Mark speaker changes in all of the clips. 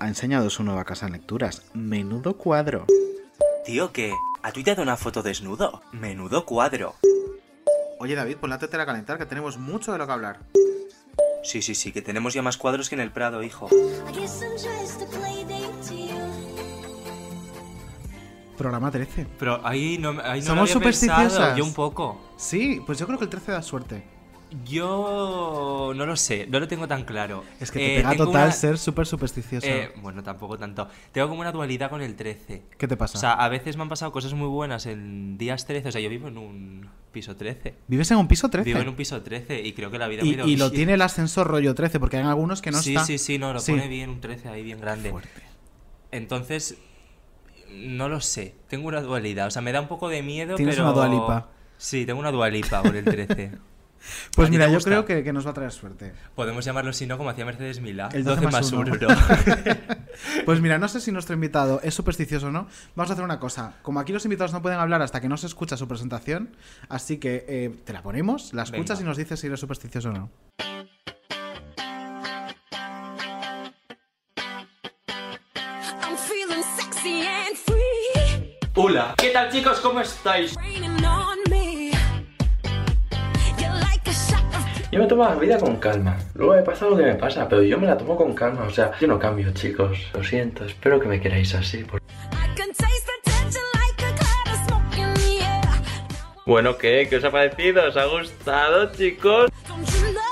Speaker 1: Ha enseñado su nueva casa en lecturas. Menudo cuadro.
Speaker 2: Tío, que ha tuiteado una foto desnudo. Menudo cuadro.
Speaker 3: Oye David, pon la tetera a calentar que tenemos mucho de lo que hablar.
Speaker 2: Sí, sí, sí, que tenemos ya más cuadros que en el Prado, hijo.
Speaker 4: I guess I'm just a play date to you.
Speaker 3: Programa 13.
Speaker 5: Pero ahí no, ahí no lo
Speaker 3: Somos
Speaker 5: había pensado,
Speaker 3: supersticiosas.
Speaker 5: Yo un poco.
Speaker 3: Sí, pues yo creo que el 13 da suerte.
Speaker 5: Yo no lo sé, no lo tengo tan claro.
Speaker 3: Es que te
Speaker 5: Eh,
Speaker 3: pega
Speaker 5: tengo
Speaker 3: total
Speaker 5: una-
Speaker 3: ser súper supersticioso.
Speaker 5: eh, bueno, tampoco tanto. Tengo como una dualidad con el 13.
Speaker 3: ¿Qué te pasa?
Speaker 5: O sea, a veces me han pasado cosas muy buenas en días 13. O sea, yo vivo en un piso 13.
Speaker 3: ¿Vives en un piso 13?
Speaker 5: Vivo en un piso 13 y creo que la vida me ha
Speaker 3: y,
Speaker 5: ido
Speaker 3: y lo
Speaker 5: bien.
Speaker 3: tiene el ascensor rollo 13, porque hay algunos que no
Speaker 5: sí,
Speaker 3: está.
Speaker 5: sí, sí, no, lo
Speaker 3: Sí.
Speaker 5: pone bien un 13 ahí bien grande.
Speaker 3: Fuerte.
Speaker 5: Entonces, no lo sé. Tengo una dualidad. O sea, me da un poco de miedo,
Speaker 3: Tienes
Speaker 5: pero...
Speaker 3: una dualipa.
Speaker 5: Sí, tengo una dualipa por el 13.
Speaker 3: Pues
Speaker 5: ¿A ti
Speaker 3: mira,
Speaker 5: te
Speaker 3: yo
Speaker 5: gusta?
Speaker 3: creo que, que nos va a traer suerte.
Speaker 5: Podemos llamarlo, si no, como hacía Mercedes Milá.
Speaker 3: El 12 más uno. Pues mira, no sé si nuestro invitado es supersticioso o no. Vamos a hacer una cosa. Como aquí los invitados no pueden hablar hasta que no se escucha su presentación, así que eh, te la ponemos, la escuchas
Speaker 5: Venga.
Speaker 3: y nos dices si eres supersticioso o no.
Speaker 4: I'm feeling sexy and free.
Speaker 6: Hola, ¿qué tal chicos? ¿Cómo estáis?
Speaker 4: Raining on me. You're like a shot of
Speaker 6: Yo me tomo la vida con calma. Luego me pasa lo que me pasa, pero yo me la tomo con calma. O sea, yo no cambio, chicos. Lo siento, espero que me queráis así. por-
Speaker 4: I can taste the tension like a cloud of smoke in the air. Now
Speaker 6: Bueno, ¿qué? ¿Qué os ha parecido? ¿Os ha gustado, chicos?
Speaker 4: don't you know?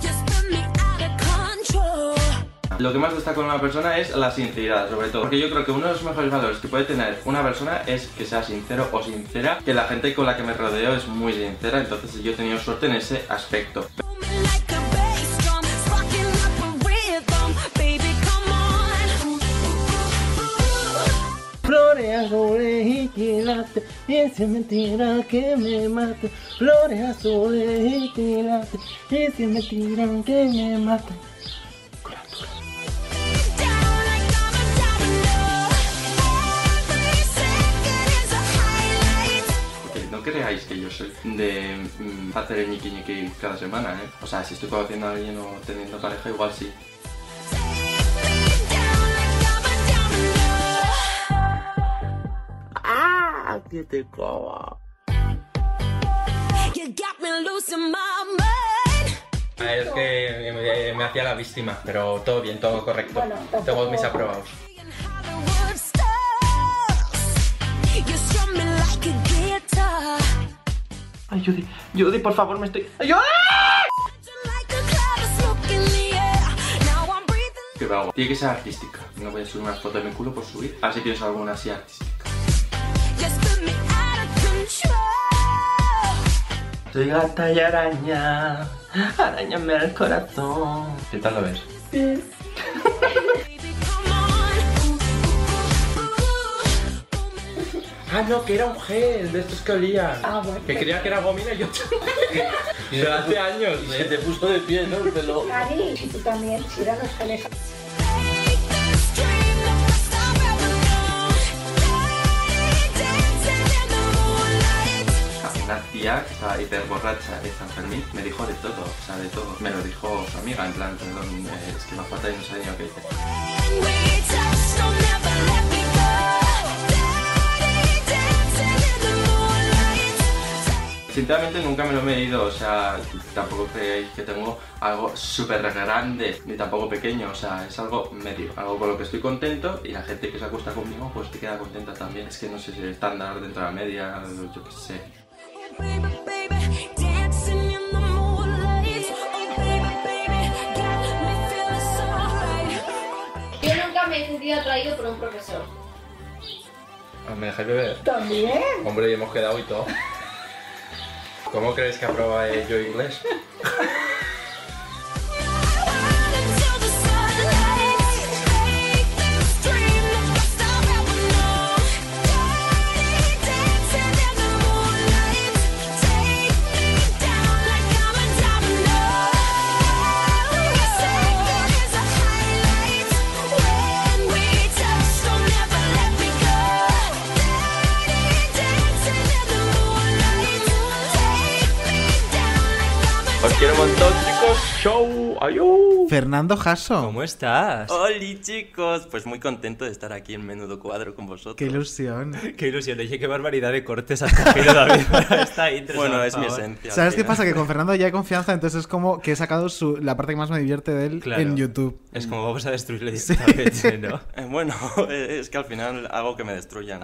Speaker 4: You spin me out of control.
Speaker 7: Lo que más gusta con una persona es la sinceridad, sobre todo. Porque yo creo que uno de los mejores valores que puede tener una persona es que sea sincero o sincera, que la gente con la que me rodeo es muy sincera, entonces yo he tenido suerte en ese aspecto.
Speaker 4: Booming like a bass drum, sparking up a rhythm. Baby, come on.
Speaker 6: Flores azules y quilates, esa mentira que me mata. Flores azules y quilates, esa mentira que me mata.
Speaker 4: Down like I'm a domino. Every second is a highlight.
Speaker 7: Porque no creáis que yo soy de mm, hacer el ñiqui ñiqui cada semana, ¿eh? O sea, si estoy conociendo a alguien o teniendo pareja, igual sí.
Speaker 4: Take me down like I'm a domino.
Speaker 6: ¡Ah! ¡Que te coma!
Speaker 4: You got me losing my mind.
Speaker 7: Es que me, hacía la víctima, pero todo bien, todo correcto. Tengo mis aprobados.
Speaker 4: Being Hollywood stars. You strum me like a guitar.
Speaker 6: Ay, Judy, Judy, por favor, me estoy. ¡Ay, ay!
Speaker 4: Like a cloud of smoke in the air. Now I'm breathing.
Speaker 7: ¿Qué hago? Tiene que ser artística. No voy a subir una foto de mi culo por subir. Así pienso alguna así artística.
Speaker 4: You spin me out of control.
Speaker 6: Soy gata y araña, arañame el corazón.
Speaker 7: ¿Qué tal lo ves?
Speaker 4: Baby, come on. Ooh, ooh, ooh, ooh.
Speaker 7: Ah, no, que era un gel de estos que olían. Ah, bueno. Que creía que era gomina y yo. Pero hace años. Y se te puso de pie, ¿no?
Speaker 8: Cari, y tú también, si da los teléfonos.
Speaker 4: Take this dream the best I've ever known. Day dancing in the moonlight.
Speaker 7: Una tía que estaba hiper borracha de San Fermín me dijo de todo, o sea, de todo. Me lo dijo su amiga, en plan, perdón, eh, es que me ha faltado y no sabía qué hice.
Speaker 4: When we touch, don't ever let me go. Day dancing in the moonlight.
Speaker 7: Sinceramente nunca me lo he medido, o sea, tampoco creéis que tengo algo súper grande, ni tampoco pequeño, o sea, es algo medio, algo con lo que estoy contento y la gente que se acuesta conmigo pues te queda contenta también. Es que no sé si el estándar dentro de la media, yo qué sé.
Speaker 4: Oh, baby, baby, dancing in the moonlight. Oh, baby, baby, got me feeling so right.
Speaker 9: Yo nunca me he sentido atraído por un profesor.
Speaker 7: ¿Me dejáis beber?
Speaker 8: También.
Speaker 7: Hombre, y hemos quedado y todo. ¿Cómo crees que aprueba eh, yo inglés?
Speaker 4: Until the sunlight.
Speaker 7: show. ¡Ayú!
Speaker 3: Fernando Jasso.
Speaker 5: ¿Cómo estás?
Speaker 7: ¡Holi, chicos! Pues muy contento de estar aquí en Menudo Cuadro con vosotros.
Speaker 3: Qué ilusión.
Speaker 5: Qué ilusión, oye, qué barbaridad de cortes has cogido, David, para esta intro.
Speaker 7: bueno,
Speaker 5: por
Speaker 7: es mi
Speaker 5: favor.
Speaker 7: esencia.
Speaker 3: ¿Sabes
Speaker 7: al
Speaker 3: qué
Speaker 7: final.
Speaker 3: pasa? Que con Fernando ya hay confianza, entonces es como que he sacado su- la parte que más me divierte de él
Speaker 5: Claro.
Speaker 3: en YouTube.
Speaker 5: Es como vamos a destruirlo directamente, ¿no?
Speaker 7: Eh, bueno, es que al final hago que me destruyan.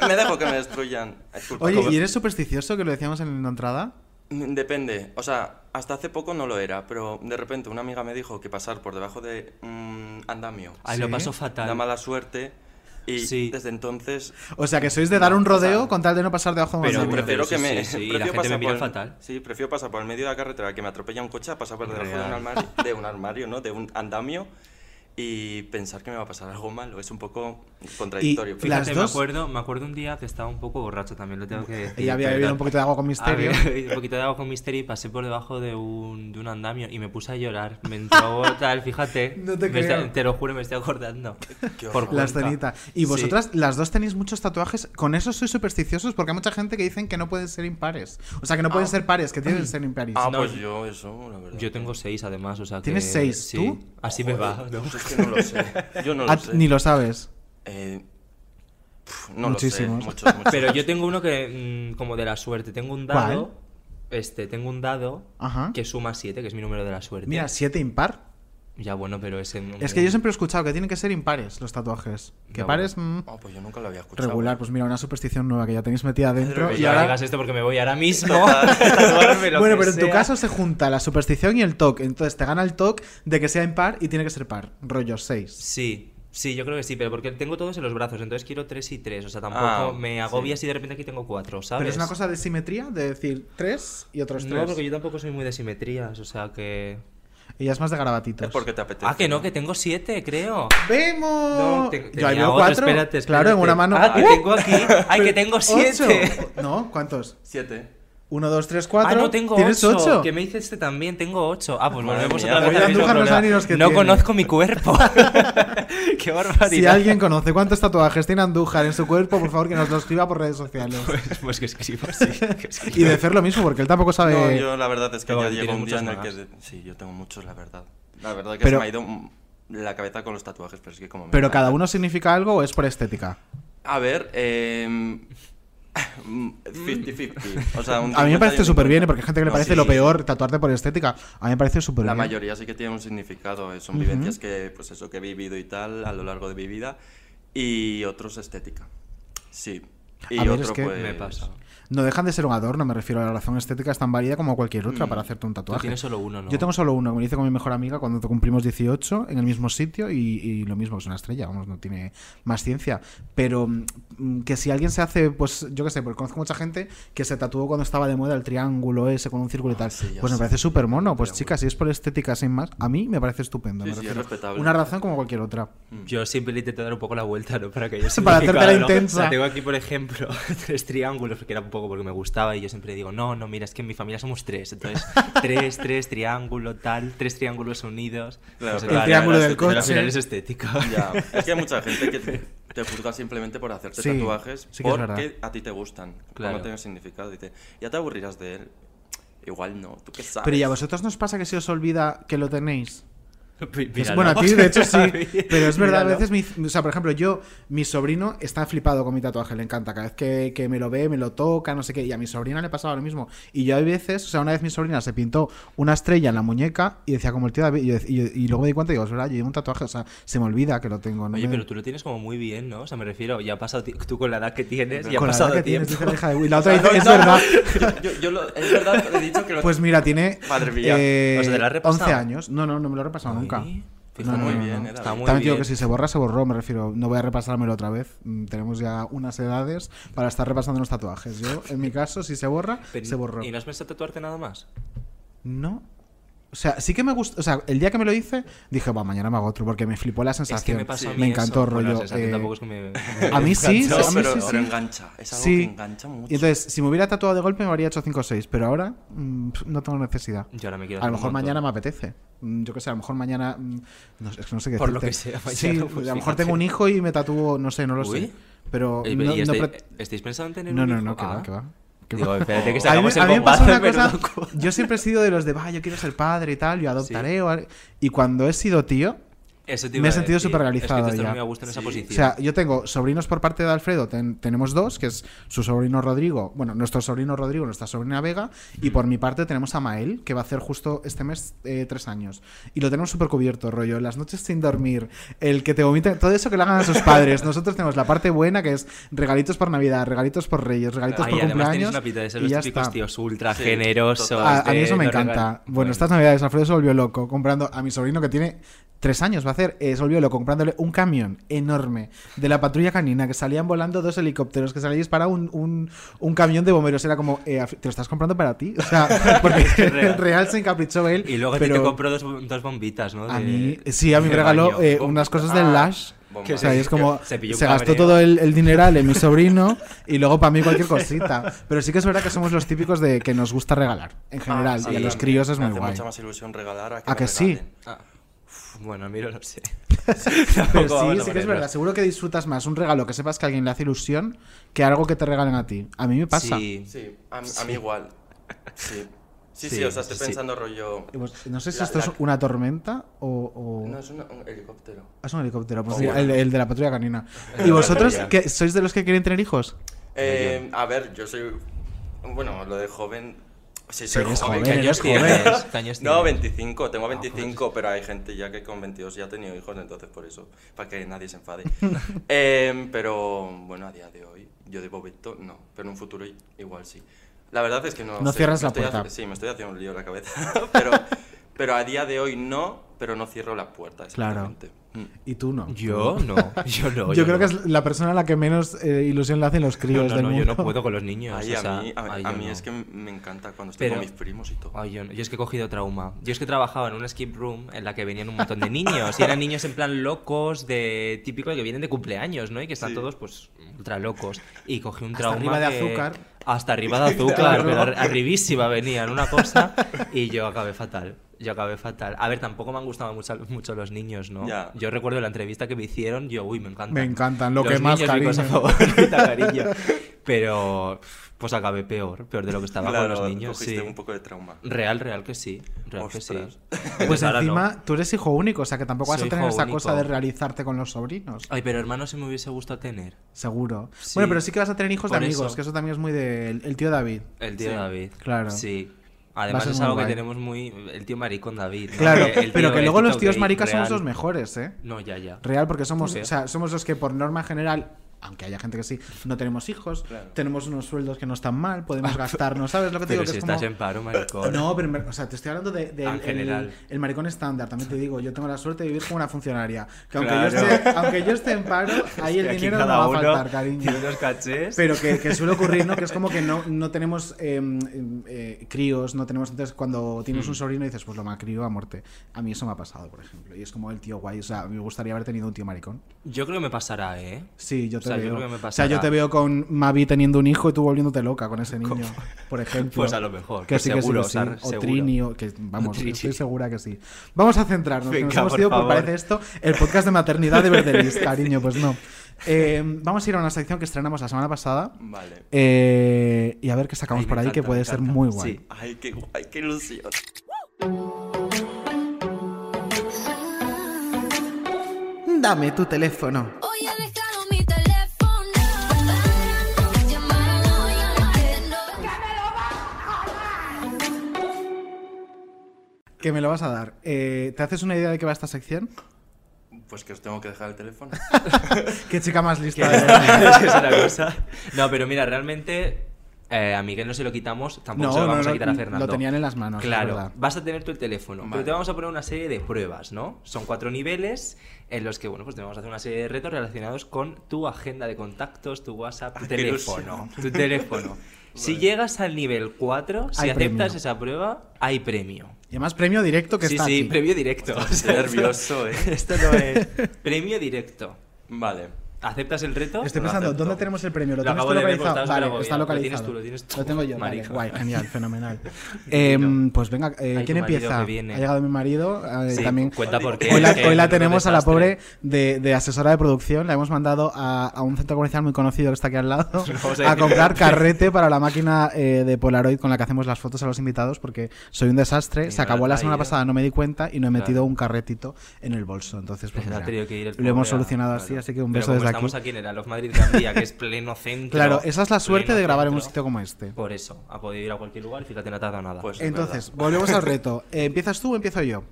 Speaker 7: me, me dejo que me destruyan. Es culpa
Speaker 3: Oye,
Speaker 7: mía.
Speaker 3: ¿y eres supersticioso que lo decíamos en la entrada?
Speaker 7: Mm, Depende. O sea, hasta hace poco no lo era, pero de repente una amiga me dijo que pasar por debajo de un andamio
Speaker 5: Ay,
Speaker 3: Ah, Sí.
Speaker 5: lo paso fatal.
Speaker 7: da mala suerte. Y
Speaker 5: Sí.
Speaker 7: desde entonces
Speaker 3: O sea, que sois de dar un rodeo con tal de no pasar debajo de un
Speaker 5: Pero,
Speaker 7: Sí,
Speaker 3: andamio.
Speaker 5: hombre,
Speaker 7: prefiero
Speaker 5: sí,
Speaker 7: que
Speaker 5: sí,
Speaker 7: me.
Speaker 5: sí, la
Speaker 7: prefiero
Speaker 5: gente
Speaker 7: pasar
Speaker 5: me mira
Speaker 7: por el-
Speaker 5: fatal.
Speaker 7: Sí, prefiero pasar por el medio de la carretera que me atropella un coche a pasar por debajo de un
Speaker 5: Real.
Speaker 7: armario, de un armario, ¿no? De un andamio y pensar que me va a pasar algo malo. Es un poco contradictorio. pero-
Speaker 3: las
Speaker 5: Fíjate,
Speaker 3: dos-
Speaker 5: me, acuerdo, me acuerdo un día que estaba un poco borracho también, lo tengo que decir.
Speaker 3: Y había
Speaker 5: pero-
Speaker 3: bebido un poquito de agua con misterio.
Speaker 5: Había bebido un poquito de agua con misterio y pasé por debajo de un, de un andamio y me puse a llorar. Me entró tal, fíjate.
Speaker 3: No te
Speaker 5: Me
Speaker 3: creo.
Speaker 5: está- te lo juro, me estoy acordando.
Speaker 7: Qué
Speaker 5: por
Speaker 7: horror.
Speaker 3: La
Speaker 5: cuenta.
Speaker 3: escenita. Y
Speaker 5: Sí.
Speaker 3: vosotras, las dos tenéis muchos tatuajes. ¿Con eso sois supersticiosos? Porque hay mucha gente que dicen que no pueden ser impares. O sea, que no
Speaker 5: Ah,
Speaker 3: pueden ser pares, que tienen que ser impares.
Speaker 7: Ah,
Speaker 5: No,
Speaker 7: pues
Speaker 5: yo-
Speaker 7: yo, eso, la verdad.
Speaker 5: Yo tengo seis además, o sea que...
Speaker 3: ¿Tienes seis?
Speaker 5: sí.
Speaker 3: ¿Tú?
Speaker 5: Así me va. ¿no?
Speaker 7: Pues es que no lo sé. Yo no
Speaker 3: Ah,
Speaker 7: lo sé.
Speaker 3: ni lo sabes.
Speaker 7: Eh, pf, no
Speaker 3: Muchísimos.
Speaker 7: lo sé. Muchos, muchos.
Speaker 5: Pero yo tengo uno que, mm, como de la suerte, tengo un dado. Este, tengo un dado
Speaker 3: Ajá.
Speaker 5: que suma 7, que es mi número de la suerte.
Speaker 3: Mira, siete impar.
Speaker 5: Ya bueno, pero ese.
Speaker 3: Es que yo siempre he escuchado que tienen que ser impares los tatuajes. Que
Speaker 5: Mm. Ya,
Speaker 3: pares, mm,
Speaker 7: Ah, pues yo nunca lo había escuchado.
Speaker 3: regular. Pues mira, una superstición nueva que ya tenéis metida dentro.
Speaker 5: Pues
Speaker 3: Y
Speaker 5: no
Speaker 3: ahora-
Speaker 5: digas esto porque me voy ahora mismo. Tatuarme lo
Speaker 3: Bueno,
Speaker 5: que
Speaker 3: pero en tu
Speaker 5: sea.
Speaker 3: caso se junta la superstición y el TOC. Entonces te gana el TOC de que sea impar y tiene que ser par. Rollo 6.
Speaker 5: Sí, sí, yo creo que sí, pero porque tengo todos en los brazos, entonces quiero 3 y 3. O sea, tampoco
Speaker 7: Ah,
Speaker 5: me agobia si de repente aquí tengo 4, ¿sabes?
Speaker 3: Pero es una cosa de simetría, de decir 3 y otros 3.
Speaker 5: No, porque yo tampoco soy muy de simetrías, o sea que.
Speaker 3: Ella es más de
Speaker 7: Es
Speaker 3: garabatitos.
Speaker 7: porque te apetece.
Speaker 5: Ah, que no, que tengo 7, creo.
Speaker 3: ¡Vemos!
Speaker 5: No, te-
Speaker 3: yo ahí
Speaker 5: tenía
Speaker 3: veo
Speaker 5: otro,
Speaker 3: 4.
Speaker 5: espérate, espérate.
Speaker 3: Claro, en una mano.
Speaker 5: Ah, que
Speaker 3: ¡Uh!
Speaker 5: tengo aquí. Ay, que tengo Ah,
Speaker 3: Ocho.
Speaker 5: 7.
Speaker 3: No, ¿cuántos?
Speaker 7: Siete.
Speaker 3: 1, 2, 3,
Speaker 5: Ah,
Speaker 3: 4.
Speaker 5: no, tengo
Speaker 3: ¿Tienes
Speaker 5: 8.
Speaker 3: 8?
Speaker 5: Que me dice este también, tengo 8. Ah, pues
Speaker 7: Madre
Speaker 5: volvemos
Speaker 7: mía.
Speaker 5: otra vez
Speaker 7: Oye,
Speaker 5: al mismo
Speaker 3: Andújar no sabe ni
Speaker 5: problema.
Speaker 3: los que
Speaker 5: No
Speaker 3: tiene.
Speaker 5: conozco mi cuerpo. Qué barbaridad.
Speaker 3: Si alguien conoce cuántos tatuajes tiene Andújar en su cuerpo, por favor que nos lo escriba por redes sociales.
Speaker 5: Pues, pues que escribo así. que escriba.
Speaker 3: Y de Fer lo mismo, porque él tampoco sabe.
Speaker 7: No, yo la verdad es que
Speaker 5: Pero
Speaker 7: ya
Speaker 5: bueno,
Speaker 7: llegó un
Speaker 5: tienes
Speaker 7: día en el
Speaker 5: muchas
Speaker 7: que... de- Sí, yo tengo muchos, la verdad. La verdad que
Speaker 3: Pero-
Speaker 7: se me ha ido mm, la cabeza con los tatuajes, pero es que como... me
Speaker 3: Pero
Speaker 7: encanta.
Speaker 3: cada uno significa algo o es por estética.
Speaker 7: A ver, eh... mm, 50-50. O sea, un
Speaker 3: A mí me
Speaker 7: 50 y
Speaker 3: parece
Speaker 7: un
Speaker 3: súper bien,
Speaker 7: 50.
Speaker 3: porque hay gente que le
Speaker 7: No,
Speaker 3: parece
Speaker 7: sí,
Speaker 3: lo
Speaker 7: sí, sí.
Speaker 3: peor tatuarte por estética. A mí me parece súper
Speaker 7: La
Speaker 3: bien.
Speaker 7: mayoría sí que tiene un significado, eh, son vivencias que, pues eso, que he vivido y tal a lo largo de mi vida. Y otros estética. Sí. Y
Speaker 3: A ver,
Speaker 7: otro,
Speaker 3: es que-
Speaker 7: pues...
Speaker 5: Me pasa.
Speaker 3: No dejan de ser un adorno, me refiero a la razón estética, es tan válida como cualquier
Speaker 7: Mm.
Speaker 3: otra para hacerte un
Speaker 5: Tú
Speaker 3: tatuaje.
Speaker 5: tienes solo uno, ¿no?
Speaker 3: Yo tengo solo uno, me lo hice con mi mejor amiga cuando cumplimos 18 en el mismo sitio y, y lo mismo, es una estrella, vamos, no tiene más ciencia. Pero mm, que si alguien se hace, pues yo qué sé, porque conozco mucha gente que se tatuó cuando estaba de moda el triángulo ese con un círculo y tal.
Speaker 7: Ah, sí, ya
Speaker 3: pues me
Speaker 7: sé.
Speaker 3: parece súper mono.
Speaker 7: El
Speaker 3: Pues
Speaker 7: triángulo.
Speaker 3: chicas, si es por estética sin más, a mí me parece estupendo.
Speaker 7: Sí,
Speaker 3: me
Speaker 7: sí, es
Speaker 3: refiero.
Speaker 7: respetable.
Speaker 3: Una razón como cualquier otra.
Speaker 7: Mm.
Speaker 5: Yo siempre le intento dar un poco la vuelta, ¿no? Para que yo
Speaker 3: Para hacerte la intensa.
Speaker 5: tengo aquí, por ejemplo, tres triángulos, que era un poco porque me gustaba, y yo siempre digo, no, no, mira, es que en mi familia somos tres. Entonces, tres, tres, triángulo, tal, tres triángulos unidos.
Speaker 7: Claro,
Speaker 5: sé,
Speaker 7: pero
Speaker 3: El
Speaker 7: la
Speaker 3: triángulo
Speaker 7: verdad
Speaker 3: del
Speaker 7: es que-
Speaker 5: Pero al
Speaker 3: coche.
Speaker 5: final es estético.
Speaker 7: Ya, es que hay mucha gente que te- te juzga simplemente por hacerte
Speaker 3: Sí,
Speaker 7: tatuajes
Speaker 3: sí que es verdad.
Speaker 7: porque a ti te gustan,
Speaker 5: Claro.
Speaker 7: claro. no tienen significado. Dice, ya te aburrirás de él. Igual no, tú qué sabes.
Speaker 3: Pero ¿y a vosotros nos pasa que se os olvida que lo tenéis?
Speaker 5: Pi-
Speaker 3: Que es-
Speaker 5: míralo.
Speaker 3: bueno, a ti de hecho sí,
Speaker 5: David,
Speaker 3: pero es verdad, a
Speaker 5: míralo.
Speaker 3: veces, mi, o sea, por ejemplo, yo, mi sobrino está flipado con mi tatuaje, le encanta, cada vez que, que me lo ve, me lo toca, no sé qué, y a mi sobrina le pasaba lo mismo. Y yo hay veces, o sea, una vez mi sobrina se pintó una estrella en la muñeca y decía como el tío David, y, yo dec- y yo- y luego me di cuenta y digo, es verdad, yo llevo un tatuaje, o sea, se me olvida que lo tengo. no
Speaker 5: Oye,
Speaker 3: me-
Speaker 5: pero tú lo tienes como muy bien, ¿no? O sea, me refiero, ya ha pasado ti- tú con la edad que tienes, ya ha
Speaker 3: Con la edad
Speaker 5: pasado
Speaker 3: que tienes,
Speaker 5: tiempo.
Speaker 3: dice la hija de Will. La otra dice, es
Speaker 7: No, no,
Speaker 3: verdad.
Speaker 7: Yo, yo lo- es verdad, he dicho que lo
Speaker 3: Pues mira, tiene
Speaker 7: Madre mía.
Speaker 3: eh,
Speaker 5: O sea, Pues ¿te lo has repasado?
Speaker 3: 11 años. No, no, no me lo he repasado nunca.
Speaker 5: Uy,
Speaker 7: Está
Speaker 3: no, no,
Speaker 7: muy
Speaker 3: no,
Speaker 7: bien,
Speaker 3: no.
Speaker 7: eh,
Speaker 5: Está
Speaker 7: David.
Speaker 5: muy
Speaker 3: También digo
Speaker 5: bien.
Speaker 3: que si se borra, se borró, me refiero. No voy a repasármelo otra vez. Mm, Tenemos ya unas edades para estar repasando los tatuajes. Yo, en mi caso, si se borra,
Speaker 5: Pero-
Speaker 3: se borró.
Speaker 5: ¿Y no has pensado tatuarte nada más?
Speaker 3: No. O sea, sí que me gusta. O sea, el día que me lo hice, dije, va, mañana me hago otro, porque me flipó la sensación.
Speaker 5: Es que me pasó a mí
Speaker 3: encantó,
Speaker 5: eso. Bueno,
Speaker 3: rollo.
Speaker 5: la sensación
Speaker 3: eh,
Speaker 5: tampoco es que me-
Speaker 3: A mí sí,
Speaker 7: No,
Speaker 3: a mí
Speaker 7: pero,
Speaker 3: sí, sí.
Speaker 7: pero engancha, es algo que
Speaker 3: Sí.
Speaker 7: engancha mucho.
Speaker 3: Y entonces, si me hubiera tatuado de golpe, me habría hecho 5 o 6, pero ahora mm, pf, no tengo necesidad.
Speaker 5: Yo ahora me quiero
Speaker 3: A lo
Speaker 5: hacer un
Speaker 3: mejor
Speaker 5: montón.
Speaker 3: mañana me apetece. Mm, Yo qué sé, a lo mejor mañana. mm, No, sé, es que no sé qué
Speaker 5: Por lo
Speaker 3: decirte.
Speaker 5: que sea, mañana,
Speaker 3: Sí,
Speaker 5: pues,
Speaker 3: a lo mejor
Speaker 5: fíjate.
Speaker 3: tengo un hijo y me tatúo, no sé, no lo sé.
Speaker 5: Uy.
Speaker 3: Pero.
Speaker 5: Eh,
Speaker 3: no,
Speaker 5: ¿y
Speaker 3: no
Speaker 5: estáis,
Speaker 3: pre-
Speaker 5: estáis pensando en tener
Speaker 3: no,
Speaker 5: un
Speaker 3: no,
Speaker 5: hijo?
Speaker 3: no, que
Speaker 5: Ah.
Speaker 3: va, que va. que-
Speaker 5: Digo, espérate que
Speaker 3: a mí,
Speaker 5: sacamos el
Speaker 3: a mí me
Speaker 5: bombazo
Speaker 3: pasa una
Speaker 5: de menudo
Speaker 3: cosa.
Speaker 5: cuadro.
Speaker 3: Yo siempre he sido de los de, va, yo quiero ser padre y tal, yo adoptaré. o al- Y cuando he sido tío,
Speaker 5: Eso te
Speaker 3: me he
Speaker 5: iba a
Speaker 3: sentido
Speaker 5: decir.
Speaker 3: superrealizado
Speaker 5: Es que este tú estás
Speaker 3: ya.
Speaker 5: muy a gusto en esa
Speaker 7: Sí.
Speaker 5: posición.
Speaker 3: o sea, yo tengo sobrinos por parte de Alfredo, ten- tenemos dos, que es su sobrino Rodrigo, bueno, nuestro sobrino Rodrigo, nuestra sobrina Vega, y por mi parte tenemos a Mael, que va a hacer justo este mes eh, tres años. Y lo tenemos súper cubierto, rollo, las noches sin dormir, el que te vomita, todo eso que le hagan a sus padres. Nosotros tenemos la parte buena, que es regalitos por Navidad, regalitos por Reyes, regalitos
Speaker 5: Ay,
Speaker 3: por
Speaker 5: además tenéis
Speaker 3: cumpleaños.
Speaker 5: una pinta de ser
Speaker 3: y
Speaker 5: los
Speaker 3: ya
Speaker 5: típicos
Speaker 3: está.
Speaker 5: tíos ultra
Speaker 7: Sí,
Speaker 5: generosos.
Speaker 7: total.
Speaker 3: A, a mí
Speaker 5: de
Speaker 3: eso me
Speaker 5: los
Speaker 3: encanta.
Speaker 5: regalos.
Speaker 3: Bueno, estas navidades Alfredo se volvió loco comprando a mi sobrino que tiene tres años, va a hacer, eh, se volvió loco comprándole un camión enorme de la patrulla canina que salían volando dos helicópteros, que salía disparado un, un, un camión de bomberos. Era como, eh, Alfre- te lo estás comprando para ti. O sea, porque en real se encaprichó él.
Speaker 5: Y luego a ti
Speaker 3: pero
Speaker 5: te compró dos, dos bombitas, ¿no?
Speaker 3: a
Speaker 5: De-
Speaker 3: mí, sí, a mí me
Speaker 5: de
Speaker 3: regaló
Speaker 5: baño.
Speaker 3: eh, unas cosas del Lash.
Speaker 7: bomba.
Speaker 3: O sea, y es como,
Speaker 5: Ah, Se
Speaker 3: se,
Speaker 5: pilló un
Speaker 3: gastó
Speaker 5: cabreo.
Speaker 3: todo el, el dineral en mi sobrino y luego para mí cualquier cosita. Pero sí que es verdad que somos los típicos de que nos gusta regalar, en general.
Speaker 7: Ah, Sí,
Speaker 3: y a los
Speaker 7: también.
Speaker 3: críos es
Speaker 7: Me
Speaker 3: muy
Speaker 7: hace
Speaker 3: guay.
Speaker 7: mucha más ilusión regalar a que,
Speaker 3: ¿A
Speaker 7: me
Speaker 3: que sí?
Speaker 7: regalen.
Speaker 5: Ah. Uf, Bueno, miro, no sé.
Speaker 3: Pero
Speaker 5: Tampoco vamos
Speaker 3: sí,
Speaker 5: a
Speaker 3: sí que es
Speaker 5: ponernos.
Speaker 3: verdad. Seguro que disfrutas más un regalo que sepas que a alguien le hace ilusión que algo que te regalen a ti. A mí me pasa.
Speaker 5: Sí.
Speaker 7: Sí, a, mí- a mí igual. Sí. Sí, sí,
Speaker 5: Sí,
Speaker 7: o sea, estoy
Speaker 5: sí.
Speaker 7: pensando rollo.
Speaker 3: Y pues, No sé si
Speaker 7: La-
Speaker 3: esto
Speaker 7: la-
Speaker 3: es una tormenta o... o-
Speaker 7: No, es una- un helicóptero.
Speaker 3: Es un helicóptero, pues
Speaker 7: Oh,
Speaker 3: sí,
Speaker 7: bueno.
Speaker 3: el, el de la patrulla canina. ¿Y vosotros que sois de los que quieren tener hijos?
Speaker 7: Eh, a ver, yo soy. Bueno, lo de joven. Sí, soy
Speaker 3: eres
Speaker 7: joven.
Speaker 3: joven,
Speaker 7: ¿qué
Speaker 3: eres
Speaker 7: años
Speaker 3: joven.
Speaker 7: tienes?
Speaker 5: ¿Qué años
Speaker 7: No,
Speaker 5: tienes?
Speaker 7: 25, tengo 25, pero hay gente ya que con 22 ya ha tenido hijos, entonces por eso, para que nadie se enfade. Em, pero bueno, a día de hoy, yo de momento no, pero en un futuro i- igual sí. La verdad es que no.
Speaker 3: No
Speaker 7: sé,
Speaker 3: cierras
Speaker 7: me
Speaker 3: la
Speaker 7: estoy
Speaker 3: puerta.
Speaker 7: haci- sí, me estoy haciendo un lío en la cabeza, pero, pero a día de hoy no, pero no cierro la puerta,
Speaker 3: Claro.
Speaker 7: exactamente. Mm.
Speaker 3: Y tú no.
Speaker 5: Yo no, yo no.
Speaker 3: Yo creo
Speaker 5: no.
Speaker 3: que es la persona a la que menos eh, ilusión le hacen los
Speaker 5: No,
Speaker 3: críos
Speaker 5: no,
Speaker 3: del
Speaker 5: no, yo
Speaker 3: mundo.
Speaker 5: no puedo con los niños.
Speaker 7: Ay,
Speaker 5: o sea,
Speaker 7: a mí, a-
Speaker 5: ay,
Speaker 7: a
Speaker 5: yo
Speaker 7: mí
Speaker 5: no.
Speaker 7: es que me encanta cuando estoy
Speaker 5: Pero-
Speaker 7: con mis primos y todo.
Speaker 5: Ay, yo, no. Yo es que he cogido trauma. Yo es que trabajaba en una escape room en la que venían un montón de niños. y eran niños en plan locos, de típico de que vienen de cumpleaños, ¿no? Y que están todos, pues, ultra locos. Y cogí un
Speaker 3: Hasta
Speaker 5: trauma.
Speaker 3: arriba de
Speaker 5: que-
Speaker 3: azúcar.
Speaker 5: Hasta arriba de azúcar, pero ar- arribísima venían, una cosa. Y yo acabé fatal. Yo acabé fatal. A ver, tampoco me han gustado mucho, mucho los niños, ¿no?
Speaker 7: Ya.
Speaker 5: Yo recuerdo la entrevista que me hicieron, yo, uy, me encantan.
Speaker 3: Me encantan, lo
Speaker 5: Los
Speaker 3: que más,
Speaker 5: niños, mi cosa
Speaker 3: cariño.
Speaker 5: favorita, cariño. Pero, pues acabé peor, peor de lo que estaba con los niños.
Speaker 7: cogiste
Speaker 5: Sí.
Speaker 7: un poco de trauma.
Speaker 5: Real, real que sí. Real que
Speaker 7: Ostras.
Speaker 5: sí.
Speaker 3: Pues
Speaker 5: Entonces, ahora
Speaker 3: encima,
Speaker 5: no.
Speaker 3: tú eres hijo único, o sea que tampoco vas
Speaker 5: Soy
Speaker 3: a tener
Speaker 5: hijo
Speaker 3: esa cosa de
Speaker 5: único.
Speaker 3: realizarte con los sobrinos.
Speaker 5: Ay, pero hermano, si me hubiese gustado tener.
Speaker 3: Seguro.
Speaker 5: Sí.
Speaker 3: Bueno, pero sí que vas a tener hijos de
Speaker 5: Por
Speaker 3: amigos,
Speaker 5: eso.
Speaker 3: que eso también es muy del el tío David.
Speaker 5: El tío
Speaker 7: Sí,
Speaker 5: David.
Speaker 3: claro.
Speaker 5: Sí.
Speaker 3: Va a
Speaker 5: Además
Speaker 3: ser
Speaker 5: es
Speaker 3: muy
Speaker 5: algo
Speaker 3: guay.
Speaker 5: que tenemos muy. El tío maricón David. ¿no?
Speaker 3: Claro,
Speaker 5: Que el tío-
Speaker 3: pero que
Speaker 5: el
Speaker 3: luego los
Speaker 5: TikTok
Speaker 3: tíos
Speaker 5: gay,
Speaker 3: maricas
Speaker 5: real.
Speaker 3: somos los mejores, ¿eh?
Speaker 5: No, ya, ya.
Speaker 3: Real, porque somos,
Speaker 5: Obvio.
Speaker 3: o sea, somos los que por norma general, aunque haya gente que sí, no tenemos hijos,
Speaker 7: Claro.
Speaker 3: tenemos unos sueldos que no están mal, podemos gastarnos, ¿sabes lo que te
Speaker 5: Pero
Speaker 3: digo?
Speaker 5: si
Speaker 3: que es
Speaker 5: estás
Speaker 3: como-
Speaker 5: en paro, maricón.
Speaker 3: No, pero me- o sea, te estoy hablando de, de
Speaker 5: Ah,
Speaker 3: el-
Speaker 5: en general.
Speaker 3: el, el maricón estándar. También te digo, yo tengo la suerte de vivir como una funcionaria. Que aunque, yo,
Speaker 5: Claro.
Speaker 3: esté, aunque yo esté en paro, ahí el
Speaker 5: Aquí
Speaker 3: dinero no
Speaker 5: cada
Speaker 3: va a
Speaker 5: uno
Speaker 3: faltar, cariño.
Speaker 5: tiene unos cachés.
Speaker 3: Pero que, que suele ocurrir, ¿no? Que es como que no, no tenemos eh, em, eh, críos, no tenemos. Entonces, cuando tienes un sobrino dices, pues lo malcrío a muerte. A mí eso me ha pasado, por ejemplo. Y es como el tío guay. O sea, me gustaría haber tenido un tío maricón.
Speaker 5: Yo creo que me pasará, ¿eh?
Speaker 3: Sí, yo
Speaker 5: O
Speaker 3: te
Speaker 5: sea, yo
Speaker 3: veo.
Speaker 5: creo que me
Speaker 3: o sea, yo
Speaker 5: pasará.
Speaker 3: te veo con Mavi teniendo un hijo y tú volviéndote loca con ese niño, por ejemplo.
Speaker 5: Pues a lo mejor,
Speaker 3: Que sí, que sí,
Speaker 5: seguro,
Speaker 3: que sí.
Speaker 5: o sea,
Speaker 3: O
Speaker 5: seguro.
Speaker 3: Trini, o que vamos,
Speaker 5: Trini.
Speaker 3: estoy segura que sí. Vamos a centrarnos, que nos
Speaker 5: Venga,
Speaker 3: hemos
Speaker 5: por
Speaker 3: ido por,
Speaker 5: favor.
Speaker 3: parece esto, el podcast de maternidad de Verdelis, cariño, pues no. Eh, vamos a ir a una sección que estrenamos la semana pasada
Speaker 7: Vale.
Speaker 3: eh, y a ver qué sacamos
Speaker 5: Ay, me
Speaker 3: por ahí, que
Speaker 5: encanta,
Speaker 3: puede
Speaker 5: me
Speaker 3: ser
Speaker 5: encanta.
Speaker 3: muy guay.
Speaker 5: Sí.
Speaker 7: Ay, qué guay, qué ilusión.
Speaker 10: Dame tu teléfono.
Speaker 4: Oye, déjalo mi teléfono. Pagando, llamando, llamando.
Speaker 3: Que me lo vas a dar. Eh, ¿Te haces una idea de qué va esta sección?
Speaker 7: Pues que os tengo que dejar el teléfono.
Speaker 3: Qué chica más lista.
Speaker 5: Es
Speaker 3: de-
Speaker 5: que es una cosa. No, pero mira, realmente eh, a Miguel no se lo quitamos, tampoco
Speaker 3: No,
Speaker 5: se lo
Speaker 3: no,
Speaker 5: vamos
Speaker 3: no,
Speaker 5: a quitar a
Speaker 3: lo
Speaker 5: Fernando.
Speaker 3: tenían en las manos, es verdad.
Speaker 5: Claro, vas a tener tú el teléfono,
Speaker 7: Vale.
Speaker 5: pero te vamos a poner una serie de pruebas, ¿no? Son cuatro niveles en los que, bueno, pues te vamos a hacer una serie de retos relacionados con tu agenda de contactos, tu WhatsApp, tu
Speaker 7: Ah, qué
Speaker 5: teléfono. Tu teléfono. Si llegas al nivel 4, si
Speaker 3: Hay
Speaker 5: aceptas
Speaker 3: premio.
Speaker 5: esa prueba, hay premio.
Speaker 3: Y además, premio directo que
Speaker 5: sí,
Speaker 3: está
Speaker 5: sí,
Speaker 3: aquí.
Speaker 5: premio directo.
Speaker 7: Estoy nervioso, eh.
Speaker 5: Esto no es. premio directo.
Speaker 7: Vale.
Speaker 5: ¿Aceptas el reto?
Speaker 3: Estoy
Speaker 5: Lo
Speaker 3: pensando,
Speaker 5: acepto.
Speaker 3: ¿dónde tenemos el premio? ¿Lo,
Speaker 5: Lo
Speaker 3: tienes
Speaker 5: acabo
Speaker 3: tú
Speaker 5: de ver,
Speaker 3: localizado?
Speaker 5: porque estaba
Speaker 3: vale,
Speaker 5: súper
Speaker 3: está
Speaker 5: agobiado.
Speaker 3: localizado.
Speaker 5: Lo tienes tú, lo tienes tú.
Speaker 3: tengo yo, vale,
Speaker 5: Marica.
Speaker 3: guay, genial, fenomenal. Em, pues venga, eh,
Speaker 5: Ay,
Speaker 3: ¿quién
Speaker 5: tu marido
Speaker 3: empieza?
Speaker 5: que viene.
Speaker 3: Ha llegado mi marido, eh,
Speaker 5: Sí,
Speaker 3: también...
Speaker 5: Cuenta por qué.
Speaker 3: Hoy la,
Speaker 5: es que
Speaker 3: hoy la
Speaker 5: menudo
Speaker 3: tenemos a la
Speaker 5: desastre.
Speaker 3: pobre de, de asesora de producción. La hemos mandado a, a un centro comercial muy conocido que está aquí al lado
Speaker 5: Vamos a
Speaker 3: a
Speaker 5: ir.
Speaker 3: comprar carrete para la máquina eh, de Polaroid con la que hacemos las fotos a los invitados porque soy un desastre.
Speaker 5: Y
Speaker 3: Se
Speaker 5: no
Speaker 3: acabó la
Speaker 5: ha
Speaker 3: semana
Speaker 5: ido.
Speaker 3: pasada, no me di cuenta y no he metido
Speaker 5: Claro.
Speaker 3: un carretito en el bolso. Entonces, pues,
Speaker 5: Ha
Speaker 3: mira,
Speaker 5: tenido que ir el
Speaker 3: lo hemos
Speaker 5: pobre a-
Speaker 3: solucionado así,
Speaker 5: claro.
Speaker 3: así que un
Speaker 5: Pero
Speaker 3: beso
Speaker 5: como
Speaker 3: desde aquí.
Speaker 5: estamos aquí en el Alof Madrid Gran Vía, que es pleno centro.
Speaker 3: Claro, esa es la suerte
Speaker 5: pleno
Speaker 3: de grabar en un
Speaker 5: centro.
Speaker 3: sitio como este.
Speaker 5: Por eso, ha podido ir a cualquier lugar y fíjate, no te ha dado nada.
Speaker 7: Pues- es
Speaker 3: Entonces, volvemos al reto. Eh, ¿Empiezas tú o empiezo yo?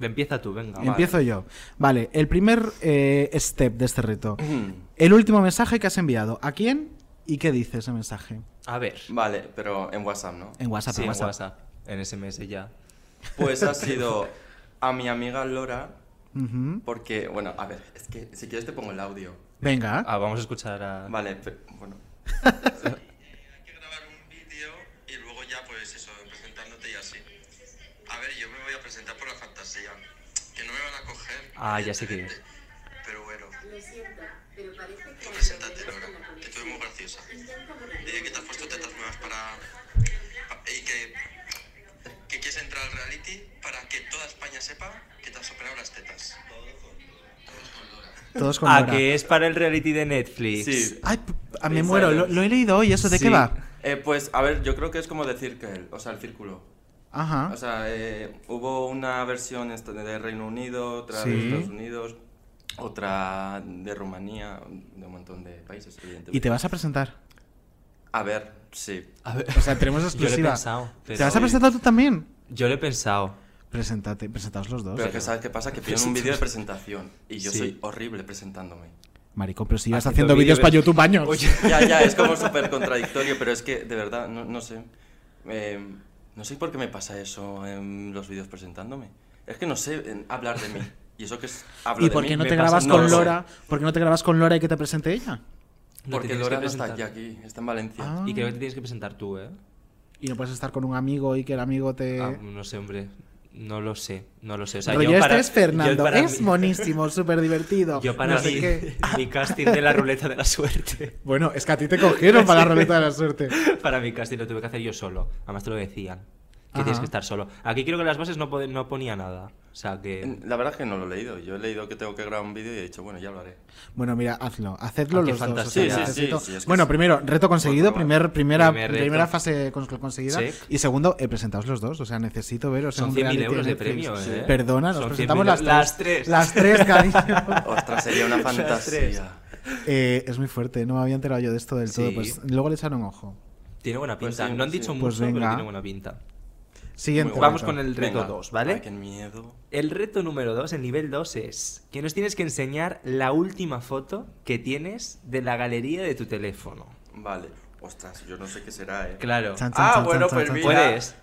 Speaker 5: empieza tú, venga.
Speaker 3: Empiezo yo. Vale, el primer eh, step de este reto. El último mensaje que has enviado. ¿A quién y qué dice ese mensaje?
Speaker 5: A ver.
Speaker 7: Vale, pero en WhatsApp, ¿no?
Speaker 3: En WhatsApp,
Speaker 5: Sí,
Speaker 3: en
Speaker 5: en
Speaker 3: WhatsApp.
Speaker 5: WhatsApp, en SMS ya.
Speaker 7: Pues ha sido a mi amiga Lora,
Speaker 3: Ujú.
Speaker 7: porque, bueno, a ver, es que si quieres te pongo el audio.
Speaker 3: ¿Mm? Venga.
Speaker 5: Ah, vamos a escuchar a.
Speaker 7: Vale, pero, bueno. Hay que grabar un vídeo y luego ya, pues eso, presentándote y así. A ver, yo me voy a presentar por la fantasía. Que no me van a coger.
Speaker 5: Ah, ya sé quién es.
Speaker 7: Pero bueno. Lo siento, pero parece que. Preséntate, Laura, que tú eres muy graciosa. Dile que te has puesto tetas nuevas para. Y que. Que quieres entrar al reality para que toda España sepa que te has operado las tetas.
Speaker 3: Todos con
Speaker 5: Ah,
Speaker 3: Nora.
Speaker 5: que es para el reality de Netflix.
Speaker 3: Ay, p- a- me
Speaker 7: Insiders.
Speaker 3: muero. Lo, lo he leído hoy. ¿Eso de qué
Speaker 7: Sí.
Speaker 3: va?
Speaker 7: Eh, pues a ver, yo creo que es como decir que el- o sea, el círculo.
Speaker 3: Ajá.
Speaker 7: O sea, eh, hubo una versión est- de Reino Unido, otra
Speaker 3: Sí.
Speaker 7: de Estados Unidos, otra de Rumanía, de un montón de países, evidentemente.
Speaker 3: y te vas a presentar.
Speaker 7: A ver, sí.
Speaker 5: A ver,
Speaker 3: O sea, tenemos
Speaker 5: yo lo he
Speaker 3: exclusiva.
Speaker 5: pensado.
Speaker 3: ¿Te
Speaker 5: pero-
Speaker 3: vas a presentar tú también?
Speaker 5: Yo lo he pensado.
Speaker 3: Preséntate, presentaos los dos.
Speaker 7: Pero que sabes qué pasa, que piden un vídeo de presentación y yo
Speaker 5: Sí.
Speaker 7: soy horrible presentándome.
Speaker 3: Maricón, pero si vas
Speaker 5: Haciendo
Speaker 3: haciendo vídeos
Speaker 5: vídeos.
Speaker 3: para YouTube años.
Speaker 7: Ya, ya, es como súper contradictorio, pero es que de verdad, no, no sé. Eh, no sé por qué me pasa eso en los vídeos presentándome. Es que no sé eh, hablar de mí. Y eso que es hablo
Speaker 3: ¿Y
Speaker 7: de
Speaker 3: por
Speaker 7: mí,
Speaker 3: qué no
Speaker 7: me
Speaker 3: te
Speaker 7: pasa-
Speaker 3: grabas
Speaker 7: lo
Speaker 3: con
Speaker 7: sé.
Speaker 3: Lora? ¿Por qué no te grabas con Lora y que te presente ella?
Speaker 5: No te
Speaker 7: Porque
Speaker 5: tienes
Speaker 7: Lora
Speaker 5: que
Speaker 7: no está aquí,
Speaker 5: presentar.
Speaker 7: aquí, está en Valencia.
Speaker 3: Ah.
Speaker 5: Y creo que te tienes que presentar tú, ¿eh?
Speaker 3: Y no puedes estar con un amigo y que el amigo te.
Speaker 5: Ah, no sé, hombre. No lo sé. No lo sé. O sea,
Speaker 3: Eh. Rollo,
Speaker 5: yo
Speaker 3: este
Speaker 5: para,
Speaker 3: es Fernando,
Speaker 5: yo para
Speaker 3: es
Speaker 5: mí-
Speaker 3: monísimo, súper divertido.
Speaker 5: Yo para
Speaker 3: no sé
Speaker 5: mí,
Speaker 3: qué.
Speaker 5: mi casting de la ruleta de la suerte.
Speaker 3: Bueno, es que a ti te cogieron para la ruleta de la suerte.
Speaker 5: Para mi casting lo tuve que hacer yo solo. Además te lo decían. Que
Speaker 3: Ajá.
Speaker 5: tienes que estar solo. Aquí creo que en las bases no, pode- no ponía nada. O sea que.
Speaker 7: La verdad es que no lo he leído. Yo he leído que tengo que grabar un vídeo y he dicho, bueno, ya lo haré.
Speaker 3: Bueno, mira, hazlo, hacedlo
Speaker 5: Ah, qué
Speaker 3: los dos.
Speaker 5: fantasía.
Speaker 3: o sea,
Speaker 5: Sí, sí,
Speaker 3: necesito-
Speaker 7: sí, sí, es que
Speaker 3: bueno,
Speaker 7: es-
Speaker 3: primero, reto conseguido,
Speaker 7: Bueno,
Speaker 3: primer, primera,
Speaker 5: Primer reto.
Speaker 3: primera fase cons- conseguida.
Speaker 5: Sí.
Speaker 3: Y segundo, eh, presentaos los dos, o sea, necesito veros. en
Speaker 5: Son
Speaker 3: un
Speaker 5: 100.000
Speaker 3: reality
Speaker 5: euros de
Speaker 3: Netflix.
Speaker 5: premio, ¿eh?
Speaker 3: Perdona, nos
Speaker 5: Son
Speaker 3: presentamos
Speaker 5: 100.000
Speaker 3: las tres.
Speaker 5: Las tres.
Speaker 3: Las tres, cariño.
Speaker 7: Ostras, sería una
Speaker 5: tres.
Speaker 7: fantasía.
Speaker 3: Eh, es muy fuerte, no me había enterado yo de esto del
Speaker 5: Sí.
Speaker 3: todo. Pues luego le echaron ojo.
Speaker 5: Tiene buena
Speaker 7: Pues
Speaker 5: pinta.
Speaker 7: sí,
Speaker 5: no han
Speaker 7: sí.
Speaker 5: dicho
Speaker 7: Pues
Speaker 5: mucho,
Speaker 3: venga.
Speaker 5: pero tiene buena pinta.
Speaker 3: Siguiente.
Speaker 7: Muy
Speaker 5: Vamos
Speaker 3: reto.
Speaker 5: con el reto
Speaker 7: Venga.
Speaker 5: 2, ¿vale?
Speaker 7: Ay, qué miedo.
Speaker 5: El reto número 2, el nivel 2, es que nos tienes que enseñar la última foto que tienes de la galería de tu teléfono.
Speaker 7: Vale. Ostras, yo no sé qué será, eh.
Speaker 5: Claro.
Speaker 3: Chan, chan,
Speaker 7: Ah,
Speaker 3: chan,
Speaker 7: bueno,
Speaker 3: chan,
Speaker 7: pues
Speaker 3: chan,
Speaker 7: mira.
Speaker 3: chan.
Speaker 5: Puedes.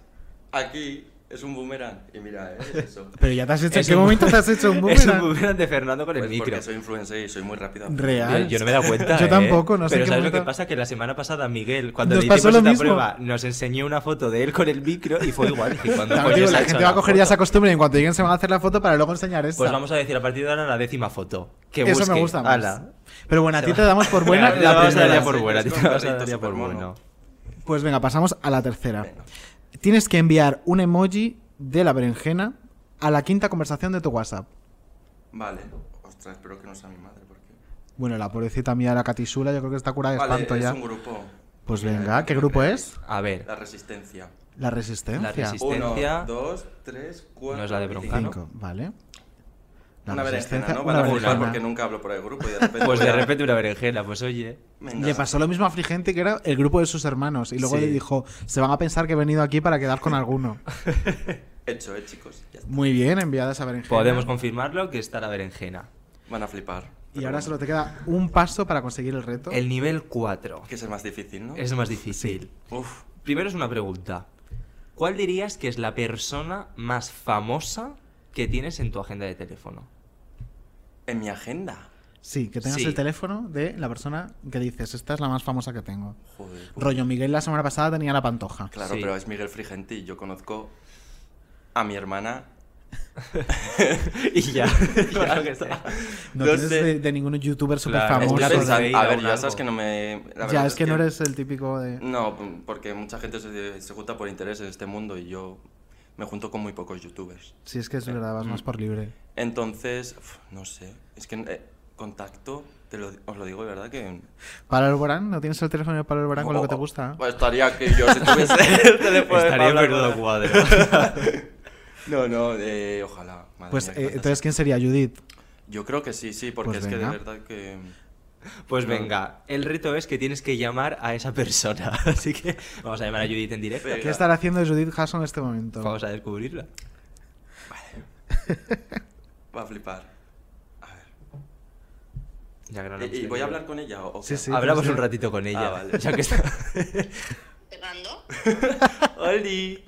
Speaker 7: Aquí es un boomerang. Y mira, eh, eso.
Speaker 3: Pero ya te has hecho. ¿En
Speaker 5: Es
Speaker 3: qué
Speaker 5: un-
Speaker 3: momento te has hecho un
Speaker 5: Es un
Speaker 3: boomerang?
Speaker 5: boomerang de Fernando con el
Speaker 7: Pues
Speaker 5: micro.
Speaker 7: porque soy influencer y soy muy rápido.
Speaker 3: Real.
Speaker 5: Yo, yo no me he dado cuenta.
Speaker 3: Yo
Speaker 5: ¿eh?
Speaker 3: tampoco, no sé
Speaker 5: Pero
Speaker 3: en qué
Speaker 5: ¿sabes lo
Speaker 3: momento-
Speaker 5: que pasa? Que la semana pasada Miguel, cuando
Speaker 3: Nos
Speaker 5: le
Speaker 3: pasó
Speaker 5: hicimos
Speaker 3: lo
Speaker 5: esta
Speaker 3: mismo.
Speaker 5: prueba, nos enseñó una foto de él con el micro y fue igual. Y cuando
Speaker 3: También digo, la gente va a coger ya esa costumbre y en cuanto lleguen se van a hacer la foto para luego enseñar esta.
Speaker 5: Pues vamos a decir a partir de ahora la décima foto. Que
Speaker 3: Eso me
Speaker 5: busque.
Speaker 3: gusta más.
Speaker 5: Ala.
Speaker 3: Pero bueno, a ti te damos por buena
Speaker 5: Venga, te la
Speaker 3: la
Speaker 5: vamos a dar
Speaker 3: primera.
Speaker 5: ya por buena.
Speaker 7: Es
Speaker 5: te la
Speaker 7: con
Speaker 5: vamos a dar
Speaker 7: perrito
Speaker 5: ya por
Speaker 7: supermono.
Speaker 5: bueno.
Speaker 3: Pues venga, pasamos a la tercera.
Speaker 7: Venga.
Speaker 3: Tienes que enviar un emoji de la berenjena a la quinta conversación de tu WhatsApp.
Speaker 7: Vale. Ostras, espero que no sea mi madre, porque.
Speaker 3: Bueno, la pobrecita mía, la Catisula, yo creo que está curada de
Speaker 7: Vale,
Speaker 3: espanto
Speaker 7: es
Speaker 3: ya.
Speaker 7: un grupo.
Speaker 3: Pues
Speaker 7: Mira,
Speaker 3: venga,
Speaker 7: aquí
Speaker 3: ¿qué
Speaker 7: me
Speaker 3: grupo
Speaker 7: creéis.
Speaker 3: es?
Speaker 5: A ver,
Speaker 7: La resistencia.
Speaker 3: La Resistencia.
Speaker 5: La Resist-
Speaker 7: Uno,
Speaker 5: Resistencia.
Speaker 7: dos, tres, cuatro.
Speaker 5: No es la de
Speaker 7: y
Speaker 5: Bronca,
Speaker 7: cinco.
Speaker 5: ¿no?
Speaker 3: Cinco, vale. La
Speaker 7: Una berenjena,
Speaker 3: Resistencia,
Speaker 7: ¿no?
Speaker 3: una
Speaker 7: Para juzgar
Speaker 3: berenjena.
Speaker 7: porque nunca hablo por el grupo y de repente.
Speaker 5: pues de
Speaker 7: voy a-
Speaker 5: repente una berenjena, pues oye.
Speaker 7: Venga.
Speaker 3: Le pasó lo mismo a Frigente, que era el grupo de sus hermanos. Y luego
Speaker 5: Sí.
Speaker 3: le dijo, se van a pensar que he venido aquí para quedar con alguno.
Speaker 7: Hecho, eh, chicos. Ya está.
Speaker 3: Muy bien, enviada esa berenjena.
Speaker 5: Podemos confirmarlo que está la berenjena.
Speaker 7: Van a flipar.
Speaker 3: Y
Speaker 7: Pero
Speaker 3: ahora
Speaker 7: bueno,
Speaker 3: solo te queda un paso para conseguir el reto.
Speaker 5: El nivel 4
Speaker 7: Que es el más difícil, ¿no?
Speaker 5: es más difícil.
Speaker 7: Uf.
Speaker 5: Primero es una pregunta. ¿Cuál dirías que es la persona más famosa que tienes en tu agenda de teléfono?
Speaker 7: En mi agenda.
Speaker 3: Sí, que tengas
Speaker 5: Sí.
Speaker 3: el teléfono de la persona que dices, esta es la más famosa que tengo.
Speaker 7: Joder. uf.
Speaker 3: Rollo, Miguel la semana pasada tenía la pantoja.
Speaker 7: Claro,
Speaker 5: Sí.
Speaker 7: pero es Miguel Frigenti. Yo conozco a mi hermana,
Speaker 5: y ya.
Speaker 7: Ya
Speaker 5: yo qué sé.
Speaker 7: está.
Speaker 3: No,
Speaker 7: No
Speaker 3: tienes
Speaker 7: sé.
Speaker 3: de, de ningún youtuber súper
Speaker 2: Claro,
Speaker 7: Es
Speaker 3: famoso.
Speaker 7: que
Speaker 2: Famoso,
Speaker 7: pensad-
Speaker 2: rey,
Speaker 7: a
Speaker 2: o
Speaker 7: ver, ya
Speaker 2: algo.
Speaker 7: sabes que no me. la verdad
Speaker 3: ya, es que no eres el típico de.
Speaker 7: No, p- porque mucha gente se, se junta por intereses de este mundo y yo me junto con muy pocos youtubers.
Speaker 3: Si es que es verdad, vas más por libre.
Speaker 7: Entonces, uf, no sé. Es que eh, contacto, te lo- os lo digo de verdad que.
Speaker 3: ¿Para el Borán? ¿No tienes el teléfono de Para el Borán con lo que te
Speaker 7: Oh,
Speaker 3: gusta? ¿eh?
Speaker 7: Pues estaría aquí yo si tuviese el teléfono de
Speaker 2: Estaría en
Speaker 7: Pablo
Speaker 2: menudo
Speaker 7: Alborán.
Speaker 2: cuadro.
Speaker 3: Pues,
Speaker 7: No, no, eh, ojalá. madre
Speaker 3: Pues
Speaker 7: mía,
Speaker 3: eh,
Speaker 7: qué fantasía.
Speaker 3: entonces, ¿quién sería Judith?
Speaker 7: Yo creo que sí, sí, porque
Speaker 3: Pues
Speaker 7: es que
Speaker 3: venga.
Speaker 7: de verdad que.
Speaker 5: Pues venga, el reto es que tienes que llamar a esa persona. Así que vamos a llamar a Judith en directo.
Speaker 7: Venga.
Speaker 3: ¿Qué estará haciendo Judith Hasson en este momento?
Speaker 5: Vamos a descubrirla.
Speaker 7: Va a flipar. A ver.
Speaker 5: Ya que no la
Speaker 7: ¿Y, y
Speaker 5: hemos
Speaker 7: Eh, voy a
Speaker 5: tenido.
Speaker 7: hablar con ella o o
Speaker 3: Sí,
Speaker 7: qué?
Speaker 3: sí.
Speaker 5: Hablamos
Speaker 3: tienes
Speaker 5: un
Speaker 3: que-
Speaker 5: ratito con ella.
Speaker 7: Ah, vale.
Speaker 5: Ya que está.
Speaker 11: ¿Fernando?
Speaker 7: ¡Oli!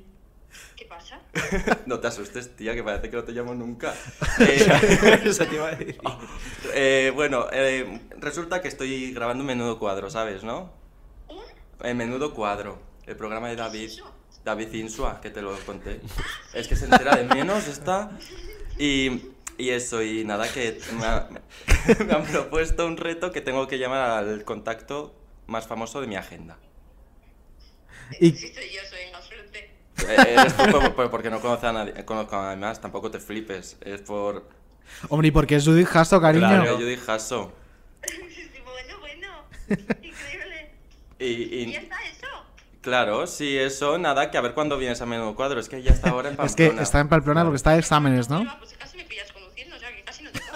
Speaker 11: ¿Qué pasa?
Speaker 7: No te asustes, tía, que parece que no te llamo nunca.
Speaker 5: Ya,
Speaker 7: Eh,
Speaker 5: Eso te iba a decir.
Speaker 7: eh, bueno, eh, resulta que estoy grabando un menudo cuadro, ¿sabes, no?
Speaker 11: ¿Eh?
Speaker 7: El menudo cuadro, el programa de David, David Insua, que te lo conté.
Speaker 11: Ah,
Speaker 7: Es que se entera de menos, está. Y, y eso, y nada, que me, ha- me han propuesto un reto que tengo que llamar al contacto más famoso de mi agenda.
Speaker 3: Y
Speaker 11: yo, soy inocente.
Speaker 7: Eh, eres tú por- por- porque no conozco a nadie, eh, conozco a nadie más, tampoco te flipes. Es por.
Speaker 3: Hombre, ¿y por qué es Judith Hasson, cariño?
Speaker 7: Claro, yo dije Hasso.
Speaker 11: bueno, bueno. Increíble.
Speaker 7: Y, y-
Speaker 11: está eso?
Speaker 7: claro, sí, eso, nada, que a ver cuándo vienes a menudo cuadro. Es que ya está ahora en
Speaker 3: Es que
Speaker 7: Pamplona.
Speaker 3: está en Pamplona porque está de exámenes, ¿no?
Speaker 11: Pues casi me pillas conduciendo, o sea que casi no te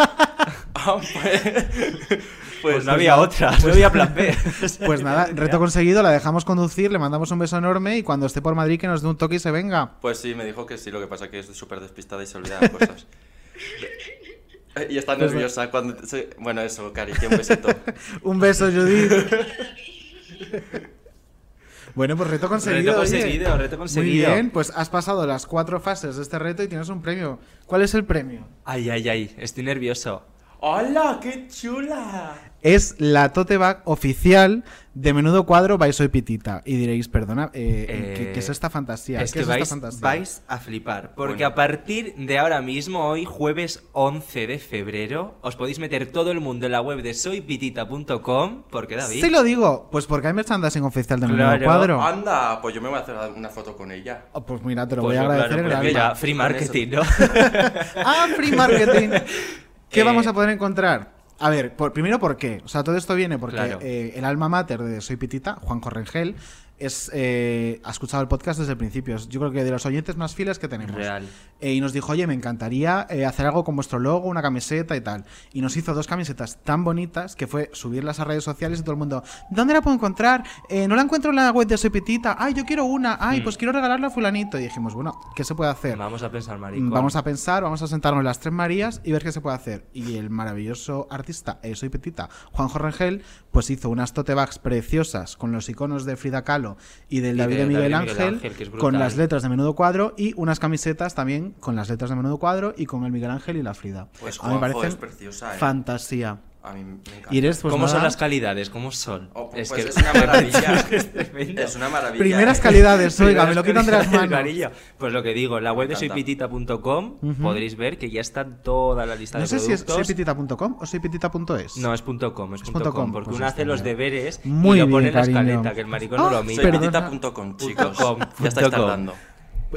Speaker 7: Ah, pues,
Speaker 5: Pues no había otra, no había plan B.
Speaker 3: Pues nada, reto conseguido, la dejamos conducir, le mandamos un beso enorme y cuando esté por Madrid que nos dé un toque y se venga.
Speaker 7: Pues sí, me dijo que sí, lo que pasa que es súper despistada y se olvida de cosas. Eh, Y está
Speaker 3: Pues va-
Speaker 7: nerviosa cuando... se- Bueno, eso, Cari, que un besito.
Speaker 3: Un beso, Judith. bueno, pues reto conseguido.
Speaker 5: Reto
Speaker 3: oye.
Speaker 5: conseguido, reto conseguido.
Speaker 3: Muy bien, pues has pasado las cuatro fases de este reto y tienes un premio. ¿Cuál es el premio?
Speaker 5: Ay, ay, ay, estoy nervioso.
Speaker 7: ¡Hola, qué chula!
Speaker 3: Es la tote bag oficial de Menudo Cuadro by Soy Pitita. Y diréis, perdona, eh,
Speaker 5: Eh,
Speaker 3: ¿qué, qué es esta fantasía?
Speaker 5: es
Speaker 3: ¿Qué
Speaker 5: que
Speaker 3: esta
Speaker 5: vais,
Speaker 3: fantasía?
Speaker 5: vais a flipar. Porque
Speaker 7: Bueno.
Speaker 5: a partir de ahora mismo, hoy jueves 11 de febrero, os podéis meter todo el mundo en la web de soypitita.com. Porque David.
Speaker 3: Sí lo digo, pues porque hay merchandising oficial de Menudo
Speaker 5: Claro.
Speaker 3: Cuadro.
Speaker 7: Anda, pues yo me voy a hacer una foto con ella.
Speaker 3: Oh, Pues mira, te lo voy
Speaker 5: Pues
Speaker 3: a
Speaker 5: no, claro,
Speaker 3: agradecer en el
Speaker 5: porque
Speaker 3: alma.
Speaker 5: ya, free marketing, ¿no?
Speaker 3: ¡Ah, free marketing! ¿Qué
Speaker 5: Eh,
Speaker 3: vamos a poder encontrar? A ver, por- primero, ¿por qué? O sea, todo esto viene porque
Speaker 5: Claro.
Speaker 3: eh, el alma mater de Soy Pitita, Juanjo Rengel, es, eh, ha escuchado el podcast desde el principio. Es- Yo creo que de los oyentes más fieles que tenemos.
Speaker 5: Real.
Speaker 3: Eh, y nos dijo, oye, me encantaría eh, hacer algo con vuestro logo, una camiseta y tal. Y nos hizo dos camisetas tan bonitas que fue subirlas a redes sociales y todo el mundo, ¿dónde la puedo encontrar? Eh, no la encuentro en la web de Soy Pitita. Ay, yo quiero una.
Speaker 7: Mm.
Speaker 3: Ay, pues quiero regalarla a fulanito. Y dijimos, bueno, ¿qué se puede hacer?
Speaker 5: Mm.
Speaker 3: Mm,
Speaker 5: Vamos a pensar, maricón.
Speaker 3: Vamos a pensar, vamos a sentarnos las tres Marías y ver qué se puede hacer. Y el maravilloso artista, eh, soy petita, Juanjo Rengel, pues hizo unas tote bags preciosas con los iconos de Frida Kahlo y del
Speaker 5: Y
Speaker 3: David
Speaker 5: de
Speaker 3: de Miguel,
Speaker 5: David Miguel
Speaker 3: Ángel,
Speaker 5: Ángel, que es
Speaker 3: con
Speaker 5: brutal.
Speaker 3: las letras de menudo cuadro y unas camisetas también con las letras de menudo cuadro y con el Miguel Ángel y la Frida.
Speaker 7: Pues
Speaker 3: A mí me
Speaker 7: Juanjo
Speaker 3: parecen
Speaker 7: es preciosa, ¿eh?
Speaker 3: fantasía.
Speaker 7: A mí me encanta.
Speaker 3: Irés, pues
Speaker 5: ¿Cómo son
Speaker 3: nada,
Speaker 5: las calidades? ¿Cómo son?
Speaker 7: Oh, pues es una maravilla. es una maravilla.
Speaker 3: primeras
Speaker 7: ¿eh?
Speaker 3: calidades, oiga, me lo quitan
Speaker 5: Primeras
Speaker 3: de las
Speaker 5: calidades,
Speaker 3: manos.
Speaker 5: cariño. Pues lo que digo, en la web de
Speaker 7: Me encanta.
Speaker 5: soypitita.com
Speaker 3: Ujú.
Speaker 5: podréis ver que ya está toda la lista
Speaker 3: No
Speaker 5: de
Speaker 3: sé si es
Speaker 5: productos.
Speaker 3: soypitita.com o soypitita.es.
Speaker 5: No, es punto .com, es, punto
Speaker 3: punto
Speaker 5: .com,
Speaker 3: com,
Speaker 5: porque
Speaker 3: pues
Speaker 5: uno
Speaker 3: está
Speaker 5: hace los
Speaker 3: bien.
Speaker 5: deberes
Speaker 3: Muy
Speaker 5: y lo
Speaker 3: bien,
Speaker 5: pone en la
Speaker 3: cariño.
Speaker 5: escaleta, que el maricón no
Speaker 3: Ah,
Speaker 5: lo
Speaker 7: Soy
Speaker 5: mira.
Speaker 3: Perdona.
Speaker 7: pitita.com, chicos.
Speaker 5: Com,
Speaker 7: ya estáis
Speaker 5: punto com.
Speaker 7: tardando.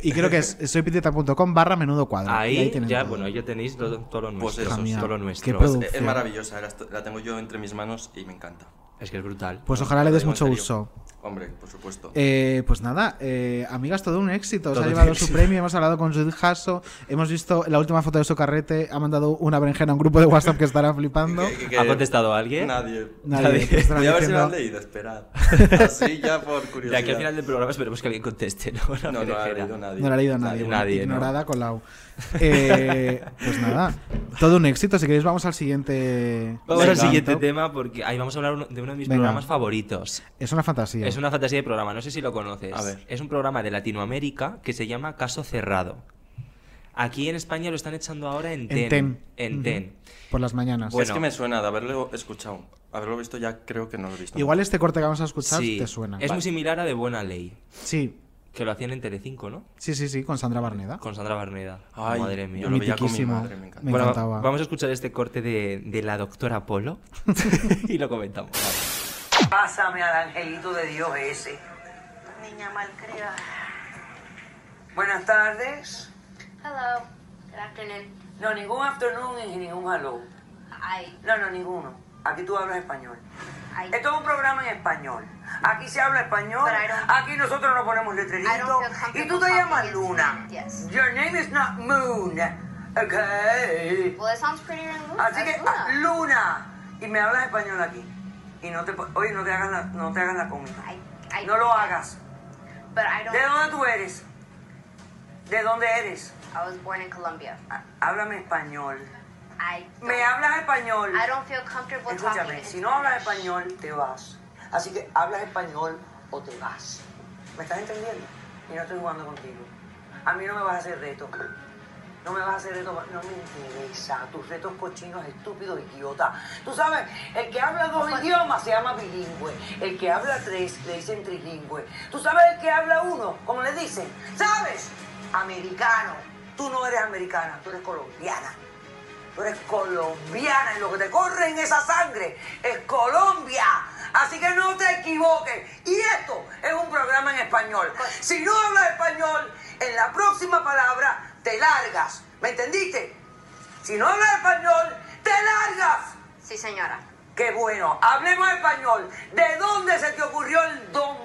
Speaker 3: Y creo que es soypitita.com barra menudo cuadro. Y
Speaker 5: Ahí,
Speaker 3: tienen
Speaker 5: ya,
Speaker 3: todo.
Speaker 5: bueno, ya tenéis lo- todo lo
Speaker 7: Pues
Speaker 5: nuestro.
Speaker 7: eso,
Speaker 5: todo lo
Speaker 3: mía,
Speaker 5: nuestro.
Speaker 3: qué produ-
Speaker 7: Es, es maravillosa, la, est- la tengo yo entre mis manos y me encanta.
Speaker 5: Es que es brutal.
Speaker 3: Pues ojalá le
Speaker 7: Lo
Speaker 3: des
Speaker 7: digo en
Speaker 3: mucho
Speaker 7: serio.
Speaker 3: uso.
Speaker 7: Hombre, por supuesto.
Speaker 3: Eh, pues nada, eh, amigas, todo un éxito. Se ha
Speaker 5: Todo un
Speaker 3: llevado su
Speaker 5: éxito.
Speaker 3: premio, hemos hablado con Judith Hasso, hemos visto la última foto de su carrete, ha mandado una berenjena a un grupo de WhatsApp que estará flipando.
Speaker 7: Que- que- que-
Speaker 5: ¿Ha contestado alguien?
Speaker 7: Nadie.
Speaker 3: Nadie,
Speaker 5: Nadie.
Speaker 3: estará
Speaker 7: Voy a ver si
Speaker 3: diciendo-
Speaker 7: lo han leído, esperad. Así ya por
Speaker 5: De
Speaker 7: curiosidad.
Speaker 5: aquí al final del programa esperemos que alguien conteste, ¿no? La
Speaker 7: No, no ha
Speaker 5: perejera.
Speaker 7: leído nadie.
Speaker 3: no la ha leído nadie. bueno,
Speaker 5: nadie, ¿no?
Speaker 3: ignorada Colau. Eh, pues nada, todo un éxito. Si queréis, vamos al siguiente.
Speaker 5: Vamos al
Speaker 3: segmento.
Speaker 5: siguiente tema porque ahí vamos a hablar uno- de uno de mis
Speaker 3: Venga.
Speaker 5: programas favoritos.
Speaker 3: Es una fantasía.
Speaker 5: Es una fantasía de programa, no sé si lo conoces.
Speaker 7: A ver.
Speaker 5: Es un programa de Latinoamérica que se llama Caso Cerrado. Aquí en España lo están echando ahora en
Speaker 3: En
Speaker 5: TEN.
Speaker 3: TEN.
Speaker 5: en
Speaker 3: Ujú.
Speaker 5: TEN.
Speaker 3: Por las mañanas.
Speaker 7: Pues
Speaker 5: Bueno.
Speaker 7: es que me suena de haberlo escuchado. Haberlo visto ya creo que no lo he visto.
Speaker 3: Igual este corte que este vamos a escuchar
Speaker 5: Sí.
Speaker 3: te suena.
Speaker 5: Es
Speaker 3: Vale.
Speaker 5: muy similar a De Buena Ley.
Speaker 3: Sí.
Speaker 5: Que lo hacían en Telecinco, ¿no?
Speaker 3: Sí, sí, sí, con Sandra Barneda.
Speaker 5: Con Sandra Barneda.
Speaker 7: Ay,
Speaker 5: Madre mía.
Speaker 7: yo lo veía con mi
Speaker 3: Mitiquísimo.
Speaker 7: madre, me encanta.
Speaker 3: Me
Speaker 5: Bueno,
Speaker 3: encantaba.
Speaker 5: vamos a escuchar este corte de, de la doctora Polo y lo comentamos. Vale.
Speaker 12: Pásame al angelito de Dios ese.
Speaker 11: Niña malcriada.
Speaker 12: Buenas tardes.
Speaker 11: Hello. Good afternoon.
Speaker 12: No, ningún afternoon y ningún hello.
Speaker 11: Ay,
Speaker 12: No, no, ninguno. Aquí tú hablas español.
Speaker 11: ay.
Speaker 12: Esto es un programa en español. Aquí se habla español.
Speaker 11: But I don't-
Speaker 12: Aquí nosotros no ponemos
Speaker 11: I don't
Speaker 12: letreritos.
Speaker 11: feel comfortable
Speaker 12: Y tú te llamas
Speaker 11: talking
Speaker 12: Luna.
Speaker 11: in Spanish, yes.
Speaker 12: Your name is not Moon. Okay.
Speaker 11: Well, it sounds prettier in Luna.
Speaker 12: Así que ah, Luna. Y me hablas español aquí. Y no te, po- oye, no te hagas la, no te hagas la cómica.
Speaker 11: I, I,
Speaker 12: No lo hagas.
Speaker 11: But I don't.
Speaker 12: ¿De dónde tú eres? ¿De dónde eres?
Speaker 11: I was born in Colombia.
Speaker 12: Ah, Háblame español.
Speaker 11: I.
Speaker 12: ¿Me hablas español?
Speaker 11: I don't feel comfortable talking
Speaker 12: Escúchame,
Speaker 11: in
Speaker 12: si no hablas español, te vas. Así que hablas español o te vas. ¿Me estás entendiendo? Y no estoy jugando contigo. A mí no me vas a hacer reto. No me vas a hacer reto, no me interesa. Tus retos cochinos, estúpidos, idiota. Tú sabes, el que habla dos idiomas se llama bilingüe. El que habla tres le dicen trilingüe. Tú sabes el que habla uno, como le dicen. ¿Sabes? Americano. Tú no eres americana, tú eres colombiana. Tú eres colombiana y lo que te corre en esa sangre es Colombia. Así que no te equivoques. Y esto es un programa en español.
Speaker 11: Pues-
Speaker 12: Si no hablas español, en la próxima palabra te largas. ¿Me entendiste? Si no hablas español, te largas.
Speaker 11: Sí, señora.
Speaker 12: Qué bueno. Hablemos español. ¿De dónde se te ocurrió el don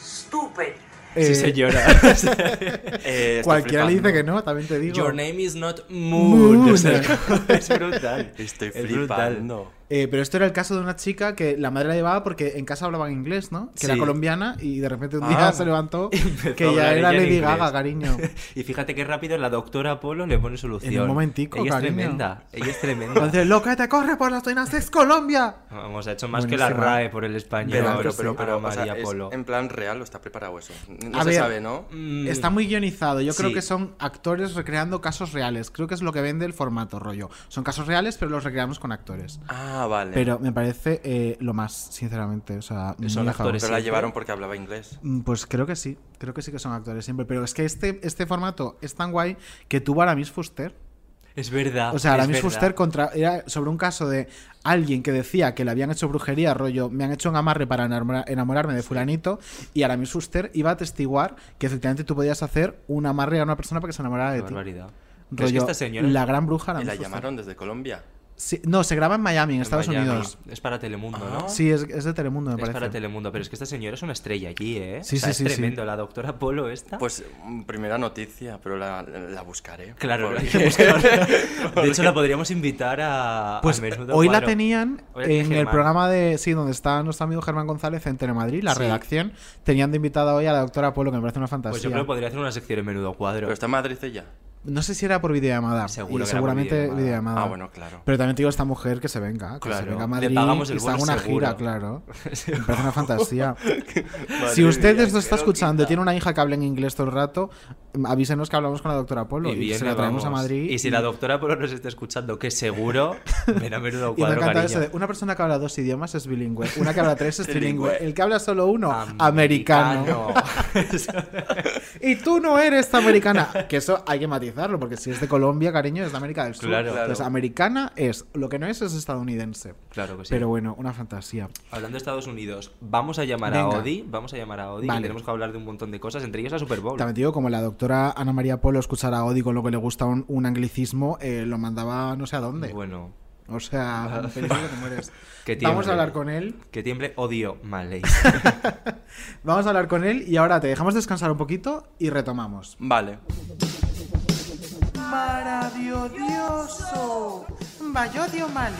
Speaker 12: stupid?
Speaker 3: Eh,
Speaker 5: Sí, señora.
Speaker 7: Eh, estoy
Speaker 3: Cualquiera le dice que
Speaker 7: flipando.
Speaker 3: no, también te digo.
Speaker 5: Your name is not Moon.
Speaker 3: Moon.
Speaker 5: O sea, es brutal.
Speaker 7: Estoy
Speaker 5: Es brutal.
Speaker 7: flipando.
Speaker 3: Eh, pero esto era el caso de una chica que la madre la llevaba porque en casa hablaban inglés, ¿no? Que era
Speaker 5: Sí.
Speaker 3: colombiana y de repente un día
Speaker 5: Ah.
Speaker 3: se levantó
Speaker 5: Empezó a
Speaker 3: que ya
Speaker 5: hablar
Speaker 3: era
Speaker 5: ella en
Speaker 3: Lady
Speaker 5: inglés.
Speaker 3: Gaga, cariño.
Speaker 5: Y fíjate qué rápido la doctora Apolo le pone solución.
Speaker 3: En un momentico,
Speaker 5: Ella
Speaker 3: cariño.
Speaker 5: es tremenda. Ella es tremenda.
Speaker 3: Entonces, loca, te corre por las tuinas, es Colombia.
Speaker 5: Vamos, ha hecho más que la
Speaker 3: Buenísima.
Speaker 5: RAE por el español.
Speaker 7: Pero,
Speaker 3: Claro
Speaker 7: pero,
Speaker 3: que
Speaker 7: pero,
Speaker 3: sí.
Speaker 7: pero,
Speaker 5: Ana
Speaker 7: o sea,
Speaker 5: María
Speaker 7: es-
Speaker 5: Polo.
Speaker 7: en plan real o está preparado eso. No
Speaker 3: A
Speaker 7: se
Speaker 3: ver,
Speaker 7: sabe, ¿no?
Speaker 5: Mm,
Speaker 3: Está muy guionizado. Yo creo
Speaker 5: Sí.
Speaker 3: que son actores recreando casos reales. Creo que es lo que vende el formato, rollo. Son casos reales, pero los recreamos con actores.
Speaker 7: Ah, vale.
Speaker 3: Pero me parece eh, lo más, sinceramente. O sea, muy
Speaker 5: Son
Speaker 3: alejado.
Speaker 5: actores.
Speaker 7: Pero la
Speaker 5: siempre.
Speaker 7: llevaron porque hablaba inglés.
Speaker 3: Mm, Pues creo que sí, creo que sí que son actores siempre. Pero es que este, este formato es tan guay que tuvo a Aramis Fuster.
Speaker 5: Es verdad.
Speaker 3: O sea,
Speaker 5: es
Speaker 3: Aramis
Speaker 5: verdad.
Speaker 3: Fuster contra, era sobre un caso de alguien que decía que le habían hecho brujería, rollo, me han hecho un amarre para enamora- enamorarme de fulanito. Y Aramis Fuster iba a atestiguar que efectivamente tú podías hacer un amarre a una persona para que se enamorara
Speaker 5: Qué
Speaker 3: de ti.
Speaker 5: barbaridad. Pero es que
Speaker 3: Rollo,
Speaker 5: esta señora.
Speaker 3: la gran bruja
Speaker 7: Y
Speaker 3: Aramis
Speaker 7: la
Speaker 3: Fuster.
Speaker 7: llamaron desde Colombia.
Speaker 3: Sí, no, se graba en Miami, en Estados
Speaker 5: Miami,
Speaker 3: Unidos.
Speaker 5: Es para Telemundo, ¿no?
Speaker 3: Sí, es, es de Telemundo, me
Speaker 5: es
Speaker 3: parece.
Speaker 5: para Telemundo, pero es que esta señora es una estrella allí, ¿eh?
Speaker 3: Sí,
Speaker 5: O sea,
Speaker 3: sí, sí,
Speaker 5: Es
Speaker 3: sí.
Speaker 5: tremendo, la doctora Polo esta.
Speaker 7: Pues mm, primera noticia, pero la, la buscaré.
Speaker 5: claro,
Speaker 7: Porque-
Speaker 5: hay que buscarla. De hecho, la podríamos invitar a.
Speaker 3: Pues
Speaker 5: a Menudo
Speaker 3: hoy la
Speaker 5: Cuadro.
Speaker 3: tenían
Speaker 5: Hoy la tenía
Speaker 3: en el
Speaker 5: Germán.
Speaker 3: programa de. Sí, donde está nuestro amigo Germán González en Telemadrid, la redacción. Tenían de invitada hoy a la doctora Polo, que me parece una fantasía.
Speaker 5: Pues yo creo que podría hacer una sección en menudo cuadro.
Speaker 7: Pero está en Madrid ella.
Speaker 3: No sé si era por videollamada. y
Speaker 5: Seguro que era por
Speaker 3: seguramente
Speaker 5: videollamada.
Speaker 3: videollamada.
Speaker 7: Ah, bueno, claro.
Speaker 3: Pero también te digo esta mujer que se venga, que se
Speaker 5: Claro,
Speaker 3: venga a
Speaker 5: le
Speaker 3: Madrid
Speaker 5: pagamos el
Speaker 3: y se haga
Speaker 5: vuelo
Speaker 3: una
Speaker 5: seguro.
Speaker 3: gira, claro. Me parece una fantasía. si
Speaker 7: Madre
Speaker 3: usted
Speaker 7: mía,
Speaker 3: nos está
Speaker 7: qué
Speaker 3: escuchando y
Speaker 7: loquita.
Speaker 3: tiene una hija que habla en inglés todo el rato, mm, avísenos que hablamos con la doctora Polo y,
Speaker 5: viene,
Speaker 3: se la traemos
Speaker 5: vamos.
Speaker 3: a Madrid.
Speaker 5: Y si la doctora Polo nos está escuchando, que seguro, ven a menudo
Speaker 3: Y me
Speaker 5: cuadro,
Speaker 3: encanta eso
Speaker 5: cariño.
Speaker 3: de una persona que habla dos idiomas es bilingüe, una que habla tres es trilingüe,
Speaker 7: Trilingüe.
Speaker 3: el que habla solo uno, americano.
Speaker 5: Ah,
Speaker 3: Y tú no eres americana. Que eso hay que matizarlo, porque si es de Colombia, cariño, es de América del Sur.
Speaker 5: Claro.
Speaker 3: Entonces, americana es, lo que no es es estadounidense.
Speaker 5: claro que sí.
Speaker 3: Pero bueno, una fantasía.
Speaker 5: Hablando de Estados Unidos, vamos a llamar a
Speaker 3: Venga.
Speaker 5: Odi, vamos a llamar a Odi,
Speaker 3: Vale.
Speaker 5: que tenemos que hablar de un montón de cosas, entre ellos a Super Bowl.
Speaker 3: También te digo, como la doctora Ana María Polo escuchara a Odi con lo que le gusta un, un anglicismo, eh, lo mandaba no sé a dónde.
Speaker 5: Bueno,
Speaker 3: O sea, feliz que te mueres.
Speaker 5: Que
Speaker 3: Vamos
Speaker 5: tiemble.
Speaker 3: a hablar con él.
Speaker 5: que tiemble odio Maley.
Speaker 3: Vamos a hablar con él y ahora te dejamos descansar un poquito y retomamos.
Speaker 7: Vale.
Speaker 12: Maravilloso. Vayodio Mali.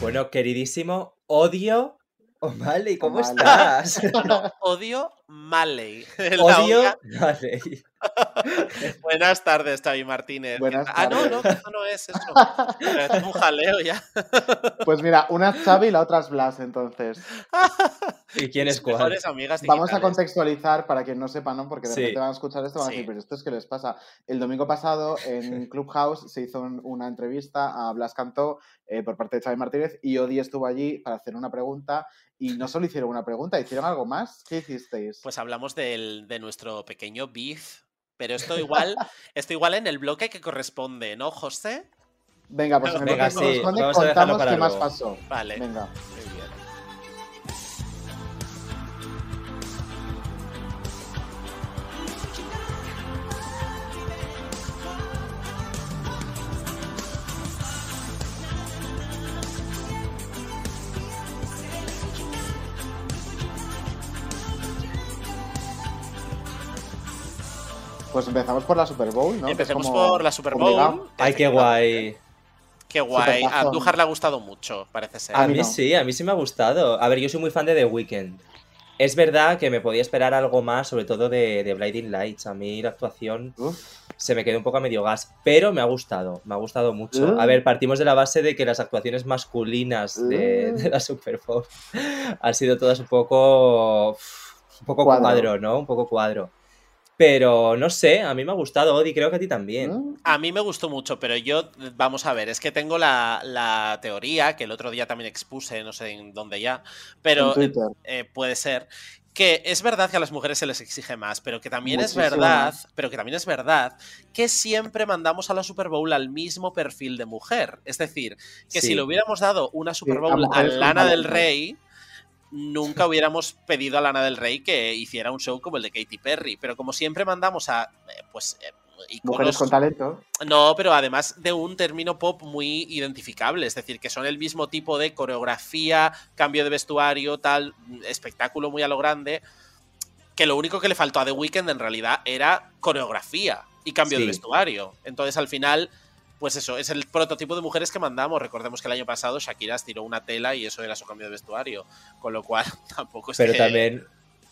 Speaker 5: bueno, queridísimo odio O'Malley, ¿cómo estás?
Speaker 13: Odio Maley. La
Speaker 5: odio
Speaker 13: odia-
Speaker 5: Maley.
Speaker 13: Buenas tardes, Xavi Martínez.
Speaker 10: Buenas
Speaker 13: ah, no, no, eso no es eso. Pero tengo un jaleo ya.
Speaker 10: Pues mira, una es Xavi y la otra es Blas, entonces.
Speaker 5: ¿Y quién es
Speaker 13: Mis
Speaker 5: cuál?
Speaker 13: mejores amigas
Speaker 10: Vamos a
Speaker 13: digitales.
Speaker 10: contextualizar para quien no sepa, ¿no? Porque de
Speaker 5: Sí.
Speaker 10: repente van a escuchar esto y van a decir,
Speaker 13: Sí.
Speaker 10: pero esto es que les pasa. El domingo pasado en Clubhouse se hizo un- una entrevista a Blas Cantó eh, por parte de Xavi Martínez y Odi estuvo allí para hacer una pregunta
Speaker 3: Y no solo hicieron una pregunta, hicieron algo más. ¿Qué hicisteis?
Speaker 13: Pues hablamos del- de nuestro pequeño beef, pero esto igual, esto igual en el bloque que corresponde, ¿no, José?
Speaker 3: Venga, pues en el
Speaker 13: Venga,
Speaker 3: bloque que
Speaker 13: sí,
Speaker 3: corresponde
Speaker 13: vamos a dejarlo
Speaker 3: contamos
Speaker 13: para
Speaker 3: qué más
Speaker 13: luego.
Speaker 3: pasó.
Speaker 13: Vale.
Speaker 3: Venga. Pues empezamos por la Super Bowl, ¿no? Que es
Speaker 13: Empecemos
Speaker 3: como
Speaker 13: por la Super Bowl.
Speaker 3: obligado.
Speaker 5: Ay, qué guay.
Speaker 13: Qué guay. A
Speaker 5: Supertazón.
Speaker 13: Andújar le ha gustado mucho, parece ser.
Speaker 5: A mí sí, a mí sí me ha gustado. A ver, yo soy muy fan de The Weeknd. Es verdad que me podía esperar algo más, sobre todo de, de Blinding Lights. A mí la actuación se me quedó un poco a medio gas, pero me ha gustado, me ha gustado mucho.
Speaker 4: Uf.
Speaker 5: A ver, partimos de la base de que las actuaciones masculinas de,
Speaker 4: Uf.
Speaker 5: de la Super Bowl han sido todas un poco. Un poco
Speaker 4: Cuadro.
Speaker 5: cuadro. ¿no? Un poco cuadro. Pero no sé, a mí me ha gustado, Odi, creo que a ti también.
Speaker 13: A mí me gustó mucho, pero yo, vamos a ver, es que tengo la, la teoría, que el otro día también expuse, no sé en dónde ya, pero
Speaker 3: En Twitter.
Speaker 13: eh, puede ser, que es verdad que a las mujeres se les exige más, pero que también es
Speaker 3: Muchísimo
Speaker 13: verdad,
Speaker 3: más.
Speaker 13: pero que también es verdad que siempre mandamos a la Super Bowl al mismo perfil de mujer. Es decir, que
Speaker 3: Sí.
Speaker 13: si le hubiéramos dado una Super
Speaker 3: a
Speaker 13: Bowl a
Speaker 3: mujeres con
Speaker 13: Lana del
Speaker 3: talento.
Speaker 13: Rey, nunca hubiéramos pedido a Lana del Rey que hiciera un show como el de Katy Perry, pero como siempre mandamos a, eh, pues, eh,
Speaker 3: Mujeres
Speaker 13: iconos-
Speaker 3: con talento.
Speaker 13: no, pero además de un término pop muy identificable, es decir, que son el mismo tipo de coreografía, cambio de vestuario, tal, espectáculo muy a lo grande, que lo único que le faltó a The Weeknd en realidad era coreografía y cambio de
Speaker 5: Sí.
Speaker 13: vestuario. Entonces al final, pues eso, es el prototipo de mujeres que mandamos. Recordemos que el año pasado Shakira tiró una tela y eso era su cambio de vestuario, con lo cual tampoco es
Speaker 5: Pero
Speaker 13: pues que-
Speaker 5: también,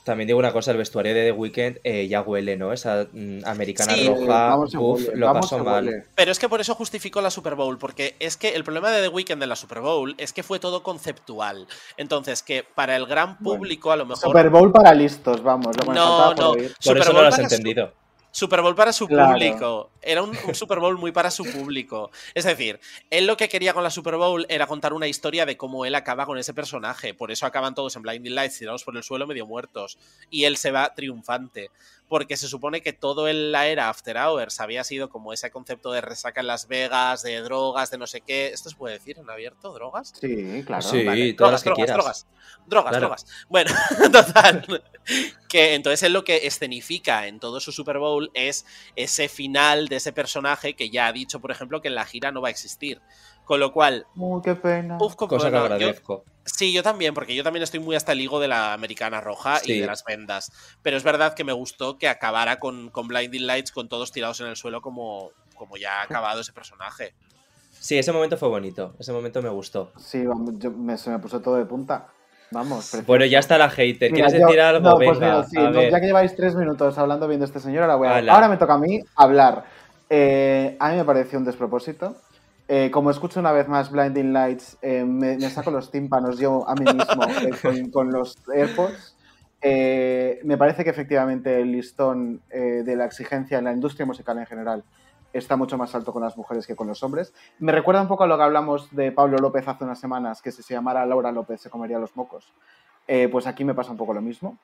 Speaker 5: también digo una cosa, el vestuario de The Weeknd eh, ya huele, ¿no? Esa mm, americana
Speaker 13: Sí.
Speaker 5: roja,
Speaker 13: Vamos, se
Speaker 5: uf,
Speaker 13: huele,
Speaker 5: lo
Speaker 13: vamos,
Speaker 5: pasó
Speaker 13: se
Speaker 5: mal.
Speaker 13: huele. Pero es que por eso justificó la Super Bowl, porque es que el problema de The Weeknd en la Super Bowl es que fue todo conceptual. Entonces, que para el gran público a lo mejor...
Speaker 3: Super Bowl para listos, vamos. Lo que me
Speaker 13: No,
Speaker 3: faltaba
Speaker 13: no.
Speaker 3: por oír.
Speaker 13: para su- Super Bowl para su
Speaker 3: Claro.
Speaker 13: público. Era un, un Super Bowl muy para su público. Es decir, él lo que quería con la Super Bowl era contar una historia de cómo él acaba con ese personaje. Por eso acaban todos en Blinding Lights tirados por el suelo medio muertos. Y él se va triunfante. Porque se supone que todo en la era After Hours había sido como ese concepto de resaca en Las Vegas, de drogas, de no sé qué. ¿Esto se puede decir en abierto? ¿Drogas?
Speaker 3: Sí, claro.
Speaker 5: Sí,
Speaker 13: Vale.
Speaker 5: todas
Speaker 13: drogas,
Speaker 5: las que
Speaker 13: drogas,
Speaker 5: quieras.
Speaker 13: drogas. Drogas,
Speaker 5: Claro.
Speaker 13: drogas. Bueno, total. Que entonces él lo que escenifica en todo su Super Bowl es ese final de ese personaje que ya ha dicho, por ejemplo, que en la gira no va a existir. Con lo cual,
Speaker 3: Uy, qué pena.
Speaker 13: Uf, con Cosa que pena. Yo- agradezco. sí, yo también, porque yo también estoy muy hasta el higo de la americana roja y
Speaker 5: Sí.
Speaker 13: de las vendas. Pero es verdad que me gustó que acabara con, con Blinding Lights, con todos tirados en el suelo, como, como ya ha acabado ese personaje.
Speaker 5: Sí, ese momento fue bonito, ese momento me gustó.
Speaker 3: Sí, vamos, yo- me- se me puso todo de punta. Vamos. precioso.
Speaker 5: Bueno, ya está la hater.
Speaker 3: Mira,
Speaker 5: ¿Quieres
Speaker 3: yo-
Speaker 5: decir algo?
Speaker 3: no, pues
Speaker 5: Venga,
Speaker 3: mira, sí,
Speaker 5: a
Speaker 3: no,
Speaker 5: ver.
Speaker 3: ya que lleváis tres minutos hablando bien de este señor, ahora, voy a-
Speaker 5: Hala.
Speaker 3: ahora me toca a mí hablar. Eh, a mí me pareció un despropósito. Eh, como escucho una vez más Blinding Lights, eh, me, me saco los tímpanos yo a mí mismo eh, con, con los AirPods. Eh, me parece que efectivamente el listón eh, de la exigencia en la industria musical en general está mucho más alto con las mujeres que con los hombres. Me recuerda un poco a lo que hablamos de Pablo López hace unas semanas, que si se llamara Laura López se comería los mocos. Eh, pues aquí me pasa un poco lo mismo.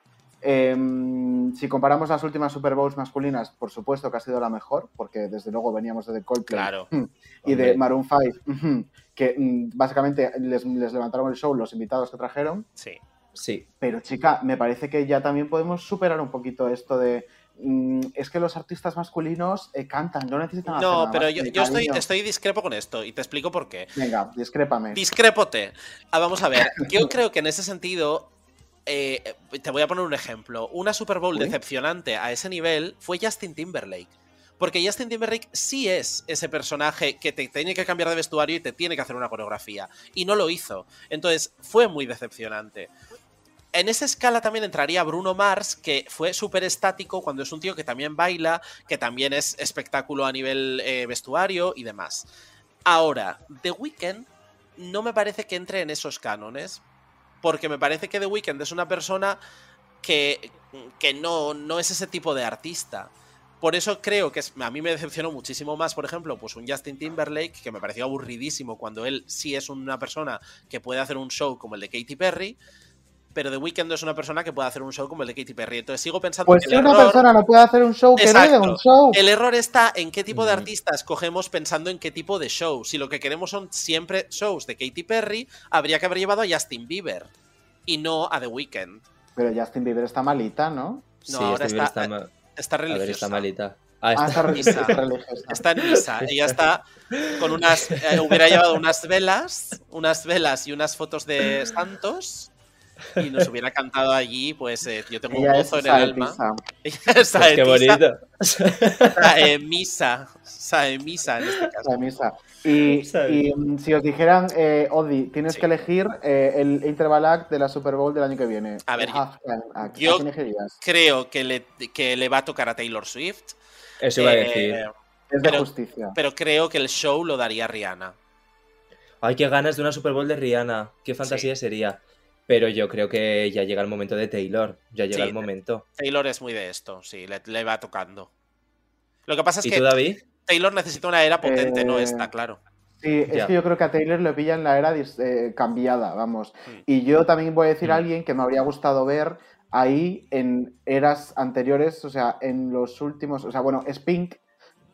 Speaker 3: Em, si comparamos las últimas Super Bowls masculinas, por supuesto que ha sido la mejor, porque desde luego veníamos de The Coldplay
Speaker 13: Claro.
Speaker 3: y de
Speaker 13: Hombre.
Speaker 3: Maroon 5, que mm, básicamente les, les levantaron el show los invitados que trajeron.
Speaker 13: Sí.
Speaker 5: Sí.
Speaker 3: Pero chica, me parece que ya también podemos superar un poquito esto de... mm, es que los artistas masculinos eh, cantan, no necesitan hacer
Speaker 13: No,
Speaker 3: nada
Speaker 13: pero
Speaker 3: más
Speaker 13: yo,
Speaker 3: que
Speaker 13: yo estoy,
Speaker 3: cariño.
Speaker 13: estoy discrepo con esto y te explico por qué.
Speaker 3: Venga, discrépame.
Speaker 13: Discrépote. Ah, vamos a ver, yo creo que en ese sentido, eh, te voy a poner un ejemplo. Una Super Bowl
Speaker 3: Uy.
Speaker 13: decepcionante a ese nivel fue Justin Timberlake. Porque Justin Timberlake sí es ese personaje que te tiene que cambiar de vestuario y te tiene que hacer una coreografía. Y no lo hizo. Entonces, fue muy decepcionante. En esa escala también entraría Bruno Mars, que fue súper estático cuando es un tío que también baila, que también es espectáculo a nivel eh, vestuario y demás. Ahora, The Weeknd no me parece que entre en esos cánones, porque me parece que The Weeknd es una persona que, que no, no es ese tipo de artista. Por eso creo que es- a mí me decepcionó muchísimo más, por ejemplo, pues un Justin Timberlake, que me pareció aburridísimo cuando él sí es una persona que puede hacer un show como el de Katy Perry, pero The Weeknd no es una persona que pueda hacer un show como el de Katy Perry. Entonces sigo pensando
Speaker 3: Pues
Speaker 13: que el
Speaker 3: si una
Speaker 13: error-
Speaker 3: persona no puede hacer un show, que no
Speaker 13: Exacto.
Speaker 3: haga un show.
Speaker 13: El error está en qué
Speaker 5: Mm.
Speaker 13: tipo de artistas cogemos pensando en qué tipo de show. Si lo que queremos son siempre shows de Katy Perry, habría que haber llevado a Justin Bieber y no a The Weeknd.
Speaker 3: Pero Justin Bieber está malita, ¿no?
Speaker 13: No, ahora
Speaker 5: Stevie
Speaker 13: está, eh,
Speaker 5: está
Speaker 13: está,
Speaker 5: ma- A ver,
Speaker 13: religiosa.
Speaker 5: está malita.
Speaker 3: Ah, está
Speaker 13: en
Speaker 3: religiosa,
Speaker 13: misa.
Speaker 3: está religiosa.
Speaker 13: Está en misa. Ella está con unas. eh, hubiera llevado unas velas, unas velas y unas fotos de santos. Y nos hubiera cantado allí, pues eh, yo tengo
Speaker 3: Ella
Speaker 13: un
Speaker 3: es
Speaker 13: gozo en el alma.
Speaker 3: saetisa.
Speaker 13: Ella es
Speaker 5: Pues qué
Speaker 13: saetisa.
Speaker 5: bonito.
Speaker 13: Saemisa. Saemisa en este caso.
Speaker 3: Saemisa. Y, y, mm, si os dijeran, eh, Odi, tienes que elegir eh, el interval act de la Super Bowl del año que viene. Eh, ah,
Speaker 13: A ver,
Speaker 3: El halftime act. ¿A
Speaker 13: yo-
Speaker 3: quién elegirías?
Speaker 13: Creo que le, que le va a tocar a Taylor Swift.
Speaker 5: Eso iba a
Speaker 13: Eh,
Speaker 5: decir.
Speaker 3: Es de
Speaker 13: pero-
Speaker 3: justicia.
Speaker 13: Pero creo que el show lo daría Rihanna.
Speaker 5: Ay, qué ganas de una Super Bowl de Rihanna. Qué fantasía sería. Pero yo creo que ya llega el momento de Taylor. Ya llega
Speaker 13: Sí.
Speaker 5: el momento.
Speaker 13: Taylor es muy de esto, sí, le, le va tocando. Lo que pasa es
Speaker 5: ¿Y
Speaker 13: que
Speaker 5: tú, David?
Speaker 13: Taylor necesita una era potente, no
Speaker 3: Eh,
Speaker 13: esta, claro.
Speaker 3: Sí, es
Speaker 13: Ya.
Speaker 3: que yo creo que a Taylor lo pillan la era dis- eh, cambiada, vamos.
Speaker 13: Mm.
Speaker 3: Y yo también voy a decir a alguien que me habría gustado ver ahí en eras anteriores, o sea, en los últimos, o sea, bueno, es Pink.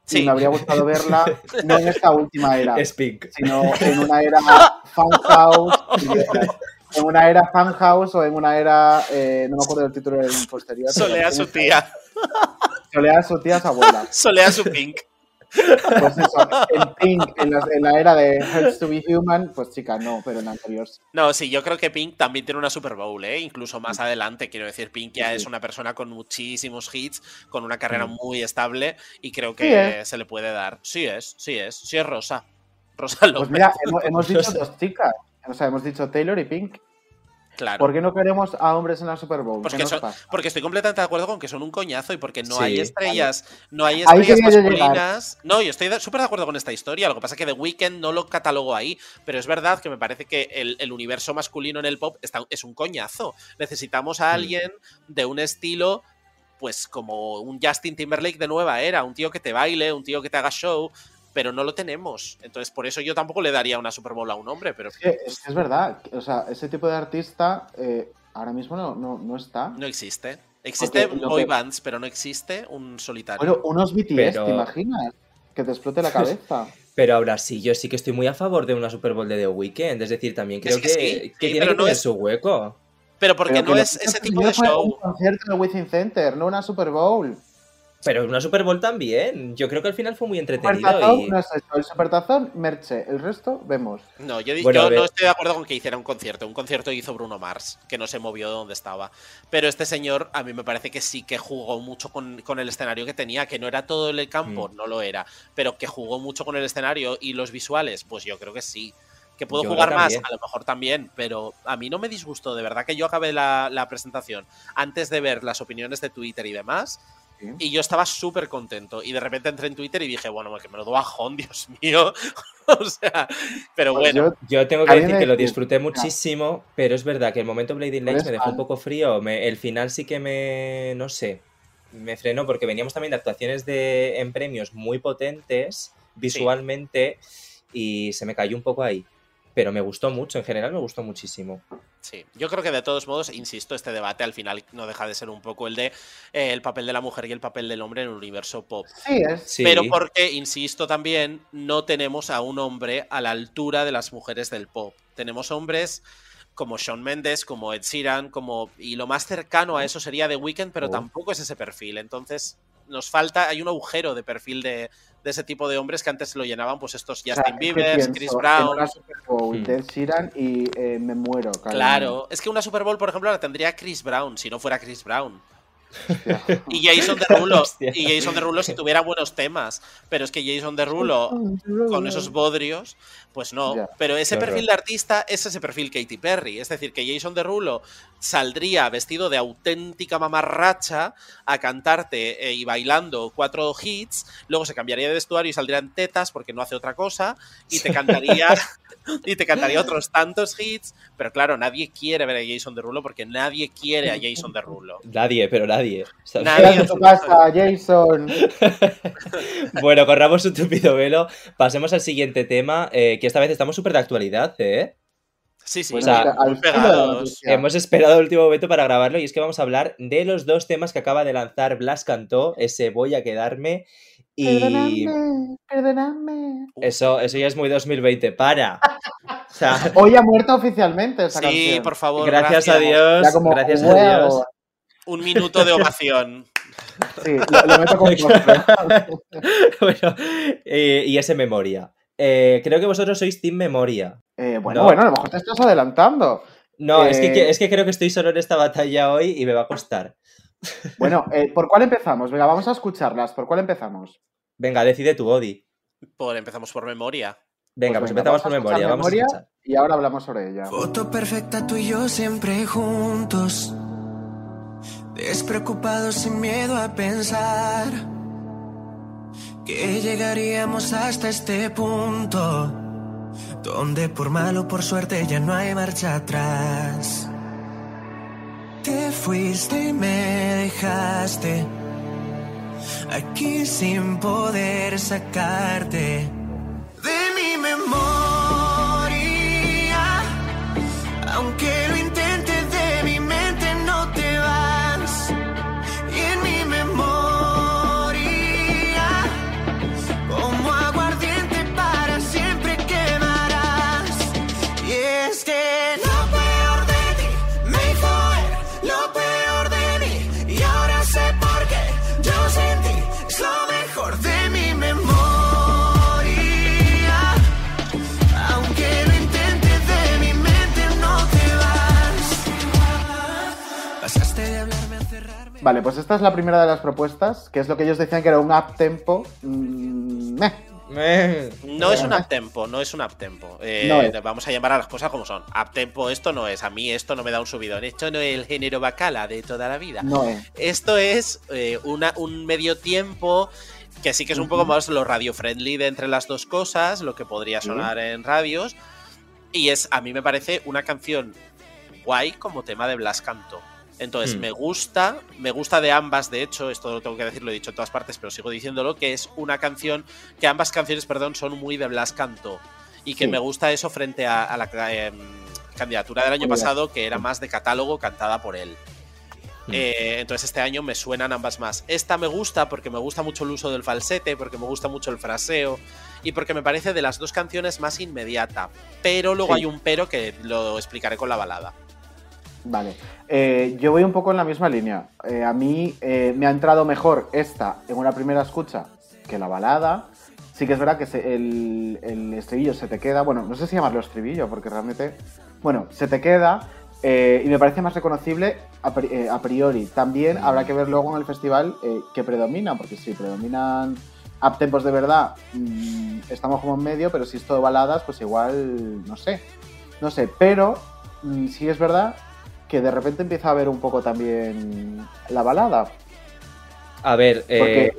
Speaker 13: Sí.
Speaker 3: Y me habría gustado verla no en esta última era,
Speaker 5: Es Pink.
Speaker 3: sino en una era fan house, en una era fan house o en una era, eh, no me acuerdo del título en posterior. pero
Speaker 13: Solea a su
Speaker 3: tiene-
Speaker 13: tía,
Speaker 3: Solea a su tía, a su abuela.
Speaker 13: solea a su pink.
Speaker 3: Pues eso, en Pink, en la, en la era de Hurts to be Human, pues chica, no, pero en la anterior sí.
Speaker 13: No, sí, yo creo que Pink también tiene una Super Bowl, ¿eh? incluso más adelante. Quiero decir, Pink ya es una persona con muchísimos hits, con una carrera
Speaker 5: Mm.
Speaker 13: muy estable y creo que
Speaker 3: Sí, ¿eh?
Speaker 13: se le puede dar. Sí es, sí es, sí es Rosa. Rosa López,
Speaker 3: Pues mira, hemos, hemos dicho dos chicas. O sea, hemos dicho Taylor y Pink.
Speaker 13: claro.
Speaker 3: ¿Por qué no queremos a hombres en la Super Bowl? ¿Qué
Speaker 13: Porque,
Speaker 3: nos
Speaker 13: son-
Speaker 3: pasa?
Speaker 13: porque estoy completamente de acuerdo con que son un coñazo y porque no
Speaker 3: Sí,
Speaker 13: hay estrellas, no hay
Speaker 3: Ahí
Speaker 13: estrellas
Speaker 3: quería yo llegar.
Speaker 13: masculinas. No, yo estoy de- súper de acuerdo con esta historia. Lo que pasa es que The Weeknd no lo catalogo ahí, pero es verdad que me parece que el, el universo masculino en el pop está, es un coñazo. Necesitamos
Speaker 3: Mm.
Speaker 13: a alguien de un estilo. Pues como un Justin Timberlake de nueva era, un tío que te baile, un tío que te haga show, pero no lo tenemos. Entonces, por eso yo tampoco le daría una Super Bowl a un hombre, pero
Speaker 3: Es que- es que es verdad. O sea, ese tipo de artista eh, ahora mismo no, no, no está.
Speaker 13: No existe. Existe
Speaker 3: Porque lo
Speaker 13: boy
Speaker 3: que-
Speaker 13: bands, pero no existe un solitario.
Speaker 3: Bueno, unos BTS,
Speaker 5: Pero-
Speaker 3: ¿te imaginas? Que te explote la cabeza.
Speaker 5: Pero ahora sí, yo sí que estoy muy a favor de una Super Bowl de The Weeknd. Es decir, también creo
Speaker 13: sí,
Speaker 5: que,
Speaker 13: sí, sí,
Speaker 5: que tiene
Speaker 13: pero
Speaker 5: que
Speaker 13: no
Speaker 5: tener
Speaker 13: es-
Speaker 5: su hueco.
Speaker 13: Pero porque
Speaker 3: Pero que
Speaker 13: no
Speaker 3: lo
Speaker 13: es
Speaker 3: que
Speaker 13: ese
Speaker 3: hizo
Speaker 13: tipo de
Speaker 3: fue Un
Speaker 13: show.
Speaker 3: concierto en el Within Center, no una Super Bowl.
Speaker 5: Pero una Super Bowl también. Yo creo que al final fue muy entretenido.
Speaker 3: Supertazón
Speaker 5: Y...
Speaker 3: no es esto. El supertazón, merche. El resto, vemos.
Speaker 13: No, yo, di-
Speaker 5: Bueno,
Speaker 13: yo
Speaker 5: a ver.
Speaker 13: no estoy de acuerdo con que hiciera un concierto. Un concierto hizo Bruno Mars, que no se movió de donde estaba. Pero este señor, a mí me parece que sí que jugó mucho con, con el escenario que tenía, que no era todo el campo,
Speaker 5: Mm.
Speaker 13: no lo era, pero que jugó mucho con el escenario y los visuales, pues yo creo que sí. Que puedo
Speaker 5: Yo creo
Speaker 13: jugar más,
Speaker 5: también.
Speaker 13: a lo mejor también, pero a mí no me disgustó. De verdad que yo acabé la, la presentación antes de ver las opiniones de Twitter y demás.
Speaker 3: Sí.
Speaker 13: Y yo estaba súper contento. Y de repente entré en Twitter y dije, bueno, que me lo doy bajón, Dios mío. o sea, pero
Speaker 3: Pues
Speaker 13: bueno.
Speaker 3: yo-
Speaker 5: Yo tengo
Speaker 3: A
Speaker 5: que
Speaker 3: mí
Speaker 5: decir
Speaker 3: me-
Speaker 5: que lo disfruté muchísimo, pero es verdad que el momento Blade in Lights
Speaker 3: Eres
Speaker 5: me dejó
Speaker 3: fan.
Speaker 5: un poco frío. Me- el final sí que me. no sé. Me frenó porque veníamos también de actuaciones de, en premios muy potentes visualmente y se me cayó un poco ahí. Pero me gustó mucho, en general me gustó muchísimo.
Speaker 13: Sí, yo creo que de todos modos, insisto, este debate al final no deja de ser un poco el de eh, el papel de la mujer y el papel del hombre en el universo pop.
Speaker 3: Sí, es.
Speaker 5: Sí.
Speaker 13: Pero porque, insisto también, no tenemos a un hombre a la altura de las mujeres del pop. Tenemos hombres como Sean Mendes, como Ed Sheeran, como y lo más cercano a eso sería The Weeknd, pero
Speaker 5: Uf.
Speaker 13: tampoco es ese perfil. Entonces nos falta, hay un agujero de perfil de, de ese tipo de hombres que antes lo llenaban, pues estos
Speaker 3: O sea,
Speaker 13: Justin
Speaker 3: es que
Speaker 13: Bieber,
Speaker 3: pienso
Speaker 13: Chris
Speaker 3: en
Speaker 13: Brown.
Speaker 3: una Super Bowl,
Speaker 5: Hmm.
Speaker 3: Ed Sheeran y eh, me muero. Karen.
Speaker 13: Claro, es que una Super Bowl, por ejemplo, la tendría Chris Brown, si no fuera Chris Brown. Y Jason Derulo,
Speaker 5: Hostia.
Speaker 13: y Jason Derulo si tuviera buenos temas, pero es que Jason Derulo con esos bodrios, pues no.
Speaker 3: Ya.
Speaker 13: Pero ese
Speaker 5: Qué horror.
Speaker 13: perfil de artista es ese perfil Katy Perry, es decir, que Jason Derulo saldría vestido de auténtica mamarracha a cantarte eh, y bailando cuatro hits, luego se cambiaría de vestuario y saldría en tetas porque no hace otra cosa y te cantaría y te cantaría otros tantos hits, pero claro, nadie quiere ver a Jason Derulo porque nadie quiere a Jason Derulo.
Speaker 5: Nadie, pero nadie. ¿sabes?
Speaker 13: Nadie.
Speaker 3: Quédate en tu casa, Jason.
Speaker 5: Bueno, corramos un tupido velo. Pasemos al siguiente tema, eh, que esta vez estamos súper de actualidad, ¿eh?
Speaker 13: Sí, sí,
Speaker 5: O
Speaker 13: sí,
Speaker 5: sea,
Speaker 13: muy
Speaker 3: al filo de la
Speaker 5: Pegados.
Speaker 3: noticia.
Speaker 5: Hemos esperado el último momento para grabarlo y es que vamos a hablar de los dos temas que acaba de lanzar Blas Cantó, ese Voy a quedarme y
Speaker 3: Perdonadme, perdonadme.
Speaker 5: eso, eso ya es muy 2020, para. O sea,
Speaker 3: Hoy ha muerto oficialmente esa canción.
Speaker 13: Sí, por favor.
Speaker 5: gracias, a Dios,
Speaker 3: Ya como,
Speaker 5: gracias a
Speaker 3: "Wow".
Speaker 5: Dios.
Speaker 13: Un minuto de ovación.
Speaker 3: Sí, lo, lo meto con
Speaker 5: Bueno, eh, y ese Memoria. Eh, creo que vosotros sois Team Memoria.
Speaker 3: Eh, bueno,
Speaker 5: No.
Speaker 3: bueno, a lo mejor te estás adelantando.
Speaker 5: No, es, que,
Speaker 3: Eh,
Speaker 5: es que creo que estoy solo en esta batalla hoy y me va a costar.
Speaker 3: Bueno, eh, ¿por cuál empezamos? Venga, vamos a escucharlas. ¿Por cuál empezamos?
Speaker 5: Venga, decide tu body.
Speaker 13: Por, empezamos por memoria.
Speaker 5: Venga, pues,
Speaker 3: Venga, vamos
Speaker 5: empezamos por
Speaker 3: a escuchar
Speaker 5: memoria, vamos a
Speaker 3: Memoria
Speaker 5: escuchar.
Speaker 3: Y ahora hablamos sobre ella.
Speaker 6: Foto perfecta, tú y yo siempre juntos. Despreocupados sin miedo a pensar que llegaríamos hasta este punto. Donde por mal o por suerte ya no hay marcha atrás. Te fuiste y me dejaste aquí sin poder sacarte de mi memoria. Aunque lo intentes de mi mente no te vas. Y en mi memoria, como aguardiente para siempre quemarás. Y es que lo peor de ti me fue lo peor de mí. Y ahora sé por qué yo sentí es lo mejor de mi memoria. Aunque lo intentes de mi mente no te vas. Pasaste de hablarme a cerrar.
Speaker 3: Vale, pues esta es la primera de las propuestas, que es lo que ellos decían que era un up tempo. mm, meh.
Speaker 13: No es un uptempo, no es un uptempo. Eh,
Speaker 3: No es.
Speaker 13: Vamos a llamar a las cosas como son. Uptempo, esto no es. A mí esto no me da un subidón. Esto no es el género bacala de toda la vida.
Speaker 3: No es.
Speaker 13: Esto es eh, una, un medio tiempo que sí que es un poco más lo radio friendly de entre las dos cosas, lo que podría
Speaker 3: Sí.
Speaker 13: sonar en radios. Y es, a mí me parece una canción guay como tema de Blas Canto. Entonces,
Speaker 5: Hmm.
Speaker 13: me gusta, me gusta de ambas, de hecho, esto lo tengo que decir, lo he dicho en todas partes, pero sigo diciéndolo, que es una canción, que ambas canciones, perdón, son muy de Blas Canto. Y que
Speaker 3: Sí.
Speaker 13: me gusta eso frente a, a la eh, candidatura del año
Speaker 3: Candidato.
Speaker 13: pasado, que era más de catálogo cantada por él. Eh, entonces este año me suenan ambas más. Esta me gusta porque me gusta mucho el uso del falsete, porque me gusta mucho el fraseo y porque me parece de las dos canciones más inmediata. Pero luego
Speaker 3: Sí.
Speaker 13: hay un pero que lo explicaré con la balada.
Speaker 3: Vale. Eh, yo voy un poco en la misma línea. Eh, a mí eh, me ha entrado mejor esta en una primera escucha que la balada. Sí que es verdad que se- el, el estribillo se te queda. Bueno, no sé si llamarlo estribillo, porque realmente. Bueno, se te queda. eh, y me parece más reconocible a, pri- eh, a priori. También habrá que ver luego en el festival eh, qué predomina, porque si predominan uptempos de verdad, mm, estamos como en medio, pero si es todo baladas, pues igual, no sé. No sé, pero mm, sí es verdad que de repente empieza a haber un poco también la balada.
Speaker 5: A ver,
Speaker 3: Porque,
Speaker 5: eh,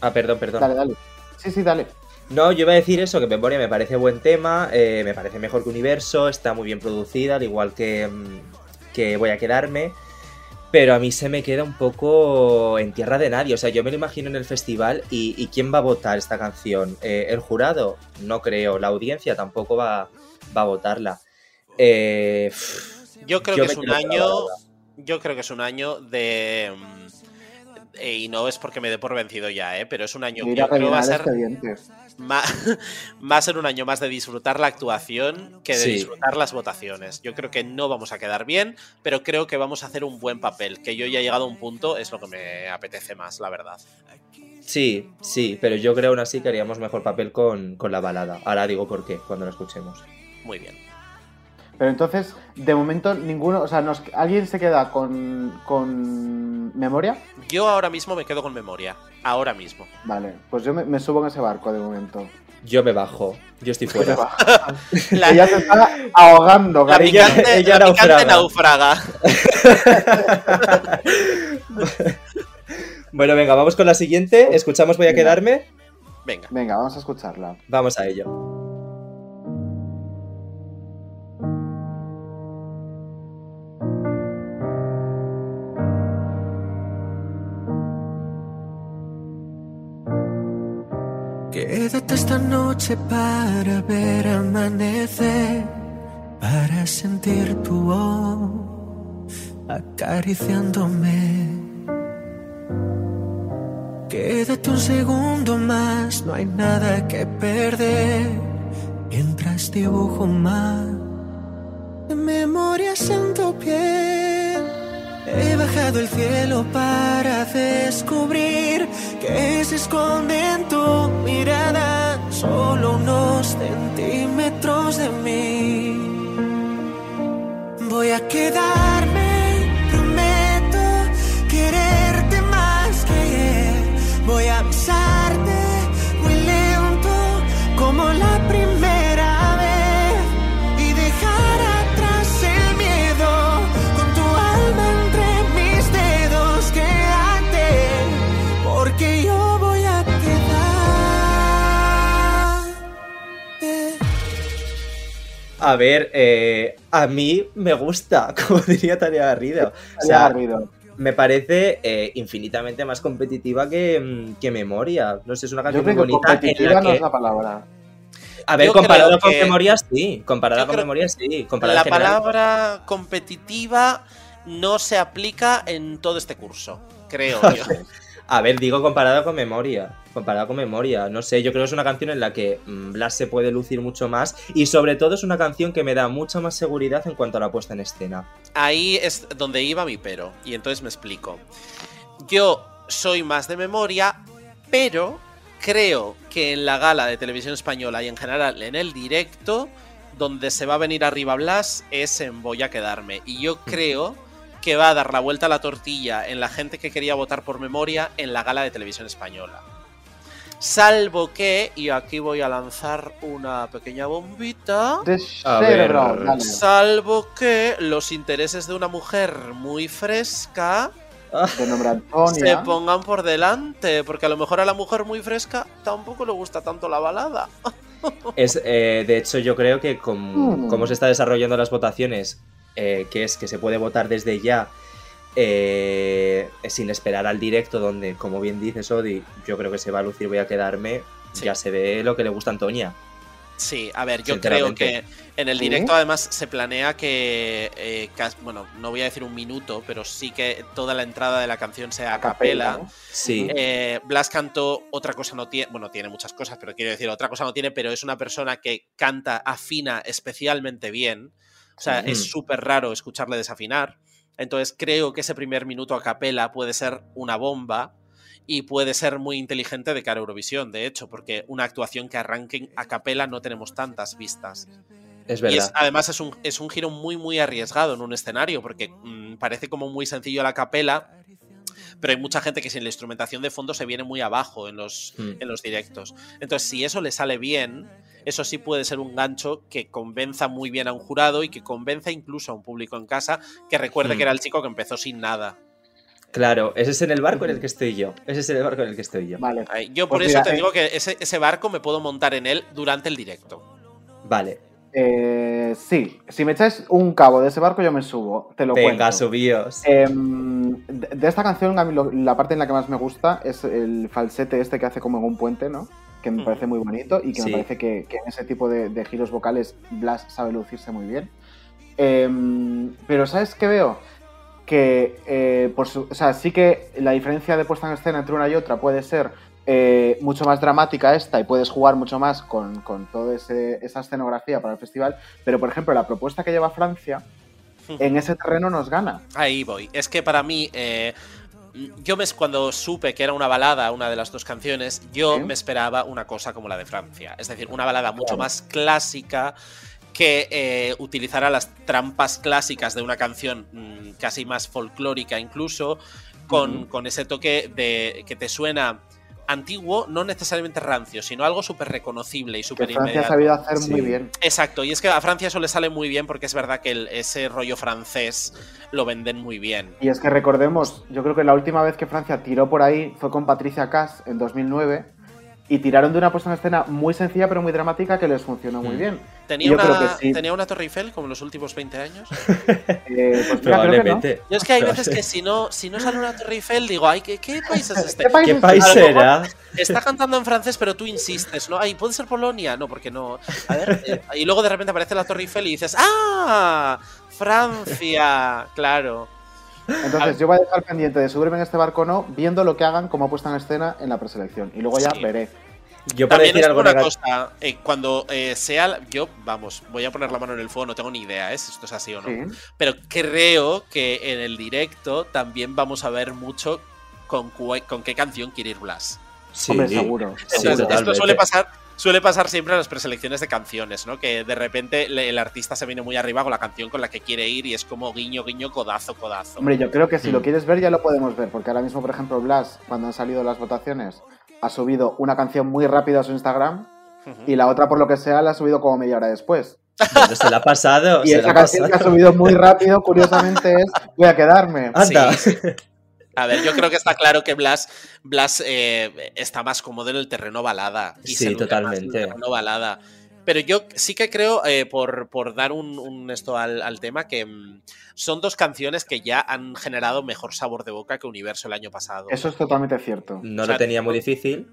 Speaker 5: ah, perdón, perdón.
Speaker 3: dale, dale. Sí, sí, dale.
Speaker 5: No, yo iba a decir eso, que Memoria me parece buen tema, eh, me parece mejor que Universo, está muy bien producida, al igual que, mm, que Voy a quedarme, pero a mí se me queda un poco en tierra de nadie, o sea, yo me lo imagino en el festival y, y ¿quién va a votar esta canción? Eh, ¿El jurado? No creo, la audiencia tampoco va, va a votarla. Eh, pff,
Speaker 13: Yo creo
Speaker 5: yo
Speaker 13: que
Speaker 5: me
Speaker 13: es un
Speaker 5: quedo con la
Speaker 13: año.
Speaker 5: balada.
Speaker 13: Yo creo que es un año de. mm, eh, Y no es porque me dé por vencido ya, ¿eh? pero es un año
Speaker 3: Yo
Speaker 13: que
Speaker 3: iré a
Speaker 13: yo creo va a
Speaker 3: rellenar este
Speaker 13: ser
Speaker 3: expedientes.
Speaker 13: ma- va a ser un año más de disfrutar la actuación que de
Speaker 5: Sí.
Speaker 13: disfrutar las votaciones. Yo creo que no vamos a quedar bien, pero creo que vamos a hacer un buen papel. Que yo ya he llegado a un punto, es lo que me apetece más, la verdad.
Speaker 5: Sí, sí, pero yo creo aún así que haríamos mejor papel con, con la balada, ahora digo por qué, cuando la escuchemos.
Speaker 13: Muy bien.
Speaker 3: Pero entonces, de momento, ninguno. O sea, nos- ¿alguien se queda con, con memoria?
Speaker 13: Yo ahora mismo me quedo con memoria. Ahora mismo.
Speaker 3: Vale, pues yo me, me subo en ese barco de momento.
Speaker 5: Yo me bajo, yo estoy fuera.
Speaker 13: La-
Speaker 3: Ella se está ahogando,
Speaker 13: La
Speaker 3: cariño.
Speaker 13: picante,
Speaker 5: ella
Speaker 13: la picante
Speaker 5: naufraga.
Speaker 13: naufraga.
Speaker 5: Bueno, venga, vamos con la siguiente. Escuchamos Voy a
Speaker 3: Venga.
Speaker 5: quedarme.
Speaker 13: Venga.
Speaker 3: Venga, vamos a escucharla.
Speaker 5: Vamos a ello.
Speaker 6: Quédate esta noche para ver amanecer. para sentir tu voz acariciándome. Quédate un segundo más, no hay nada que perder. Mientras dibujo más, de memoria siento piel. He bajado el cielo para descubrir que se esconde en tu mirada solo unos centímetros de mí. Voy a quedarme, prometo quererte más que ayer. Voy a besarte muy lento como la primera vez y dejar atrás el miedo con tu alma entre mis dedos. Quédate, porque yo voy a quedar.
Speaker 5: A ver, eh, a mí me gusta, como diría Tania Garrido. O sea,
Speaker 3: Tania Garrido.
Speaker 5: me parece eh, infinitamente más competitiva que, mm, que Memoria. No sé, es una
Speaker 3: Yo
Speaker 5: canción
Speaker 3: creo
Speaker 5: muy
Speaker 3: que
Speaker 5: bonita. en
Speaker 3: competitiva
Speaker 5: la
Speaker 3: no
Speaker 5: que-
Speaker 3: es la palabra.
Speaker 5: A ver,
Speaker 13: Yo
Speaker 5: comparado
Speaker 13: creo
Speaker 5: con
Speaker 13: que-
Speaker 5: Memoria, sí. Comparada
Speaker 13: yo
Speaker 5: con
Speaker 13: creo
Speaker 5: Memoria, sí. Comparada
Speaker 13: la
Speaker 5: en general,
Speaker 13: palabra competitiva no se aplica en todo este curso, creo yo.
Speaker 5: A ver, digo comparado con memoria. Comparado con memoria. No sé, yo creo que es una canción en la que mm, Blas se puede lucir mucho más. Y sobre todo es una canción que me da mucha más seguridad en cuanto a la puesta en escena.
Speaker 13: Ahí es donde iba mi pero. Y entonces me explico. Yo soy más de memoria, pero creo que en la gala de televisión española y en general en el directo, donde se va a venir arriba Blas es en Voy a quedarme. Y yo creo que va a dar la vuelta a la tortilla en la gente que quería votar por memoria en la gala de televisión española. Salvo que, y aquí voy a lanzar una pequeña bombita.
Speaker 3: De cerebro, dale.
Speaker 13: Salvo que los intereses de una mujer muy fresca
Speaker 3: De nombre
Speaker 13: se
Speaker 3: Antonia.
Speaker 13: pongan por delante, porque a lo mejor a la mujer muy fresca tampoco le gusta tanto la balada.
Speaker 5: Es, eh, de hecho, yo creo que con
Speaker 13: Mm.
Speaker 5: cómo se está desarrollando las votaciones, eh, que es que se puede votar desde ya, eh, sin esperar al directo, donde, como bien dices, Odi, yo creo que se va a lucir, voy a quedarme. Ya se ve lo que le gusta a Antonia.
Speaker 13: Sí, a ver, yo creo que
Speaker 5: Sinceramente.
Speaker 13: en el
Speaker 5: ¿Sí?
Speaker 13: directo además se planea que, eh, cas- bueno, no voy a decir un minuto, pero sí que toda la entrada de la canción sea a
Speaker 5: capela,
Speaker 13: capela.
Speaker 5: ¿no? Sí.
Speaker 13: Eh, Blas cantó otra cosa no tiene, bueno, tiene muchas cosas, pero quiero decir, otra cosa no tiene, pero es una persona que canta, afina especialmente bien. O sea,
Speaker 5: Mm.
Speaker 13: es súper raro escucharle desafinar. Entonces creo que ese primer minuto a capela puede ser una bomba y puede ser muy inteligente de cara a Eurovisión, de hecho, porque una actuación que arranque a capela no tenemos tantas vistas.
Speaker 5: Es
Speaker 13: Y
Speaker 5: verdad.
Speaker 13: además es un, es un giro muy, muy arriesgado en un escenario, porque mm, parece como muy sencillo la capela, pero hay mucha gente que sin la instrumentación de fondo se viene muy abajo en los,
Speaker 5: Mm.
Speaker 13: en los directos. Entonces, si eso le sale bien, eso sí puede ser un gancho que convenza muy bien a un jurado y que convenza incluso a un público en casa que recuerde
Speaker 5: Mm.
Speaker 13: que era el chico que empezó sin nada.
Speaker 5: Claro, ese es en el barco en el que estoy yo. Ese es en el barco en el que estoy yo.
Speaker 3: Vale.
Speaker 13: Ay, Yo por
Speaker 5: Pues
Speaker 13: eso
Speaker 5: mira,
Speaker 13: te
Speaker 5: eh.
Speaker 13: digo que ese, ese barco me puedo montar en él durante el directo.
Speaker 5: Vale.
Speaker 3: Eh, sí, si me echáis un cabo de ese barco, yo me subo. Te lo cuento.
Speaker 5: Venga, subíos.
Speaker 3: Em, de de esta canción, a mí lo- la parte en la que más me gusta es el falsete este que hace como en un puente, ¿no? Que me parece muy bonito y que
Speaker 5: Sí.
Speaker 3: me parece que, que en ese tipo de, de giros vocales Blas sabe lucirse muy bien. Em, pero ¿sabes qué veo? Que, eh, por su- o sea, sí que la diferencia de puesta en escena entre una y otra puede ser eh, mucho más dramática esta y puedes jugar mucho más con, con toda esa escenografía para el festival, pero por ejemplo la propuesta que lleva Francia en ese terreno nos gana.
Speaker 13: Ahí voy. Es que para mí, eh, yo me, cuando supe que era una balada, una de las dos canciones, yo me esperaba una cosa como la de Francia. Es decir, una balada mucho más clásica que eh, utilizara las trampas clásicas de una canción mm, casi más folclórica incluso, con,
Speaker 5: Ujú.
Speaker 13: con ese toque de que te suena antiguo, no necesariamente rancio, sino algo súper reconocible y
Speaker 3: que
Speaker 13: súper
Speaker 3: Francia
Speaker 13: inmediato.
Speaker 3: ha sabido hacer muy bien.
Speaker 13: Exacto, y es que a Francia eso le sale muy bien porque es verdad que el- ese rollo francés lo venden muy bien.
Speaker 3: Y es que recordemos, yo creo que la última vez que Francia tiró por ahí fue con Patricia Cass Mm. en 2009 y tiraron de una puesta en escena muy sencilla pero muy dramática que les funcionó muy bien.
Speaker 13: ¿Tenía,
Speaker 3: Yo
Speaker 13: una,
Speaker 3: creo que sí.
Speaker 13: ¿Tenía una Torre Eiffel como en los últimos 20 años?
Speaker 3: Eh, pues mira, creo que no.
Speaker 5: Probablemente.
Speaker 13: Yo es que hay veces que si no, si no sale una Torre Eiffel, digo, ay, ¿qué, qué país es este?
Speaker 5: ¿Qué país ¿Qué es país este?
Speaker 13: A lo mejor
Speaker 5: será?
Speaker 13: Está cantando en francés, pero tú insistes, ¿no? Ay, ¿puede ser Polonia? No, porque no. A ver, eh, y luego de repente aparece la Torre Eiffel y dices, ¡ah! Francia, claro.
Speaker 3: Entonces, yo voy a dejar pendiente de subirme en este barco o no, viendo lo que hagan como puesta en escena en la preselección. Y luego ya
Speaker 13: Sí.
Speaker 3: veré.
Speaker 5: Yo
Speaker 13: También es una cosa, eh, cuando eh, sea, la- yo, vamos, voy a poner la mano en el fuego, no tengo ni idea eh, si esto es así o no,
Speaker 3: Sí.
Speaker 13: pero creo que en el directo también vamos a ver mucho con, cu- con qué canción quiere ir Blas.
Speaker 5: Sí,
Speaker 3: Hombre, seguro.
Speaker 13: Entonces, esto
Speaker 5: totalmente.
Speaker 13: suele pasar, suele pasar siempre en las preselecciones de canciones, ¿no? Que de repente le- el artista se viene muy arriba con la canción con la que quiere ir y es como guiño, guiño, codazo, codazo.
Speaker 3: Hombre, yo creo que si lo
Speaker 13: Mm.
Speaker 3: quieres ver ya lo podemos ver, porque ahora mismo, por ejemplo, Blas, cuando han salido las votaciones, ha subido una canción muy rápida a su Instagram y la otra, por lo que sea, la ha subido como media hora después.
Speaker 5: Pero se la ha pasado.
Speaker 3: Y
Speaker 5: se
Speaker 3: esa
Speaker 5: la ha
Speaker 3: canción que ha
Speaker 5: pasado.
Speaker 3: subido muy rápido, curiosamente, es Voy a quedarme.
Speaker 5: Anda.
Speaker 13: A ver, yo creo que está claro que Blas, Blas eh, está más cómodo en el terreno balada. Y
Speaker 5: Sí,
Speaker 13: se luce más en el
Speaker 5: totalmente.
Speaker 13: terreno balada. Pero yo sí que creo, eh, por, por dar un, un esto al, al tema, que mm, son dos canciones que ya han generado mejor sabor de boca que Universo el año pasado.
Speaker 3: Eso es totalmente cierto.
Speaker 5: No
Speaker 13: O sea,
Speaker 5: lo tenía muy difícil.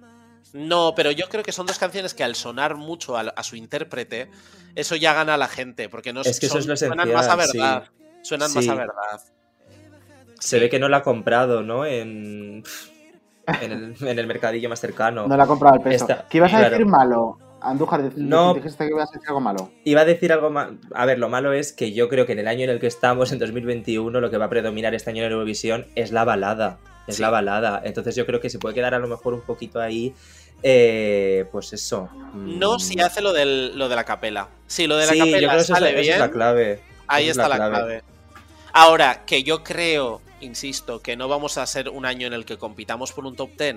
Speaker 13: No, pero yo creo que son dos canciones que al sonar mucho al- a, su intérprete, eso ya gana a la gente, porque no
Speaker 5: Es que eso
Speaker 13: son-
Speaker 5: es lo
Speaker 13: suenan más a
Speaker 5: esencial, sí.
Speaker 13: verdad. Suenan más
Speaker 5: Sí.
Speaker 13: a verdad.
Speaker 5: Se ve que no la ha comprado, ¿no? En, en, el, en el mercadillo más cercano.
Speaker 3: No la ha comprado el peso.
Speaker 5: Está-
Speaker 3: ¿Qué ibas a
Speaker 5: claro.
Speaker 3: decir malo? Andújar, dij-
Speaker 5: No.
Speaker 3: dijiste que ibas a decir algo malo.
Speaker 5: Iba a decir algo más. A ver, lo malo es que yo creo que en el año en el que estamos, en 2021, lo que va a predominar este año en Eurovisión es la balada. Es
Speaker 13: Sí.
Speaker 5: la balada. Entonces yo creo que se puede quedar a lo mejor un poquito ahí. eh, pues eso. mm,
Speaker 13: No si hace lo, del, lo de la capela. Si lo de la
Speaker 5: sí, yo creo
Speaker 13: capela
Speaker 5: que esa es, la,
Speaker 13: sale
Speaker 5: esa es
Speaker 13: bien,
Speaker 5: la clave.
Speaker 13: ahí
Speaker 5: Esa
Speaker 13: está
Speaker 5: es
Speaker 13: la clave. Ahora, que yo creo, insisto, que no vamos a ser un año en el que compitamos por un top 10,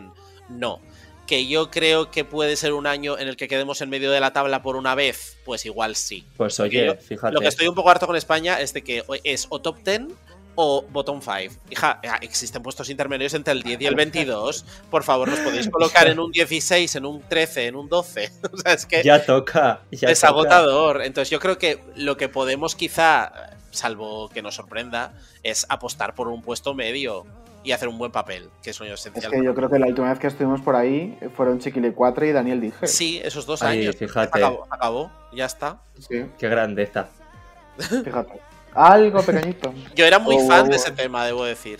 Speaker 13: no. Que yo creo que puede ser un año en el que quedemos en medio de la tabla por una vez, pues igual sí.
Speaker 5: Pues
Speaker 13: Porque
Speaker 5: oye,
Speaker 13: lo-
Speaker 5: fíjate.
Speaker 13: Lo que estoy un poco harto con España es de que o- es o top 10 o bottom 5. Hija, ah, existen puestos intermedios entre el 10 y el 22. Por favor, nos podéis colocar en un 16, en un 13, en un 12. O sea, es que
Speaker 5: Ya toca. Ya
Speaker 13: es
Speaker 5: toca.
Speaker 13: agotador. Entonces yo creo que lo que podemos quizá, salvo que nos sorprenda, es apostar por un puesto medio y hacer un buen papel, que es lo
Speaker 3: Es
Speaker 13: esencial.
Speaker 3: que yo creo que la última vez que estuvimos por ahí fueron Chiquile 4 y Daniel Dije.
Speaker 13: Sí, esos dos
Speaker 5: Ahí,
Speaker 13: años.
Speaker 5: fíjate.
Speaker 13: Acabó, acabó, ya está.
Speaker 3: Sí,
Speaker 5: Qué grandeza.
Speaker 3: fíjate. Algo pequeñito.
Speaker 13: Yo era muy
Speaker 3: Oh,
Speaker 13: fan
Speaker 3: oh,
Speaker 13: de
Speaker 3: oh.
Speaker 13: ese tema, debo decir.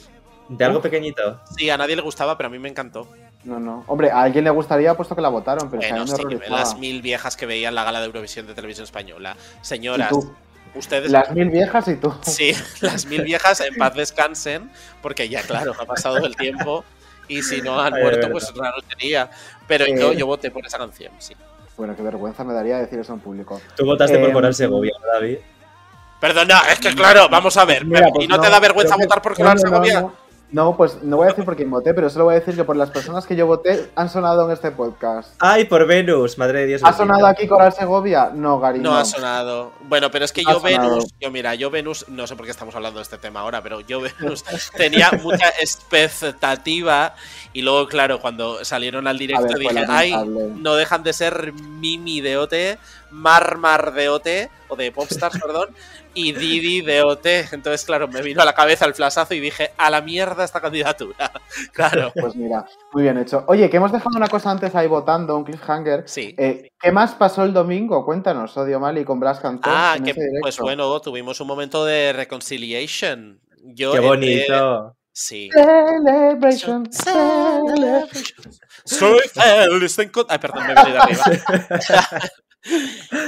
Speaker 5: De algo pequeñito.
Speaker 13: Sí, a nadie le gustaba, pero a mí me encantó.
Speaker 3: No, no. Hombre, a alguien le gustaría puesto que la votaron, pero es que a
Speaker 13: Bueno,
Speaker 3: mí me
Speaker 13: sí,
Speaker 3: horrorizaba.
Speaker 13: las mil viejas que veían la gala de Eurovisión de televisión española.
Speaker 3: Y
Speaker 13: Señoras,
Speaker 3: tú,
Speaker 13: ustedes.
Speaker 3: las mil viejas y tú.
Speaker 13: Sí, las mil viejas en paz descansen, porque ya, claro, ha pasado el tiempo y si no han
Speaker 5: Es
Speaker 13: muerto,
Speaker 5: verdad.
Speaker 13: pues raro sería. Pero
Speaker 3: Eh.
Speaker 13: yo, yo voté por esa canción, sí.
Speaker 3: Bueno, qué vergüenza me daría decir eso en público.
Speaker 5: Tú votaste por
Speaker 3: Em,
Speaker 5: Coral Segovia, ¿no, David.
Speaker 13: Perdona, es que claro, vamos a ver.
Speaker 3: Mira, pues
Speaker 13: ¿Y no, te da vergüenza
Speaker 3: creo que-
Speaker 13: votar por
Speaker 3: no,
Speaker 13: Coral
Speaker 3: no, no,
Speaker 13: Segovia?
Speaker 3: No, No, pues no voy a decir por quién voté, pero solo voy a decir que por las personas que yo voté han sonado en este podcast.
Speaker 5: Ay, por Venus, madre de Dios.
Speaker 3: ¿Ha
Speaker 5: bendita.
Speaker 3: sonado aquí Coral Segovia? No, Gary.
Speaker 13: No ha sonado. Bueno, pero es que
Speaker 3: No ha
Speaker 13: yo
Speaker 3: sonado.
Speaker 13: Venus, yo mira, yo Venus, no sé por qué estamos hablando de este tema ahora, pero yo Venus tenía mucha expectativa y luego, claro, cuando salieron al directo
Speaker 3: ver, pues fue
Speaker 13: dije, ay,
Speaker 3: lamentable".
Speaker 13: no dejan de ser Mimi de OT, Marmar de OT, o de Popstars, perdón, y Didi de OT. Entonces, claro, me vino a la cabeza el flasazo y dije, a la mierda esta candidatura. claro.
Speaker 3: Pues mira, muy bien hecho. Oye, que hemos dejado una cosa antes ahí votando, un cliffhanger.
Speaker 13: Sí.
Speaker 3: Eh, ¿Qué más pasó el domingo? Cuéntanos, Odio Mali con Blas Cantó.
Speaker 13: Ah,
Speaker 3: en
Speaker 13: que,
Speaker 3: ese directo.
Speaker 13: pues bueno, tuvimos un momento de reconciliation. Yo
Speaker 5: Qué
Speaker 13: entré-
Speaker 5: bonito.
Speaker 13: Sí.
Speaker 3: Celebration, celebration.
Speaker 13: Soy feliz de encont- Ay, perdón, me he venido arriba.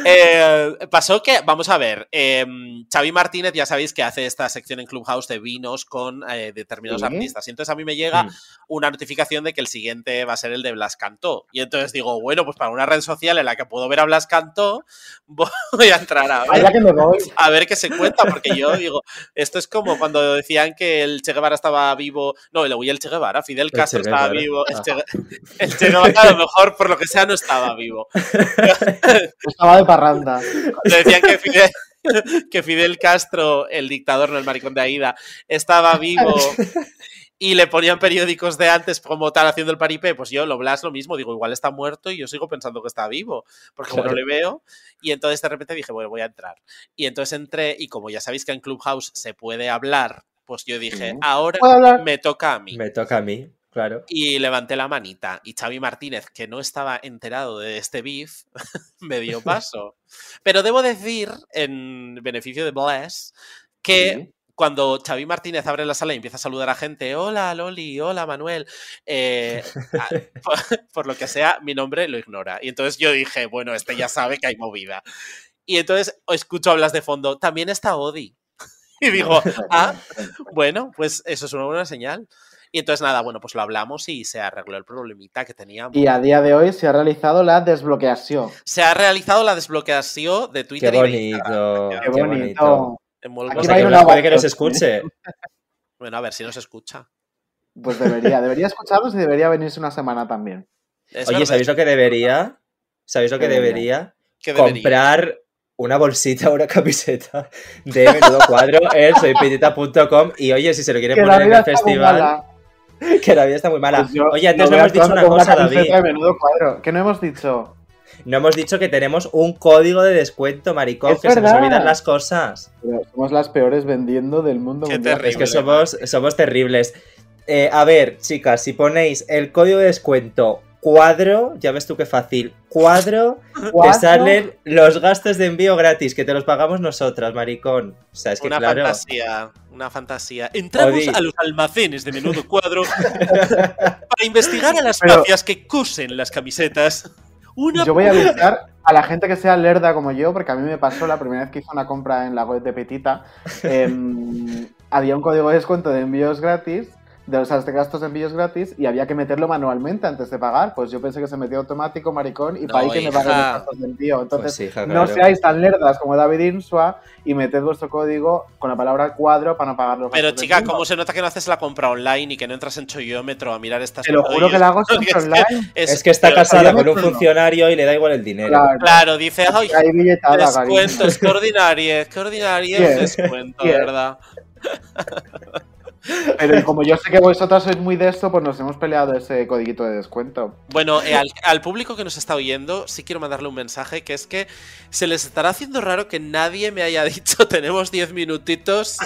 Speaker 13: Eh, pasó que, vamos a ver, eh, Xavi Martínez ya sabéis que hace esta sección en Clubhouse de vinos con eh, determinados
Speaker 3: Sí. Mm.
Speaker 13: artistas. Y entonces a mí me llega una notificación de que el siguiente va a ser el de Blas Cantó. Y entonces digo, bueno, pues para una red social en la que puedo ver a Blas Cantó, voy a entrar a ver
Speaker 3: Allá que me voy.
Speaker 13: a ver qué se cuenta, porque yo digo, esto es como cuando decían que el Che Guevara estaba vivo, no, el, el Che Guevara, Fidel
Speaker 5: Che
Speaker 13: Castro estaba
Speaker 5: Guevara.
Speaker 13: vivo, el
Speaker 5: Ah.
Speaker 13: che, el Che Guevara a lo mejor por lo que sea no estaba vivo.
Speaker 3: Estaba de parranda.
Speaker 13: Cuando decían que Fidel, que Fidel Castro, el dictador, no el maricón de Aida, estaba vivo. y le ponían periódicos de antes como tal haciendo el paripé, pues yo lo Blas lo mismo, digo, igual está muerto y yo sigo pensando que está vivo, porque
Speaker 5: Claro.
Speaker 13: bueno, le veo y entonces de repente dije, bueno, voy a entrar. Y entonces entré y como ya sabéis que en Clubhouse se puede hablar, pues yo dije,
Speaker 5: Ujú.
Speaker 13: ahora
Speaker 5: ¿Puedo hablar?
Speaker 13: me toca a mí.
Speaker 5: Me toca a mí, claro.
Speaker 13: Y levanté la manita. Y Xavi Martínez, que no estaba enterado de este beef, me dio paso. Pero debo decir, en beneficio de Bless, que cuando Xavi Martínez abre la sala y empieza a saludar a gente, hola Loli, hola Manuel, eh, a- por, por lo que sea, mi nombre lo ignora. Y entonces yo dije, bueno, este ya sabe que hay movida. Y entonces escucho hablas de fondo, también está Odi. Y digo, ah, bueno, pues eso es una buena señal. Y entonces nada, bueno, pues lo hablamos y se arregló el problemita que teníamos.
Speaker 3: Y a día de hoy se ha realizado la desbloqueación.
Speaker 13: Se ha realizado la desbloqueación de
Speaker 5: Qué
Speaker 13: Twitter y de
Speaker 5: bonito.
Speaker 13: Instagram.
Speaker 5: Qué bonito.
Speaker 3: bonito.
Speaker 13: En Molgo.
Speaker 5: O sea, que no puede que nos escuche.
Speaker 13: Bueno, a ver si nos escucha.
Speaker 3: Pues debería, debería escucharlos y debería venirse una semana también.
Speaker 13: Es
Speaker 5: Oye,
Speaker 13: verdad.
Speaker 5: ¿sabéis lo que debería? ¿Sabéis lo que
Speaker 3: ¿Qué debería?
Speaker 5: debería?
Speaker 13: ¿Qué debería?
Speaker 5: Comprar una bolsita o una camiseta de menudo cuadro en soypetita.com y oye, si se lo quiere
Speaker 3: Que la
Speaker 5: poner en
Speaker 3: vida
Speaker 5: el
Speaker 3: está muy
Speaker 5: festival,
Speaker 3: mala.
Speaker 5: que la vida está muy mala.
Speaker 3: Pues yo
Speaker 5: oye, antes
Speaker 3: me voy
Speaker 5: no hemos dicho
Speaker 3: actuando
Speaker 5: una
Speaker 3: con
Speaker 5: cosa, David.
Speaker 3: camiseta de menudo cuadro. Que no hemos dicho.
Speaker 5: No hemos dicho que tenemos un código de descuento, maricón,
Speaker 3: Es
Speaker 5: que se nos
Speaker 3: verdad.
Speaker 5: olvidan las cosas.
Speaker 3: Pero somos las peores vendiendo del mundo mundial.
Speaker 5: Es que somos, somos terribles. Eh, a ver, chicas, si ponéis el código de descuento cuadro, ya ves tú qué fácil, cuadro,
Speaker 3: ¿Cuadro?
Speaker 5: te salen los gastos de envío gratis, que te los pagamos nosotras, maricón. O sea, es que
Speaker 13: una
Speaker 5: claro.
Speaker 13: fantasía, una fantasía. Entramos
Speaker 5: Odi.
Speaker 13: a los almacenes de menudo cuadro para investigar a las
Speaker 3: Pero-
Speaker 13: mafias que cosen las camisetas. Una
Speaker 3: Yo voy a avisar a la gente que sea lerda como yo, porque a mí me pasó la primera vez que hice una compra en la web de Petita. em, había un código de descuento de envíos gratis, de los gastos de envíos gratis, y había que meterlo manualmente antes de pagar. Pues yo pensé que se metía automático, maricón, y
Speaker 13: No,
Speaker 3: para ahí que me
Speaker 13: hija.
Speaker 3: paguen los gastos de envío. Entonces,
Speaker 5: Pues sí, hija,
Speaker 3: no
Speaker 5: claro.
Speaker 3: seáis tan lerdas como David Insua y meted vuestro código con la palabra cuadro para no pagar los
Speaker 13: Pero
Speaker 3: gastos de
Speaker 13: chica,
Speaker 3: envío.
Speaker 13: ¿cómo se nota que no haces la compra online y que no entras en Choyómetro a mirar estas
Speaker 3: Te lo
Speaker 13: cosas?
Speaker 3: juro que la hago
Speaker 13: Porque
Speaker 3: siempre
Speaker 13: es que-
Speaker 3: online.
Speaker 5: Es, que está
Speaker 13: pero-
Speaker 5: casada con un
Speaker 3: Obviamente no.
Speaker 5: funcionario y le da igual el dinero.
Speaker 3: Claro.
Speaker 13: Claro, dice, ay,
Speaker 3: Hay billetada, cariño.
Speaker 13: descuentos, qué ordinaria, qué ordinaria
Speaker 3: Bien,
Speaker 13: es descuento, de
Speaker 3: bien.
Speaker 13: verdad.
Speaker 3: Pero como yo sé que vosotras sois muy de esto, pues nos hemos peleado ese codiguito de descuento.
Speaker 13: Bueno, eh, al, al público que nos está oyendo, sí quiero mandarle un mensaje, que es que se les estará haciendo raro que nadie me haya dicho, tenemos 10 minutitos.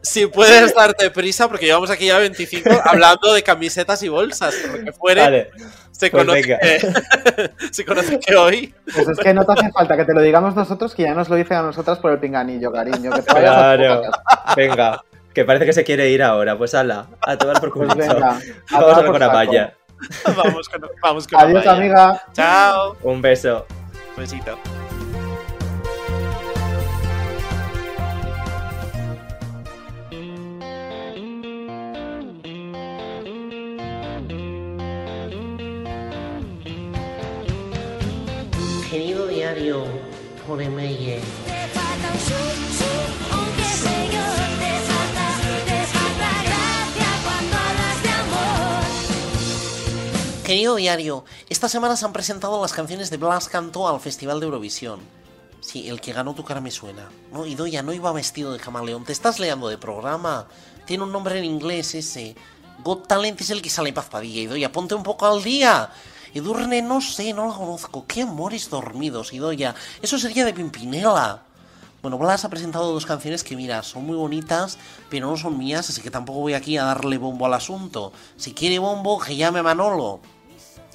Speaker 13: si puedes darte prisa, porque llevamos aquí ya 25 hablando de camisetas y bolsas, por lo que fuere.
Speaker 5: Vale,
Speaker 13: Se
Speaker 5: pues
Speaker 13: conoce,
Speaker 5: venga.
Speaker 13: que- se conoce que hoy.
Speaker 3: Pues es que no te hace falta que te lo digamos nosotros, que ya nos lo dicen a nosotras por el pinganillo, cariño. Que te vayas a tu
Speaker 5: Claro.
Speaker 3: puta
Speaker 5: Venga, que parece que se quiere ir ahora. Pues ala, a tomar por
Speaker 3: Pues
Speaker 5: culo.
Speaker 3: venga, a
Speaker 5: Vamos a
Speaker 3: tomar
Speaker 5: ver
Speaker 3: por
Speaker 5: con la
Speaker 3: saco.
Speaker 5: valla.
Speaker 13: Vamos con, vamos con
Speaker 3: casa. Adiós,
Speaker 13: Amaya.
Speaker 3: amiga.
Speaker 13: Chao.
Speaker 5: Un beso.
Speaker 13: Besito.
Speaker 14: Querido diario, por email. Querido diario, esta semana se han presentado las canciones de Blas Cantó al Festival de Eurovisión. Sí, el que ganó tu cara me suena. No, Idoya no iba vestido de camaleón. Te estás leando de programa. Tiene un nombre en inglés ese. Got Talent es el que sale Paz Padilla. Idoya, ponte un poco al día. Edurne, no sé, no la conozco. Qué amores dormidos, Idoya. Eso sería de Pimpinela. Bueno, Blas ha presentado dos canciones que, mira, son muy bonitas, pero no son mías, así que tampoco voy aquí a darle bombo al asunto. Si quiere bombo, que llame a Manolo.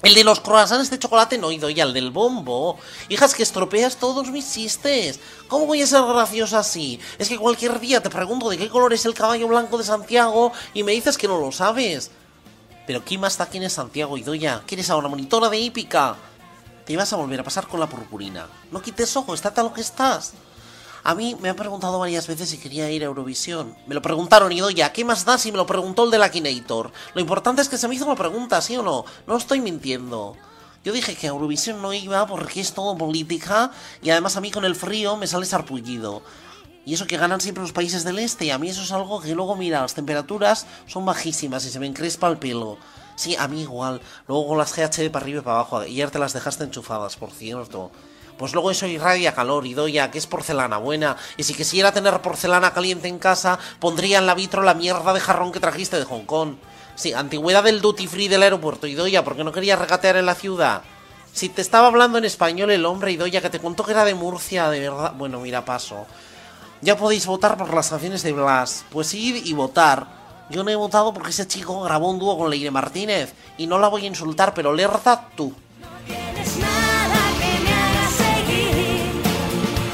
Speaker 14: El de los croissants de chocolate no he ido ya, el del bombo. Hijas, que estropeas todos mis chistes. ¿Cómo voy a ser graciosa así? Es que cualquier día te pregunto de qué color es el caballo blanco de Santiago y me dices que no lo sabes. Pero ¿quién más da quién es Santiago Idoya? ¿Quién es ahora monitora de hípica? Te vas a volver a pasar con la purpurina. No quites ojo, estate a lo que estás. A mí me han preguntado varias veces si quería ir a Eurovisión. Me lo preguntaron y ya, ¿qué más da si me lo preguntó el de la Kinator? Lo importante es que se me hizo la pregunta, ¿sí o no? No estoy mintiendo. Yo dije que a Eurovisión no iba porque es todo política y además a mí con el frío me sale sarpullido. Y eso que ganan siempre los países del este, y a mí eso es algo que luego, mira, las temperaturas son bajísimas y se me encrespa el pelo. Sí, a mí igual. Luego con las GHD para arriba y para abajo. Ayer te las dejaste enchufadas, por cierto. Pues luego eso irradia calor, Idoia, que es porcelana buena. Y si quisiera tener porcelana caliente en casa, pondría en la vitro la mierda de jarrón que trajiste de Hong Kong. Sí, antigüedad del duty free del aeropuerto, Idoia, porque no quería regatear en la ciudad. Si te estaba hablando en español el hombre, Idoia, que te contó que era de Murcia, de verdad. Bueno, mira, paso. Ya podéis votar por las canciones de Blas. Pues ir y votar. Yo no he votado porque ese chico grabó un dúo con Leire Martínez. Y no la voy a insultar, pero lerda tú.
Speaker 4: seguir.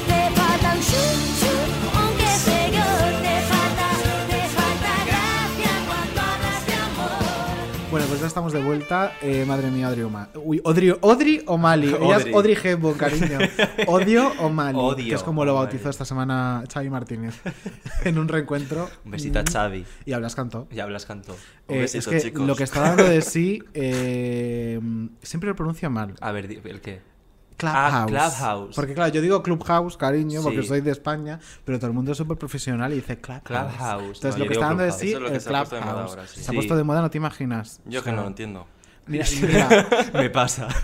Speaker 4: Te falta un chup, chup, aunque sé yo, te falta, te falta gracia cuando hablas de amor.
Speaker 3: Bueno, pues ya estamos de vuelta. Eh, madre mía, Audrey O'Malley. Uy, Audrey, Audrey O'Malley. Ella es
Speaker 2: Audrey.
Speaker 3: Audrey Hepburn, cariño. Odio O'Malley.
Speaker 2: Odio
Speaker 3: que es como lo bautizó esta semana Xavi Martínez. en un reencuentro. Mm.
Speaker 2: Un besito a Xavi.
Speaker 3: Y hablas canto.
Speaker 2: Ya hablas canto.
Speaker 3: Eh, es que lo que está dando de sí, eh, siempre lo pronuncio mal.
Speaker 2: A ver, di- ¿el qué? Ah,
Speaker 3: Clubhouse.
Speaker 2: Clubhouse.
Speaker 3: Porque claro, yo digo Clubhouse, cariño, porque
Speaker 2: Sí.
Speaker 3: soy de España, pero todo el mundo es súper profesional y dice Clubhouse.
Speaker 2: Clubhouse. No,
Speaker 3: Entonces
Speaker 2: yo
Speaker 3: lo que
Speaker 2: digo
Speaker 3: está dando de
Speaker 2: Clubhouse.
Speaker 3: sí
Speaker 2: Eso es lo que
Speaker 3: el
Speaker 2: se ha puesto de moda
Speaker 3: Clubhouse.
Speaker 2: ahora, sí.
Speaker 3: Se ha
Speaker 2: Sí.
Speaker 3: puesto de moda, no te imaginas.
Speaker 7: Yo
Speaker 3: O
Speaker 7: que
Speaker 3: sea,
Speaker 7: no lo entiendo.
Speaker 3: Mira, mira.
Speaker 2: Me pasa.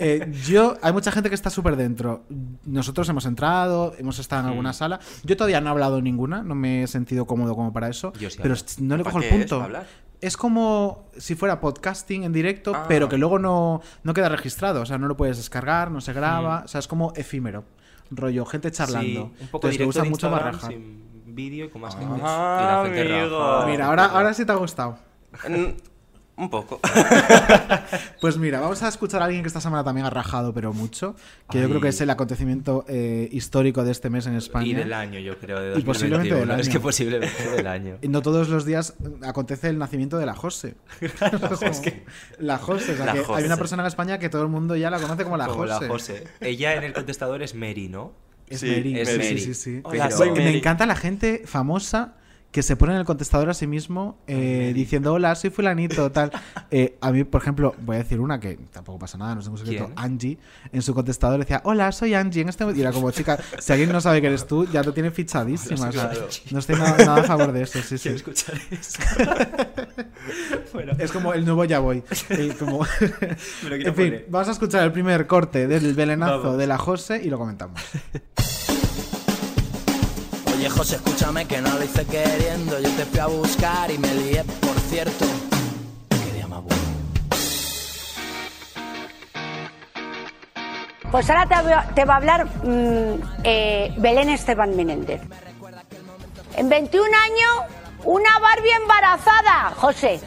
Speaker 3: Eh, yo, hay mucha gente que está súper dentro. Nosotros hemos entrado, hemos estado en alguna
Speaker 7: Mm.
Speaker 3: sala. Yo todavía no he hablado ninguna, no me he sentido cómodo como para eso.
Speaker 7: Yo sí
Speaker 3: pero
Speaker 7: hablo.
Speaker 3: s- no le
Speaker 7: ¿Para
Speaker 3: cojo el
Speaker 7: qué es?
Speaker 3: punto.
Speaker 7: ¿Para hablar?
Speaker 3: Es como si fuera podcasting en directo,
Speaker 7: Ah.
Speaker 3: pero que luego no, no queda registrado. O sea, no lo puedes descargar, no se graba. O sea, es como efímero. Rollo, gente charlando.
Speaker 2: Sí, un poco
Speaker 3: Entonces lo
Speaker 2: directo
Speaker 3: usan
Speaker 2: de
Speaker 3: mucho para
Speaker 2: Instagram,
Speaker 3: rajar.
Speaker 2: sin vídeo y con más gente.
Speaker 7: Ah,
Speaker 2: Y la gente
Speaker 7: amigo.
Speaker 2: raja.
Speaker 3: Mira, ahora, ahora sí te ha gustado.
Speaker 7: Mm, Un poco.
Speaker 3: Pues mira, vamos a escuchar a alguien que esta semana también ha rajado, pero mucho. Que yo creo que es el acontecimiento eh, histórico de este mes en España.
Speaker 2: Y del año, yo creo, de
Speaker 3: Y posiblemente
Speaker 2: 2021.
Speaker 3: del año.
Speaker 2: Es que posiblemente del año.
Speaker 3: Y No todos los días acontece el nacimiento de la Jose.
Speaker 2: es que-
Speaker 3: La Jose, o sea
Speaker 2: La
Speaker 3: que hay
Speaker 2: Jose.
Speaker 3: una persona en España que todo el mundo ya la conoce como la
Speaker 2: Como
Speaker 3: Jose.
Speaker 2: Ella en el contestador es Mary, ¿no?
Speaker 3: Es Mary.
Speaker 2: Es
Speaker 3: sí,
Speaker 2: Mary.
Speaker 3: sí, sí, sí.
Speaker 2: Pero-
Speaker 3: Soy Me encanta la gente famosa que se pone en el contestador a sí mismo eh, diciendo hola, soy fulanito, tal. Eh, a mí, por ejemplo, voy a decir una que tampoco pasa nada, no es ningún secreto.
Speaker 2: ¿Quién?
Speaker 3: Angie, en su contestador decía, hola, soy Angie. En este momento. Y era como, chica, si alguien no sabe que eres tú, ya te tiene fichadísima.
Speaker 2: Hola,
Speaker 3: o
Speaker 2: soy
Speaker 3: sea,
Speaker 2: Angie.
Speaker 3: no estoy nada, nada a favor de eso, sí, sí.
Speaker 2: Quiero escuchar eso. Bueno.
Speaker 3: Es como el nuevo ya voy. Eh, como-
Speaker 2: Me lo quiero
Speaker 3: en fin,
Speaker 2: poner.
Speaker 3: vamos a escuchar el primer corte del belenazo
Speaker 15: Vamos.
Speaker 3: de la Jose y lo comentamos.
Speaker 15: Oye, José, escúchame que no lo hice queriendo. Yo te fui a buscar y me lié, por cierto.
Speaker 16: Pues ahora te, va- te va a hablar mm, eh, Belén Esteban Menéndez. En 21 años, una Barbie embarazada, José.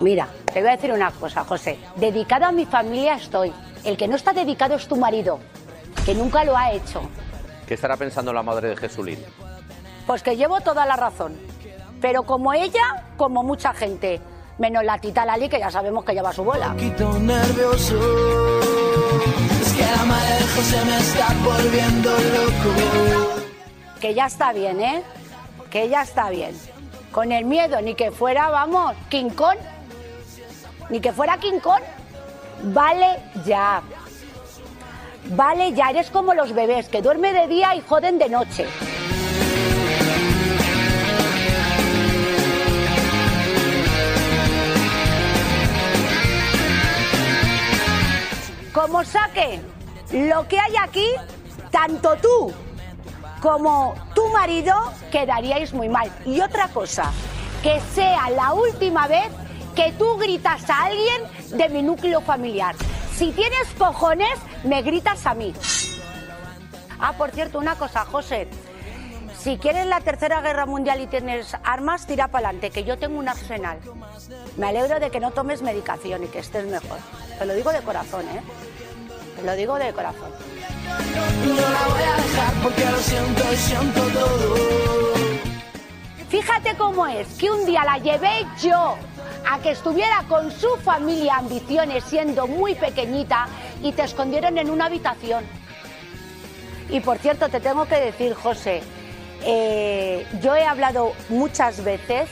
Speaker 16: Mira, te voy a decir una cosa, José. Dedicado a mi familia estoy. El que no está dedicado es tu marido, que nunca lo ha hecho.
Speaker 17: ¿Qué estará pensando la madre de Jesulín?
Speaker 16: Pues que llevo toda la razón. Pero como ella, como mucha gente. Menos la tita Lali, que ya sabemos que lleva su bola.
Speaker 15: Quito nervioso. Es que la madre de José me está volviendo loco.
Speaker 16: Que ya está bien, ¿eh? Que ya está bien. Con el miedo, ni que fuera, vamos, King Kong. Ni que fuera King Kong. Vale ya. Vale ya, eres como los bebés que duermen de día y joden de noche. Como saque lo que hay aquí, tanto tú como tu marido quedaríais muy mal. Y otra cosa, que sea la última vez que tú gritas a alguien de mi núcleo familiar. Si tienes cojones, me gritas a mí. Ah, por cierto, una cosa, José. Si quieres la tercera guerra mundial y tienes armas, tira para adelante, que yo tengo un arsenal. Me alegro de que no tomes medicación y que estés mejor. Te lo digo de corazón, ¿eh? Te lo digo de corazón.
Speaker 15: No la voy a dejar porque lo siento y siento todo.
Speaker 16: Fíjate cómo es que un día la llevé yo a que estuviera con su familia ambiciones siendo muy pequeñita y te escondieron en una habitación. Y por cierto, te tengo que decir, José, eh, yo he hablado muchas veces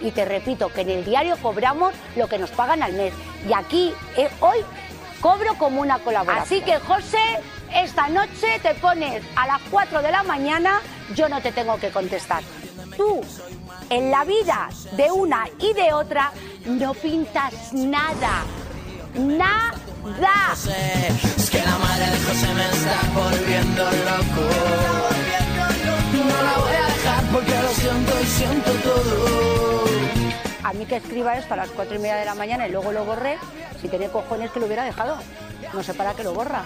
Speaker 16: y te repito que en el diario cobramos lo que nos pagan al mes. Y aquí, eh, hoy, cobro como una colaboración. Así que, José, esta noche te pones a las 4 de la mañana, yo no te tengo que contestar. Tú, en la vida de una y de otra, no pintas nada. Nada.
Speaker 15: Es que la madre de José
Speaker 4: volviendo loco. No la voy a dejar porque lo siento y siento todo.
Speaker 16: A mí que escriba esto a las cuatro y media de la mañana y luego lo borré, si tenía cojones que lo hubiera dejado. No sé para qué lo borra.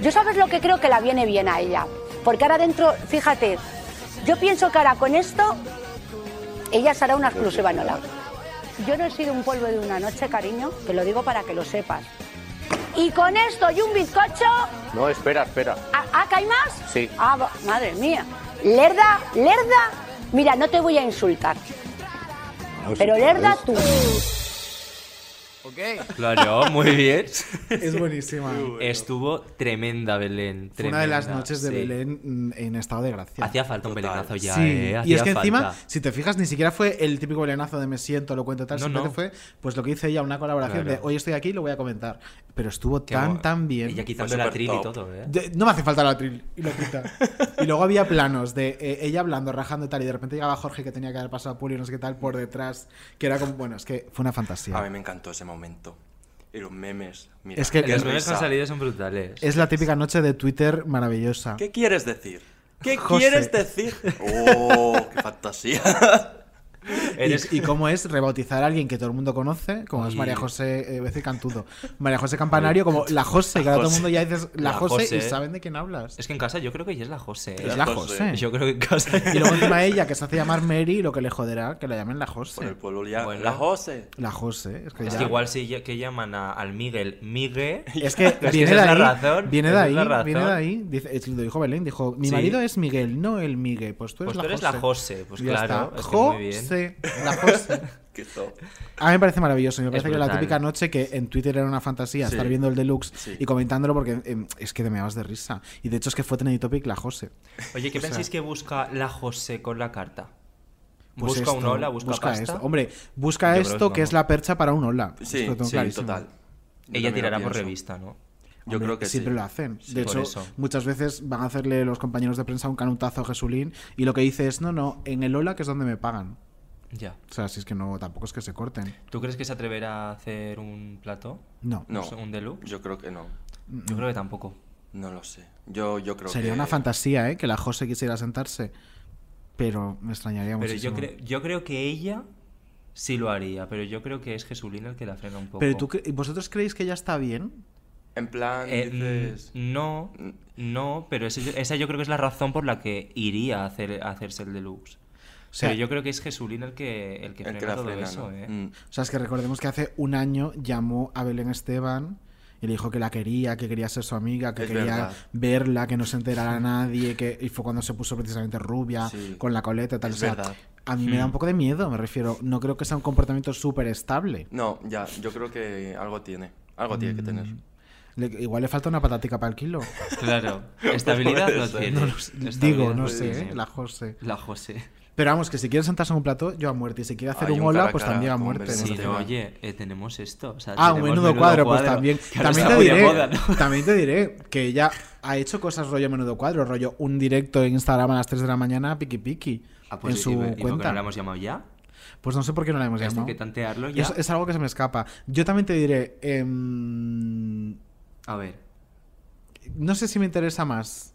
Speaker 16: Yo sabes lo que creo que la viene bien a ella. Porque ahora dentro, fíjate, yo pienso que ahora con esto ella será una exclusiva Nola. Yo no he sido un polvo de una noche, cariño, te lo digo para que lo sepas. Y con esto y un bizcocho,
Speaker 18: No, espera, espera.
Speaker 16: ¿ah, ah, que hay más?
Speaker 18: Sí.
Speaker 16: Ah, va- madre mía. Lerda, lerda, mira, no te voy a insultar. Pero lerda tú.
Speaker 5: Claro, muy bien.
Speaker 3: Es buenísima.
Speaker 5: Estuvo tremenda Belén.
Speaker 3: Fue una de las
Speaker 5: tremenda,
Speaker 3: noches de
Speaker 5: sí.
Speaker 3: Belén mm, en estado de gracia.
Speaker 5: Hacía falta un belenazo ya,
Speaker 3: Sí,
Speaker 5: eh,
Speaker 3: Y
Speaker 5: hacía
Speaker 3: es que encima,
Speaker 5: falta.
Speaker 3: si te fijas, ni siquiera fue el típico belenazo de me siento, lo cuento tal,
Speaker 5: No,
Speaker 3: simplemente
Speaker 5: no.
Speaker 3: fue pues lo que hice ella, una colaboración
Speaker 5: Claro.
Speaker 3: de hoy estoy aquí y lo voy a comentar. Pero estuvo
Speaker 5: Qué
Speaker 3: tan,
Speaker 5: guay.
Speaker 3: tan bien.
Speaker 5: Ella quitando el
Speaker 3: la
Speaker 5: atril y todo, ¿eh?
Speaker 3: no me hace falta el atril y lo quita. y luego había planos de eh, ella hablando, rajando y tal, y de repente llegaba Jorge que tenía que haber pasado a Pulio, no sé qué tal, por detrás, que era como, bueno, es que fue una fantasía.
Speaker 7: A mí me encantó ese momento. Y los memes. Mira,
Speaker 3: Es que- Eh,
Speaker 7: qué
Speaker 3: Los memes
Speaker 7: risa.
Speaker 3: que han
Speaker 5: salido son brutales.
Speaker 3: Es la típica noche de Twitter maravillosa.
Speaker 7: ¿Qué quieres decir? ¿Qué
Speaker 3: José.
Speaker 7: quieres decir? ¡Oh, qué fantasía! Eres-
Speaker 3: Y, y cómo es rebautizar a alguien que todo el mundo conoce, como es
Speaker 7: Oye.
Speaker 3: María José, eh, voy a decir Cantudo, María José Campanario, como la José, que ahora todo el mundo ya dices la, José,
Speaker 5: ¿eh?
Speaker 3: y saben de quién hablas.
Speaker 5: Es que en casa yo creo que ella es la José.
Speaker 3: Es la José.
Speaker 5: Yo creo que en casa.
Speaker 3: Y luego encima ella, que se hace llamar Mary, lo que le joderá, que la llamen la José.
Speaker 7: Por el pueblo ya. La Jose.
Speaker 3: La José. Es que,
Speaker 5: Es
Speaker 3: ya-
Speaker 5: que igual si ya- que llaman a- al Miguel Migue.
Speaker 3: Es que viene
Speaker 5: esa
Speaker 3: de
Speaker 5: es
Speaker 3: ahí,
Speaker 5: la razón.
Speaker 3: viene de
Speaker 5: esa
Speaker 3: ahí,
Speaker 5: es la razón.
Speaker 3: viene de ahí. Dice, es- lo dijo Belén, dijo, mi
Speaker 5: Sí.
Speaker 3: marido es Miguel, no el Migue. Pues tú eres,
Speaker 5: Pues
Speaker 3: la,
Speaker 5: tú eres
Speaker 3: José.
Speaker 5: la José, pues
Speaker 3: Y ya
Speaker 5: claro,
Speaker 3: está.
Speaker 5: es que muy bien.
Speaker 3: José, la José.
Speaker 7: Qué top.
Speaker 3: A mí me parece maravilloso. Me
Speaker 5: Es
Speaker 3: parece que era la
Speaker 5: brutal.
Speaker 3: típica noche que en Twitter era una fantasía
Speaker 5: Sí.
Speaker 3: estar viendo el deluxe
Speaker 5: Sí.
Speaker 3: y comentándolo porque em, es que te me vas de risa. Y de hecho es que fue trending topic la Jose.
Speaker 5: Oye, ¿qué
Speaker 3: O sea,
Speaker 5: pensáis que busca la José con la carta?
Speaker 3: pues
Speaker 5: busca
Speaker 3: esto,
Speaker 5: un hola, busca, pasta.
Speaker 3: esto. Hombre, busca
Speaker 5: Yo creo
Speaker 3: esto
Speaker 5: que
Speaker 3: que es la percha para un hola.
Speaker 5: Sí,
Speaker 3: Esto lo tengo
Speaker 5: sí,
Speaker 3: clarísimo.
Speaker 5: total. Ella tirará por revista, ¿no?
Speaker 3: Hombre,
Speaker 7: Yo creo que
Speaker 3: siempre
Speaker 7: sí.
Speaker 3: lo hacen.
Speaker 7: Sí,
Speaker 3: de
Speaker 7: por
Speaker 3: hecho,
Speaker 7: eso.
Speaker 3: muchas veces van a hacerle los compañeros de prensa un canutazo a Jesulín y lo que dice es, no, no, en el hola que es donde me pagan.
Speaker 5: Ya.
Speaker 3: O sea, si es que no, tampoco es que se corten.
Speaker 5: ¿Tú crees que se atreverá a hacer un plato?
Speaker 3: No.
Speaker 7: No.
Speaker 5: ¿Un deluxe?
Speaker 7: Yo creo que no.
Speaker 5: Yo creo que tampoco.
Speaker 7: No lo sé. Yo, yo creo
Speaker 3: Sería
Speaker 7: que.
Speaker 3: una fantasía, ¿eh? Que la Jose quisiera sentarse. Pero me extrañaría
Speaker 5: Pero yo,
Speaker 3: muchísimo.
Speaker 5: creo- yo creo que ella sí lo haría, pero yo creo que es Jesulina el que la frena un poco.
Speaker 3: Pero tú cre- ¿vosotros creéis que ya está bien?
Speaker 7: En plan,
Speaker 5: Eh,
Speaker 7: dices.
Speaker 5: mm, No, no, pero ese- esa yo creo que es la razón por la que iría a, hacer, a hacerse el deluxe.
Speaker 3: sea-
Speaker 5: pero yo creo que es Jesulina el que, el que frena todo eso, ¿eh?
Speaker 7: Mm.
Speaker 3: O sea, es que recordemos que hace un año llamó a Belén Esteban y le dijo que la quería, que quería ser su amiga, que
Speaker 7: Es
Speaker 3: quería
Speaker 7: verdad.
Speaker 3: verla, que no se enterara nadie, que y fue cuando se puso precisamente rubia,
Speaker 7: Sí.
Speaker 3: con la coleta y tal.
Speaker 7: Es
Speaker 3: o sea,
Speaker 7: verdad.
Speaker 3: a mí me da
Speaker 7: Hmm.
Speaker 3: un poco de miedo, me refiero. No creo que sea un comportamiento súper estable.
Speaker 7: No, ya, yo creo que algo tiene. Algo tiene que
Speaker 5: Mm,
Speaker 7: tener.
Speaker 3: Le- igual le falta una patatica para el kilo.
Speaker 5: Claro, estabilidad
Speaker 7: Pues Puede
Speaker 5: no
Speaker 7: ser.
Speaker 5: tiene.
Speaker 7: No
Speaker 3: lo sé.
Speaker 5: Estabilidad
Speaker 3: Digo, no
Speaker 5: puede
Speaker 3: sé,
Speaker 5: ser.
Speaker 3: ¿eh? La José.
Speaker 5: La José.
Speaker 3: Pero vamos, que si quiere sentarse en un plato, yo a muerte. Y si quiere hacer
Speaker 5: Hay
Speaker 3: un,
Speaker 5: un
Speaker 3: hola,
Speaker 5: cara a
Speaker 3: pues
Speaker 5: cara
Speaker 3: también a
Speaker 5: con
Speaker 3: muerte.
Speaker 5: Sí,
Speaker 3: en este
Speaker 5: pero,
Speaker 3: tema.
Speaker 5: oye, eh, tenemos esto. o sea,
Speaker 3: Ah, un
Speaker 5: tenemos
Speaker 3: menudo cuadro, pues
Speaker 5: cuadro,
Speaker 3: también.
Speaker 5: que ahora
Speaker 3: También
Speaker 5: está
Speaker 3: te,
Speaker 5: muy de
Speaker 3: diré,
Speaker 5: moda, ¿no?
Speaker 3: también te diré que ella ha hecho cosas rollo menudo cuadro, rollo un directo en Instagram a las 3 de la mañana, piqui piqui,
Speaker 5: Ah, pues,
Speaker 3: en
Speaker 5: ¿y-
Speaker 3: su
Speaker 5: y por qué
Speaker 3: cuenta.
Speaker 5: no la hemos llamado ya?
Speaker 3: Pues no sé por qué no la hemos
Speaker 5: Esto hay
Speaker 3: llamado.
Speaker 5: que tantearlo ya.
Speaker 3: Es, es algo que se me escapa. Yo también te diré. em,
Speaker 5: A ver.
Speaker 3: no sé si me interesa más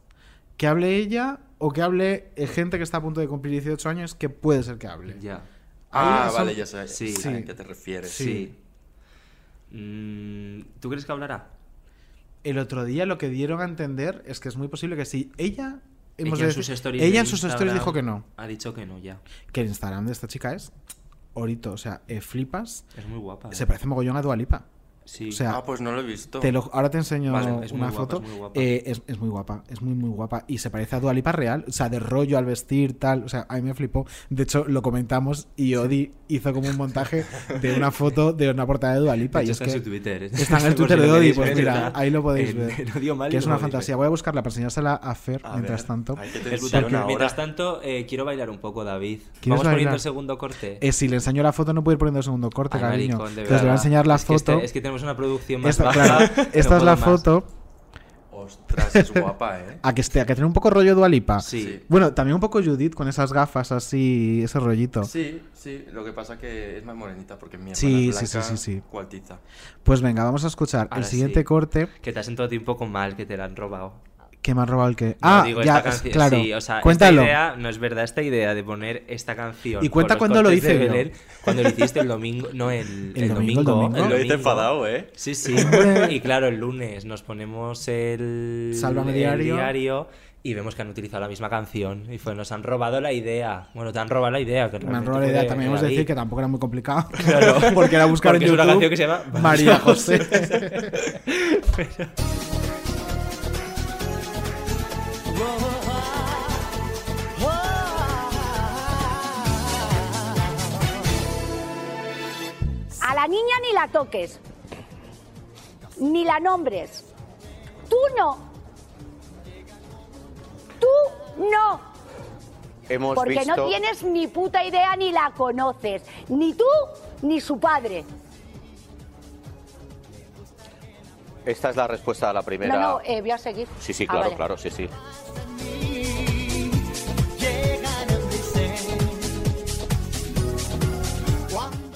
Speaker 3: que hable ella o que hable eh, gente que está a punto de cumplir 18 años, que puede ser que hable.
Speaker 5: Ya.
Speaker 7: Ah,
Speaker 3: Ahí son-
Speaker 7: vale, ya sé
Speaker 5: Sí.
Speaker 7: sí. a qué te refieres.
Speaker 5: Sí. Mm, ¿Tú crees que hablará?
Speaker 3: El otro día lo que dieron a entender es que es muy posible que si ella. hemos
Speaker 5: ella
Speaker 3: de
Speaker 5: en sus
Speaker 3: decir-
Speaker 5: stories
Speaker 3: ella
Speaker 5: de
Speaker 3: en sus stories
Speaker 5: Instagram
Speaker 3: dijo que no.
Speaker 5: Ha dicho que no, ya.
Speaker 3: que el Instagram de esta chica es Orito, o sea, eh, flipas.
Speaker 5: Es muy guapa,
Speaker 3: Se
Speaker 5: eh.
Speaker 3: parece mogollón a Dualipa.
Speaker 5: Sí.
Speaker 3: O sea,
Speaker 7: Ah, pues no lo he visto.
Speaker 3: te lo- ahora te enseño
Speaker 7: Vale, es muy
Speaker 3: una
Speaker 7: guapa,
Speaker 3: foto.
Speaker 7: es muy guapa.
Speaker 3: Eh, Es, es muy guapa, es muy, muy guapa. Y se parece a Dualipa real, o sea, de rollo al vestir, tal. O sea, a mí me flipó. De hecho, lo comentamos y Odi hizo como un montaje de una foto de una portada de Dualipa.
Speaker 5: De hecho,
Speaker 3: y es
Speaker 5: está
Speaker 3: que
Speaker 5: en su Twitter, ¿eh?
Speaker 3: Está en el
Speaker 5: Por
Speaker 3: Twitter
Speaker 5: si
Speaker 3: de
Speaker 5: lo
Speaker 3: Odi,
Speaker 5: queréis
Speaker 3: pues
Speaker 5: ver,
Speaker 3: mira,
Speaker 5: está
Speaker 3: ahí lo podéis
Speaker 5: en-
Speaker 3: ver.
Speaker 5: en Odio Mal y
Speaker 3: que es
Speaker 5: lo
Speaker 3: una
Speaker 5: podéis ver.
Speaker 3: fantasía. Voy a buscarla para enseñársela a Fer
Speaker 7: A
Speaker 3: mientras
Speaker 7: ver,
Speaker 3: tanto.
Speaker 7: hay que
Speaker 3: porque-
Speaker 7: tensión ahora.
Speaker 5: Mientras tanto, eh, quiero bailar un poco, David.
Speaker 3: ¿Quieres
Speaker 5: Vamos poniendo
Speaker 3: bailar?
Speaker 5: el segundo corte.
Speaker 3: Eh, si le enseño la foto, no puedo ir poniendo el segundo corte,
Speaker 5: Ay,
Speaker 3: cariño.
Speaker 5: maricón, de
Speaker 3: Entonces le voy a
Speaker 5: verdad.
Speaker 3: enseñar la
Speaker 5: Es que
Speaker 3: foto.
Speaker 5: este- es que tenemos una producción más
Speaker 3: esta,
Speaker 5: baja,
Speaker 3: claro,
Speaker 5: no
Speaker 3: esta es
Speaker 5: puedo
Speaker 3: la
Speaker 5: más.
Speaker 3: foto.
Speaker 7: Ostras, es guapa, ¿eh?
Speaker 3: A que, este, a que tiene un poco rollo Dualipa.
Speaker 7: Sí.
Speaker 3: Bueno, también un poco Judith con esas gafas así, ese rollito.
Speaker 7: Sí, sí, lo que pasa que es más morenita porque mi hermana
Speaker 3: Sí,
Speaker 7: es
Speaker 3: sí, sí,
Speaker 7: blanca,
Speaker 3: sí, sí.
Speaker 7: cuartiza.
Speaker 3: Pues venga, vamos a escuchar
Speaker 5: Ahora
Speaker 3: el siguiente
Speaker 5: sí.
Speaker 3: corte.
Speaker 5: Que te has sentado a ti un poco mal, que te la han robado.
Speaker 3: que me ha robado el que.
Speaker 5: No,
Speaker 3: ah,
Speaker 5: digo,
Speaker 3: ya,
Speaker 5: esta canción-
Speaker 3: claro.
Speaker 5: sí, o sea, esta
Speaker 3: cuéntalo.
Speaker 5: idea, no es verdad esta idea de poner esta canción.
Speaker 3: Y cuenta
Speaker 5: con los
Speaker 3: cuándo lo
Speaker 5: cortes de
Speaker 3: hice yo.
Speaker 5: Belén, cuando lo hiciste el domingo. No, el,
Speaker 3: ¿El
Speaker 5: el
Speaker 3: domingo,
Speaker 5: domingo.
Speaker 3: el domingo?
Speaker 5: el
Speaker 7: Lo hice
Speaker 5: domingo.
Speaker 7: enfadado, ¿eh?
Speaker 5: Sí, sí.
Speaker 7: Hombre.
Speaker 5: y claro, el lunes nos ponemos el.
Speaker 3: Sálvame
Speaker 5: el
Speaker 3: diario.
Speaker 5: diario Y vemos que han utilizado la misma canción. Y fue, nos han robado la idea. Bueno, te han robado la idea. Que
Speaker 3: Me han
Speaker 5: realmente
Speaker 3: robado la
Speaker 5: fue
Speaker 3: idea.
Speaker 5: de-
Speaker 3: También
Speaker 5: de
Speaker 3: vamos a
Speaker 5: David.
Speaker 3: decir que tampoco era muy complicado.
Speaker 5: Claro.
Speaker 3: Porque era buscar
Speaker 5: Porque
Speaker 3: en
Speaker 5: es una
Speaker 3: YouTube.
Speaker 5: canción que se llama
Speaker 3: María José.
Speaker 16: A la niña ni la toques, ni la nombres. Tú no. Tú no.
Speaker 13: Hemos
Speaker 16: Porque
Speaker 13: visto.
Speaker 16: no tienes ni puta idea ni la conoces. Ni tú ni su padre.
Speaker 13: Esta es la respuesta a la primera.
Speaker 16: No, no, eh, voy a seguir.
Speaker 13: Sí, sí,
Speaker 16: Ah,
Speaker 13: claro,
Speaker 16: vale.
Speaker 13: claro, sí, sí.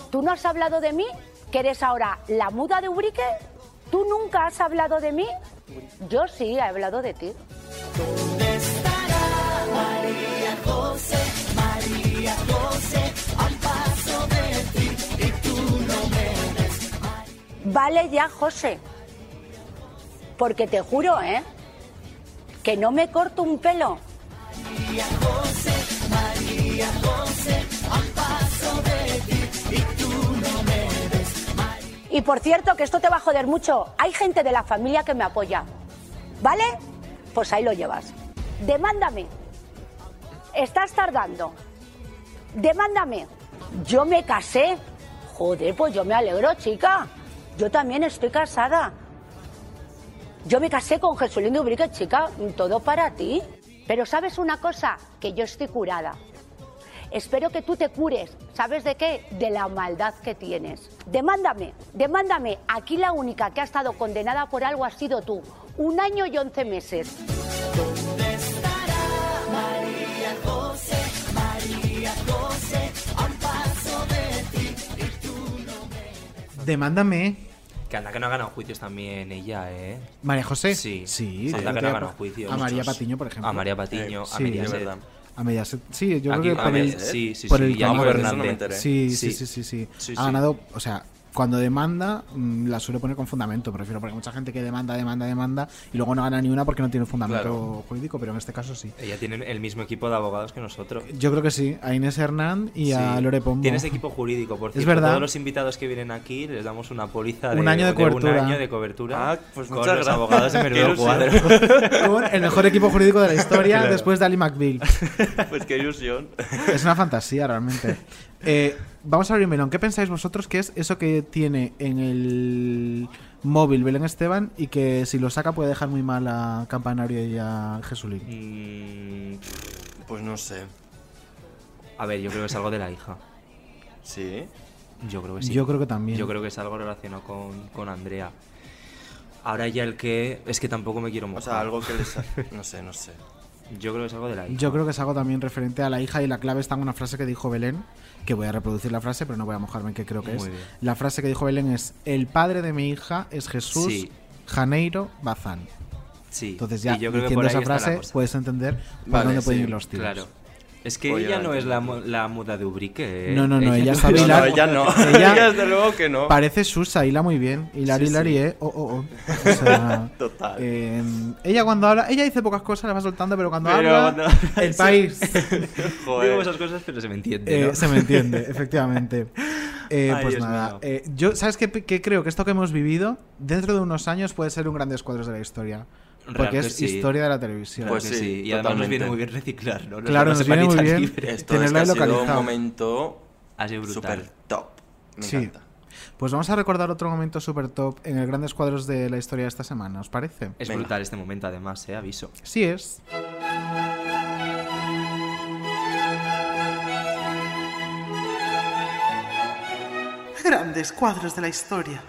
Speaker 16: Tú no has hablado de mí, que eres ahora la muda de Ubrique. Tú nunca has hablado de mí. Yo sí he hablado de ti.
Speaker 4: María José, María José, al paso de ti, y tú no me des.
Speaker 16: Vale ya, José. Porque te juro, ¿eh? Que no me corto un pelo.
Speaker 4: María José, María José, al paso de ti, y tú no me des.
Speaker 16: Y por cierto, que esto te va a joder mucho. Hay gente de la familia que me apoya. ¿Vale? Pues ahí lo llevas. Demándame. Estás tardando. Demándame. Yo me casé. Joder, pues yo me alegro, chica. Yo también estoy casada. Yo me casé con Jesulín de Ubrique, chica. Todo para ti. Pero sabes una cosa, que yo estoy curada. Espero que tú te cures. ¿Sabes de qué? De la maldad que tienes. Demándame, demándame. Aquí la única que ha estado condenada por algo ha sido tú. Un año y once meses.
Speaker 4: María José, María José, al paso de ti, y tú no me des.
Speaker 3: Demándame.
Speaker 5: Que anda que no ha ganado juicios también ella, ¿eh.
Speaker 3: María José.
Speaker 5: Sí.
Speaker 3: Sí.
Speaker 5: Anda
Speaker 3: creo
Speaker 5: que
Speaker 3: que
Speaker 5: no ha
Speaker 3: a-
Speaker 5: ganado juicios.
Speaker 3: A María
Speaker 5: Muchos.
Speaker 3: Patiño, por ejemplo.
Speaker 5: A María Patiño, a
Speaker 3: Sí,
Speaker 5: Mediaset.
Speaker 3: es verdad. A Mediaset. Sí, yo
Speaker 5: Aquí-
Speaker 3: creo que
Speaker 5: a
Speaker 3: por el,
Speaker 5: Mediaset. Sí, sí,
Speaker 3: por
Speaker 5: sí,
Speaker 3: el
Speaker 5: y a
Speaker 3: canal.
Speaker 5: Álvaro Hernández. Eso no me enteré.
Speaker 3: Sí, sí, sí,
Speaker 5: Sí.
Speaker 3: sí, sí.
Speaker 5: Sí,
Speaker 3: Ha
Speaker 5: sí.
Speaker 3: ganado, o sea, cuando demanda, mm, la suele poner con fundamento, me refiero, porque hay mucha gente que demanda, demanda, demanda, y luego no gana ni una porque no tiene fundamento
Speaker 5: Claro.
Speaker 3: jurídico, pero en este caso sí.
Speaker 5: Ella tiene el mismo equipo de abogados que nosotros.
Speaker 3: Yo creo que sí, a Inés Hernán y a
Speaker 5: Sí.
Speaker 3: Lore Pombo.
Speaker 5: Tienes equipo jurídico, por
Speaker 3: Es
Speaker 5: cierto.
Speaker 3: verdad.
Speaker 5: Todos los invitados que vienen aquí les damos una póliza de
Speaker 3: Un año de
Speaker 5: Un
Speaker 3: cobertura.
Speaker 5: año de cobertura.
Speaker 7: Ah, pues
Speaker 5: con
Speaker 7: muchas
Speaker 5: los
Speaker 7: gracias.
Speaker 5: abogados de
Speaker 7: Qué
Speaker 5: menudo
Speaker 7: ilusión.
Speaker 5: cuadro.
Speaker 3: Con el mejor equipo jurídico de la historia
Speaker 7: Claro.
Speaker 3: después de Ali McBeal.
Speaker 7: Pues qué ilusión.
Speaker 3: Es una fantasía realmente. Eh, vamos a abrir un melón. ¿Qué pensáis vosotros que es eso que tiene en el móvil Belén Esteban y que si lo saca puede dejar muy mal a Campanario y a Jesulín?
Speaker 7: Pues no sé.
Speaker 5: Mm, A ver, yo creo que es algo de la hija.
Speaker 7: ¿Sí?
Speaker 5: Yo creo que sí.
Speaker 3: Yo creo que también.
Speaker 5: Yo creo que es algo relacionado con, con Andrea. Ahora ya el que... Es que tampoco me quiero mojar.
Speaker 7: sea, algo que les... No sé, no sé.
Speaker 5: Yo creo que es algo de la hija.
Speaker 3: Yo creo que es algo también referente a la hija y la clave está en una frase que dijo Belén, que voy a reproducir la frase, pero no voy a mojarme en qué creo que
Speaker 5: Muy
Speaker 3: es.
Speaker 5: bien.
Speaker 3: La frase que dijo Belén es, el padre de mi hija es Jesús
Speaker 5: Sí.
Speaker 3: Janeiro Bazán.
Speaker 5: Sí.
Speaker 3: Entonces ya,
Speaker 5: Y yo creo
Speaker 3: diciendo
Speaker 5: que por ahí
Speaker 3: esa
Speaker 5: está la
Speaker 3: frase,
Speaker 5: cosa.
Speaker 3: puedes entender por
Speaker 5: Vale,
Speaker 3: dónde pueden
Speaker 5: sí,
Speaker 3: ir los tiros.
Speaker 5: Claro. Es que
Speaker 7: Voy a
Speaker 5: ella no
Speaker 7: ver.
Speaker 5: es la, mu- la muda de Ubrique. ¿eh?
Speaker 3: No, no, no, ella está
Speaker 5: No, no,
Speaker 3: Pilar.
Speaker 5: ella no.
Speaker 7: Ella, desde luego que no.
Speaker 3: Parece Susa, hila muy bien. Hilar,
Speaker 7: Sí,
Speaker 3: hilar
Speaker 7: sí.
Speaker 3: y eh. Oh, oh, oh. O sea,
Speaker 7: Total.
Speaker 3: eh, ella cuando habla, ella dice pocas cosas, las va soltando, pero cuando
Speaker 5: Pero
Speaker 3: habla,
Speaker 5: cuando-
Speaker 3: el país.
Speaker 5: Joder. Digo esas cosas, pero se me entiende.
Speaker 3: Eh,
Speaker 5: ¿no?
Speaker 3: se me entiende, efectivamente. Eh,
Speaker 5: Ay,
Speaker 3: pues
Speaker 5: Dios
Speaker 3: nada,
Speaker 5: mío.
Speaker 3: eh, yo, ¿sabes qué, qué creo? Que esto que hemos vivido, dentro de unos años, puede ser un grandes cuadros de la historia.
Speaker 5: Real
Speaker 3: Porque
Speaker 5: que
Speaker 3: es
Speaker 5: sí.
Speaker 3: historia de la televisión.
Speaker 5: Pues sí, y además nos viene muy bien reciclarlo.
Speaker 3: Claro, nos viene muy bien
Speaker 7: Esto es que
Speaker 3: tenerla
Speaker 7: ha
Speaker 3: ahí
Speaker 7: sido un
Speaker 3: localizada.
Speaker 7: momento
Speaker 5: brutal.
Speaker 7: super top. Me
Speaker 3: Sí.
Speaker 7: encanta.
Speaker 3: Pues vamos a recordar otro momento super top en el grandes cuadros de la historia de esta semana, ¿os parece?
Speaker 5: Es brutal este momento, además, eh, aviso.
Speaker 3: Sí es.
Speaker 19: Grandes cuadros de la historia.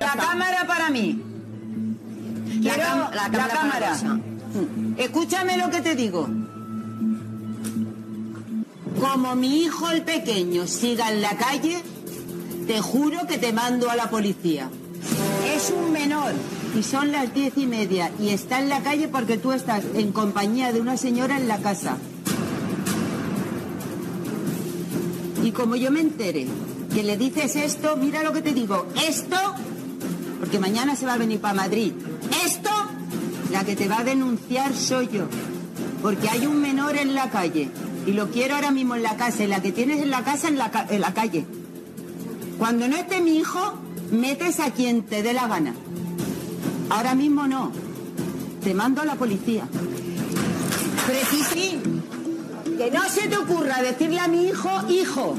Speaker 20: La cámara para mí. La, cam- la cámara. Mm. Escúchame lo que te digo. Como mi hijo el pequeño siga en la calle, te juro que te mando a la policía. Es un menor y son las diez y media y está en la calle porque tú estás en compañía de una señora en la casa. Y como yo me entere que le dices esto, mira lo que te digo, esto, porque mañana se va a venir para Madrid, esto, la que te va a denunciar soy yo, porque hay un menor en la calle y lo quiero ahora mismo en la casa y la que tienes en la casa en la, ca- en la calle. Cuando no esté mi hijo, metes a quien te dé la gana. Ahora mismo no. Te mando a la policía. Precisi, que no se te ocurra decirle a mi hijo, hijo,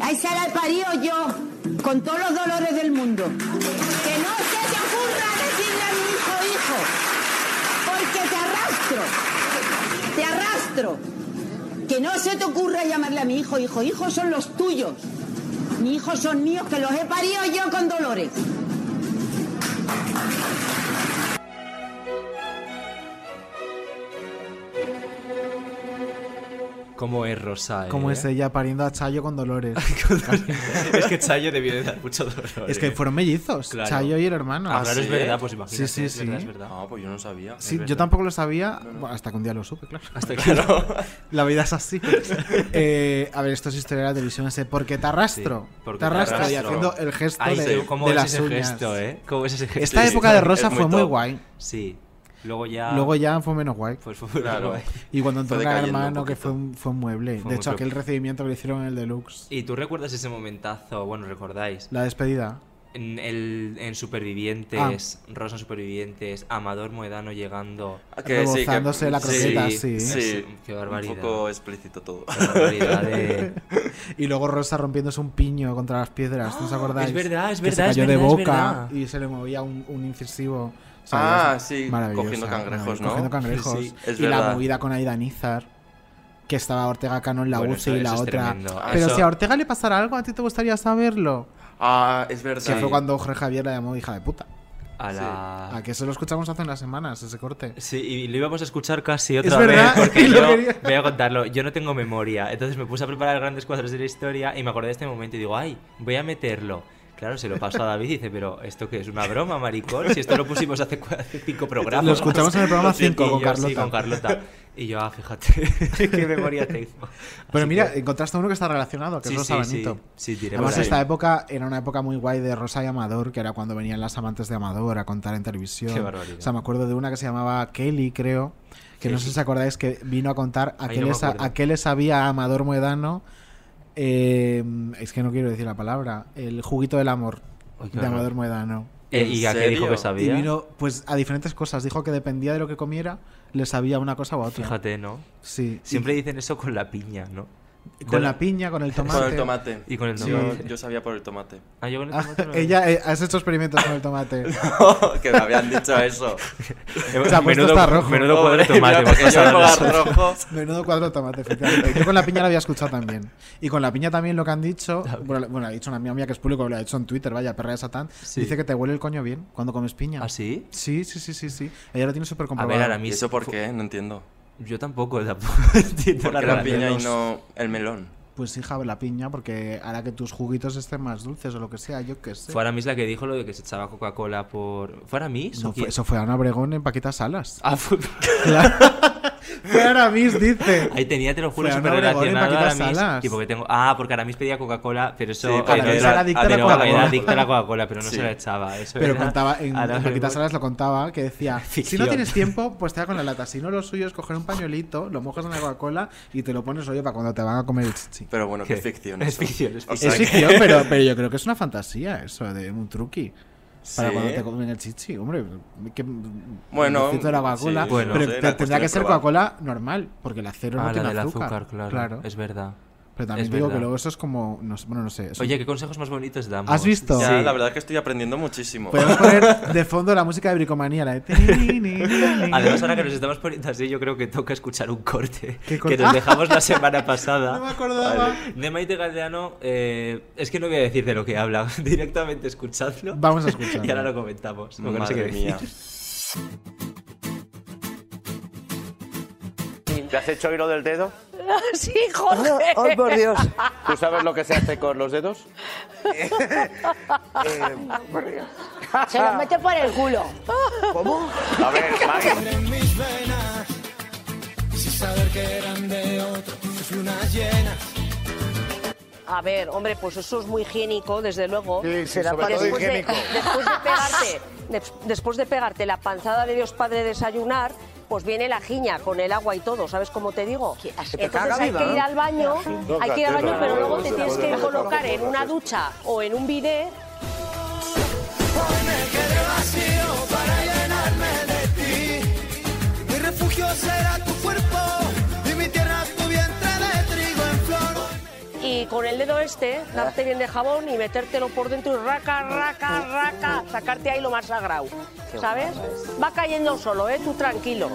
Speaker 20: ahí se la he parido yo, con todos los dolores del mundo. Que no se te ocurra decirle a mi hijo, hijo, porque te arrastro, te arrastro. Que no se te ocurra llamarle a mi hijo, hijo, hijo son los tuyos. Mis hijos son míos que los he parido yo con dolores.
Speaker 5: Como es Rosa, ¿eh?
Speaker 3: Como es ella pariendo a Chayo con dolores.
Speaker 5: es que Chayo debió de dar mucho dolor.
Speaker 3: Es que
Speaker 5: ¿eh?
Speaker 3: fueron mellizos,
Speaker 5: Claro.
Speaker 3: Chayo y el hermano.
Speaker 5: Ah, claro, es verdad, pues imagínate.
Speaker 3: Sí, sí,
Speaker 5: es
Speaker 3: sí.
Speaker 5: verdad, es verdad.
Speaker 7: Ah, pues yo no sabía.
Speaker 3: Sí, yo tampoco lo sabía, bueno, hasta que un día lo supe, claro.
Speaker 5: Hasta que-
Speaker 7: Claro.
Speaker 3: La vida es así. Eh, a ver, esto es historia de la televisión ese. Porque te arrastro.
Speaker 5: Sí, porque
Speaker 3: te, arrastro, y haciendo el gesto
Speaker 5: Ay,
Speaker 3: de,
Speaker 5: sí, ¿cómo
Speaker 3: de
Speaker 5: es
Speaker 3: las
Speaker 5: ese
Speaker 3: uñas.
Speaker 5: gesto, eh? ¿Cómo es ese gesto?
Speaker 3: Esta
Speaker 5: Sí,
Speaker 3: época de
Speaker 5: es
Speaker 3: Rosa fue muy
Speaker 5: top.
Speaker 3: guay.
Speaker 5: Sí. Luego ya.
Speaker 3: Luego ya fue menos guay.
Speaker 5: Pues fue menos Claro. guay.
Speaker 3: Y cuando entró
Speaker 5: Fue
Speaker 3: el
Speaker 5: decayendo un
Speaker 3: hermano, que fue un, fue un mueble.
Speaker 5: Fue
Speaker 3: de
Speaker 5: muy
Speaker 3: hecho,
Speaker 5: pro-
Speaker 3: aquel recibimiento que le hicieron en el deluxe.
Speaker 5: ¿Y tú recuerdas ese momentazo? Bueno, recordáis.
Speaker 3: La despedida.
Speaker 5: En, el, en Supervivientes,
Speaker 3: Ah.
Speaker 5: Rosa en Supervivientes, Amador Moedano llegando.
Speaker 7: Ah, Que sí, que-
Speaker 3: Rebozándose la croqueta, sí.
Speaker 7: sí.
Speaker 5: Qué barbaridad.
Speaker 7: Un poco explícito todo.
Speaker 5: Qué barbaridad de-
Speaker 3: y luego Rosa rompiéndose un piño contra las piedras, ¿no os acordáis?
Speaker 5: Ah, es verdad, es
Speaker 3: Que
Speaker 5: verdad, es
Speaker 3: Se cayó
Speaker 5: verdad,
Speaker 3: de
Speaker 5: es
Speaker 3: boca
Speaker 5: verdad.
Speaker 3: y se le movía un, un incisivo.
Speaker 7: Ah,
Speaker 3: ¿sabes?
Speaker 7: sí,
Speaker 3: Maravillosa,
Speaker 7: cogiendo cangrejos,
Speaker 3: maravillosa,
Speaker 7: ¿no?
Speaker 3: Cogiendo cangrejos.
Speaker 7: Sí, es
Speaker 3: y la
Speaker 7: verdad.
Speaker 3: movida con Aida Nizar, que estaba Ortega Cano en la
Speaker 7: Bueno,
Speaker 3: UCI
Speaker 7: eso-
Speaker 3: y la
Speaker 7: eso es
Speaker 3: otra.
Speaker 7: tremendo.
Speaker 5: Ah,
Speaker 3: Pero
Speaker 7: Eso-
Speaker 3: si a Ortega le pasara algo, ¿a ti te gustaría saberlo?
Speaker 7: Ah, es verdad.
Speaker 3: Que fue cuando Jorge Javier la llamó hija de puta.
Speaker 5: A la-
Speaker 3: A que eso lo escuchamos hace unas semanas, ese corte.
Speaker 5: Sí, y lo íbamos a escuchar casi otra
Speaker 3: verdad,
Speaker 5: vez. Porque
Speaker 3: lo
Speaker 5: yo,
Speaker 3: quería.
Speaker 5: voy a contarlo, yo no tengo memoria. Entonces me puse a preparar grandes cuadros de la historia y me acordé de este momento y digo, ay, voy a meterlo. Claro, se lo paso a David y dice, pero ¿esto qué es? ¿Una broma, maricón? Si esto lo pusimos hace, cua- hace cinco programas.
Speaker 3: Lo escuchamos en el programa
Speaker 5: Sí,
Speaker 3: cinco
Speaker 5: y
Speaker 3: con
Speaker 5: yo, sí,
Speaker 3: Carlota.
Speaker 5: con Carlota. Y yo, ah, fíjate, qué memoria tengo.
Speaker 3: Pero
Speaker 5: Así
Speaker 3: mira,
Speaker 5: que-
Speaker 3: encontraste uno que está relacionado, que
Speaker 5: Sí,
Speaker 3: es Rosa
Speaker 5: sí,
Speaker 3: Benito.
Speaker 5: sí, sí, tiré por
Speaker 3: Además,
Speaker 5: ahí.
Speaker 3: esta época era una época muy guay de Rosa y Amador, que era cuando venían las amantes de Amador a contar en televisión.
Speaker 5: Qué barbaridad.
Speaker 3: O sea, me acuerdo de una que se llamaba Kelly, creo. Que no
Speaker 5: Kelly.
Speaker 3: sé si acordáis que vino a contar a
Speaker 5: Ay,
Speaker 3: qué,
Speaker 5: no me
Speaker 3: les, a-
Speaker 5: acuerdo.
Speaker 3: a qué le sabía a Amador Moedano. eh, es que no quiero decir la palabra. El juguito del amor
Speaker 5: Ay, qué
Speaker 3: de Amador
Speaker 5: horror.
Speaker 3: Moedano.
Speaker 5: Eh, ¿y a qué ¿En dijo que serio? sabía?
Speaker 3: Y vino, pues a diferentes cosas. Dijo que dependía de lo que comiera, le sabía una cosa u otra.
Speaker 5: Fíjate, ¿no?
Speaker 3: Sí.
Speaker 5: Siempre dicen eso con la piña, ¿no?
Speaker 3: Con la piña, con el tomate.
Speaker 7: Con el tomate.
Speaker 5: Y con el
Speaker 7: Sí,
Speaker 5: tomate.
Speaker 7: Yo, yo sabía por el tomate.
Speaker 5: Ah, yo con el
Speaker 3: Ah,
Speaker 5: tomate no.
Speaker 3: Ella, eh, has hecho experimentos con el tomate.
Speaker 7: que me habían dicho eso.
Speaker 3: Se ha puesto
Speaker 5: eh. Menudo-
Speaker 3: hasta rojo.
Speaker 5: menudo cuadro de Pobre, tomate, no, porque me pasa yo me nada. pongo rojo.
Speaker 3: Menudo cuadro de tomate, efectivamente. Yo con la piña lo había escuchado también. Y con la piña también lo que han dicho. Bueno, lo- bueno, ha dicho una amiga mía que es público, lo ha dicho en Twitter, vaya, perra de Satán.
Speaker 5: Sí.
Speaker 3: Dice que te huele el coño bien cuando comes piña.
Speaker 5: ¿Ah, sí?
Speaker 3: Sí, sí, sí, sí. sí. Ella lo tiene súper
Speaker 5: A
Speaker 3: comprobado.
Speaker 5: ver, ahora mismo.
Speaker 7: ¿Y eso por qué? No entiendo.
Speaker 5: Yo tampoco, tampoco entiendo
Speaker 7: Porque
Speaker 5: la
Speaker 7: la piña y
Speaker 5: relación.
Speaker 7: no el melón.
Speaker 3: Pues hija, la piña, porque hará que tus juguitos estén más dulces o lo que sea, yo qué sé.
Speaker 5: Fue Aramis la que dijo lo de que se echaba Coca-Cola por. ¿Fue Aramis?
Speaker 3: No,
Speaker 5: o
Speaker 3: fue-
Speaker 5: quién?
Speaker 3: eso fue Ana Obregón en Paquita Salas.
Speaker 5: Ah, fue.
Speaker 3: Claro. Fue Aramis, dice.
Speaker 5: Ahí tenía, te lo juro,
Speaker 3: Fue Ana
Speaker 5: súper
Speaker 3: Obregón y
Speaker 5: relacionado a
Speaker 3: Paquita
Speaker 5: Aramis.
Speaker 3: Salas.
Speaker 5: Y porque tengo. Ah, porque Aramis pedía Coca-Cola, pero eso.
Speaker 3: Sí,
Speaker 5: eh,
Speaker 3: Aramis
Speaker 5: no
Speaker 3: era adicta a la
Speaker 5: pero
Speaker 3: Coca-Cola.
Speaker 5: Era adicta a la Coca-Cola, pero no
Speaker 3: Sí.
Speaker 5: se la echaba. Eso
Speaker 3: Pero
Speaker 5: era-
Speaker 3: contaba, en,
Speaker 5: Ana
Speaker 3: en Paquita
Speaker 5: Obregón.
Speaker 3: Salas lo contaba, que decía, si
Speaker 5: Ficción.
Speaker 3: no tienes tiempo, pues te da con la lata. Si no, lo suyo es coger un pañuelito, lo mojas en la Coca-Cola y te lo pones hoyo para cuando te van a comer el chichi.
Speaker 7: Pero bueno, que es
Speaker 5: ¿Qué?
Speaker 7: ficción.
Speaker 5: Es
Speaker 7: eso.
Speaker 5: ficción, es
Speaker 7: O sea
Speaker 3: es
Speaker 7: que-
Speaker 3: ficción, pero, pero yo creo que es una fantasía eso, de un truqui. Para
Speaker 7: Sí.
Speaker 3: cuando te comen el chichi, hombre. Que,
Speaker 7: Bueno,
Speaker 3: necesito de la Coca-Cola.
Speaker 7: sí, bueno,
Speaker 3: pero
Speaker 7: sí,
Speaker 3: te-
Speaker 7: era
Speaker 3: tendría
Speaker 7: cuestión
Speaker 3: que
Speaker 7: de
Speaker 3: ser
Speaker 7: probar.
Speaker 3: Coca-Cola normal, porque la cero
Speaker 5: Ah,
Speaker 3: no
Speaker 5: la
Speaker 3: tiene
Speaker 5: del
Speaker 3: azúcar.
Speaker 5: azúcar, claro. Es verdad.
Speaker 3: Pero también
Speaker 5: Es
Speaker 3: digo
Speaker 5: verdad.
Speaker 3: que luego eso es como. No sé, bueno, no sé. eso-
Speaker 5: Oye, qué consejos más bonitos damos.
Speaker 3: ¿Has visto?
Speaker 7: Ya, la verdad es que estoy aprendiendo muchísimo.
Speaker 3: Podemos poner de fondo la música de bricomanía, la de.
Speaker 5: Además, ahora que nos estamos poniendo así, yo creo que toca escuchar un corte,
Speaker 3: ¿Qué corte?
Speaker 5: que nos dejamos la semana pasada.
Speaker 3: No me acordaba.
Speaker 5: De Maite Galdeano, eh, es que no voy a decir de lo que habla, directamente escuchadlo.
Speaker 3: Vamos a escucharlo.
Speaker 5: Y ahora lo comentamos. porque no sé
Speaker 7: Madre
Speaker 5: qué decir.
Speaker 7: mía.
Speaker 13: Ven,
Speaker 17: ¿Te has hecho hilo del dedo?
Speaker 15: Sí, Jorge.
Speaker 17: Ay, por Dios. ¿Tú sabes lo que se hace con los dedos? Eh,
Speaker 16: Se lo mete por el culo.
Speaker 15: ¿Cómo?
Speaker 17: A ver, Maggie.
Speaker 15: mis venas, sin saber que eran de otro, que fui una llena.
Speaker 21: A ver, hombre, pues eso es muy higiénico, desde luego.
Speaker 15: Sí, sí, sobre todo
Speaker 21: después
Speaker 15: higiénico.
Speaker 21: De, después de pegarte, des- después de pegarte la panzada de Dios Padre desayunar, pues viene la giña con el agua y todo, ¿sabes cómo te digo? Entonces
Speaker 15: caga
Speaker 21: hay
Speaker 15: viva,
Speaker 21: que ir
Speaker 15: ¿no?
Speaker 21: al baño,
Speaker 15: No,
Speaker 21: hay que ir al baño,
Speaker 15: Caterina,
Speaker 21: pero luego
Speaker 15: no
Speaker 21: te
Speaker 15: se
Speaker 21: tienes
Speaker 15: puede,
Speaker 21: que
Speaker 15: no se
Speaker 21: colocar
Speaker 15: puede,
Speaker 21: en
Speaker 15: no
Speaker 21: una
Speaker 15: se puede.
Speaker 21: ducha o en un bidet
Speaker 15: Quedé vacío para llenarme de ti. Mi refugio será tu cuerpo y mi tierra tu vientre de trigo en flor.
Speaker 21: y con el dedo este darte bien de jabón y metértelo por dentro y raca, raca, raca, sacarte ahí lo más sagrado,
Speaker 15: Qué
Speaker 21: ¿sabes?
Speaker 15: guapa
Speaker 21: Va cayendo solo, ¿eh? Tú tranquilo.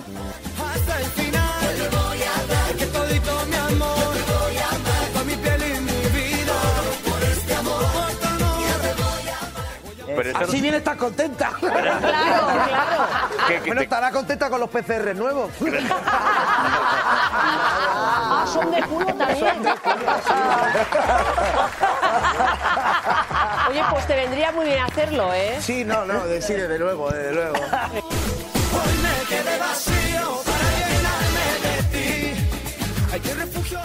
Speaker 15: Hasta el final yo te voy a dar que todito mi amor yo te voy a dar pa' mi piel y mi vida por este amor por tu amor yo te voy a
Speaker 17: Pero eso-
Speaker 22: Así viene estar contenta.
Speaker 17: ¿Qué, qué
Speaker 22: bueno,
Speaker 17: te-
Speaker 22: estará contenta con los PCR nuevos.
Speaker 15: ah, son de culo también
Speaker 21: Oye, pues te vendría muy bien hacerlo, ¿eh?
Speaker 22: sí, no, no, de- sí, desde luego, desde luego.
Speaker 15: hoy me quedé vacío para llenarme de ti hay que refugio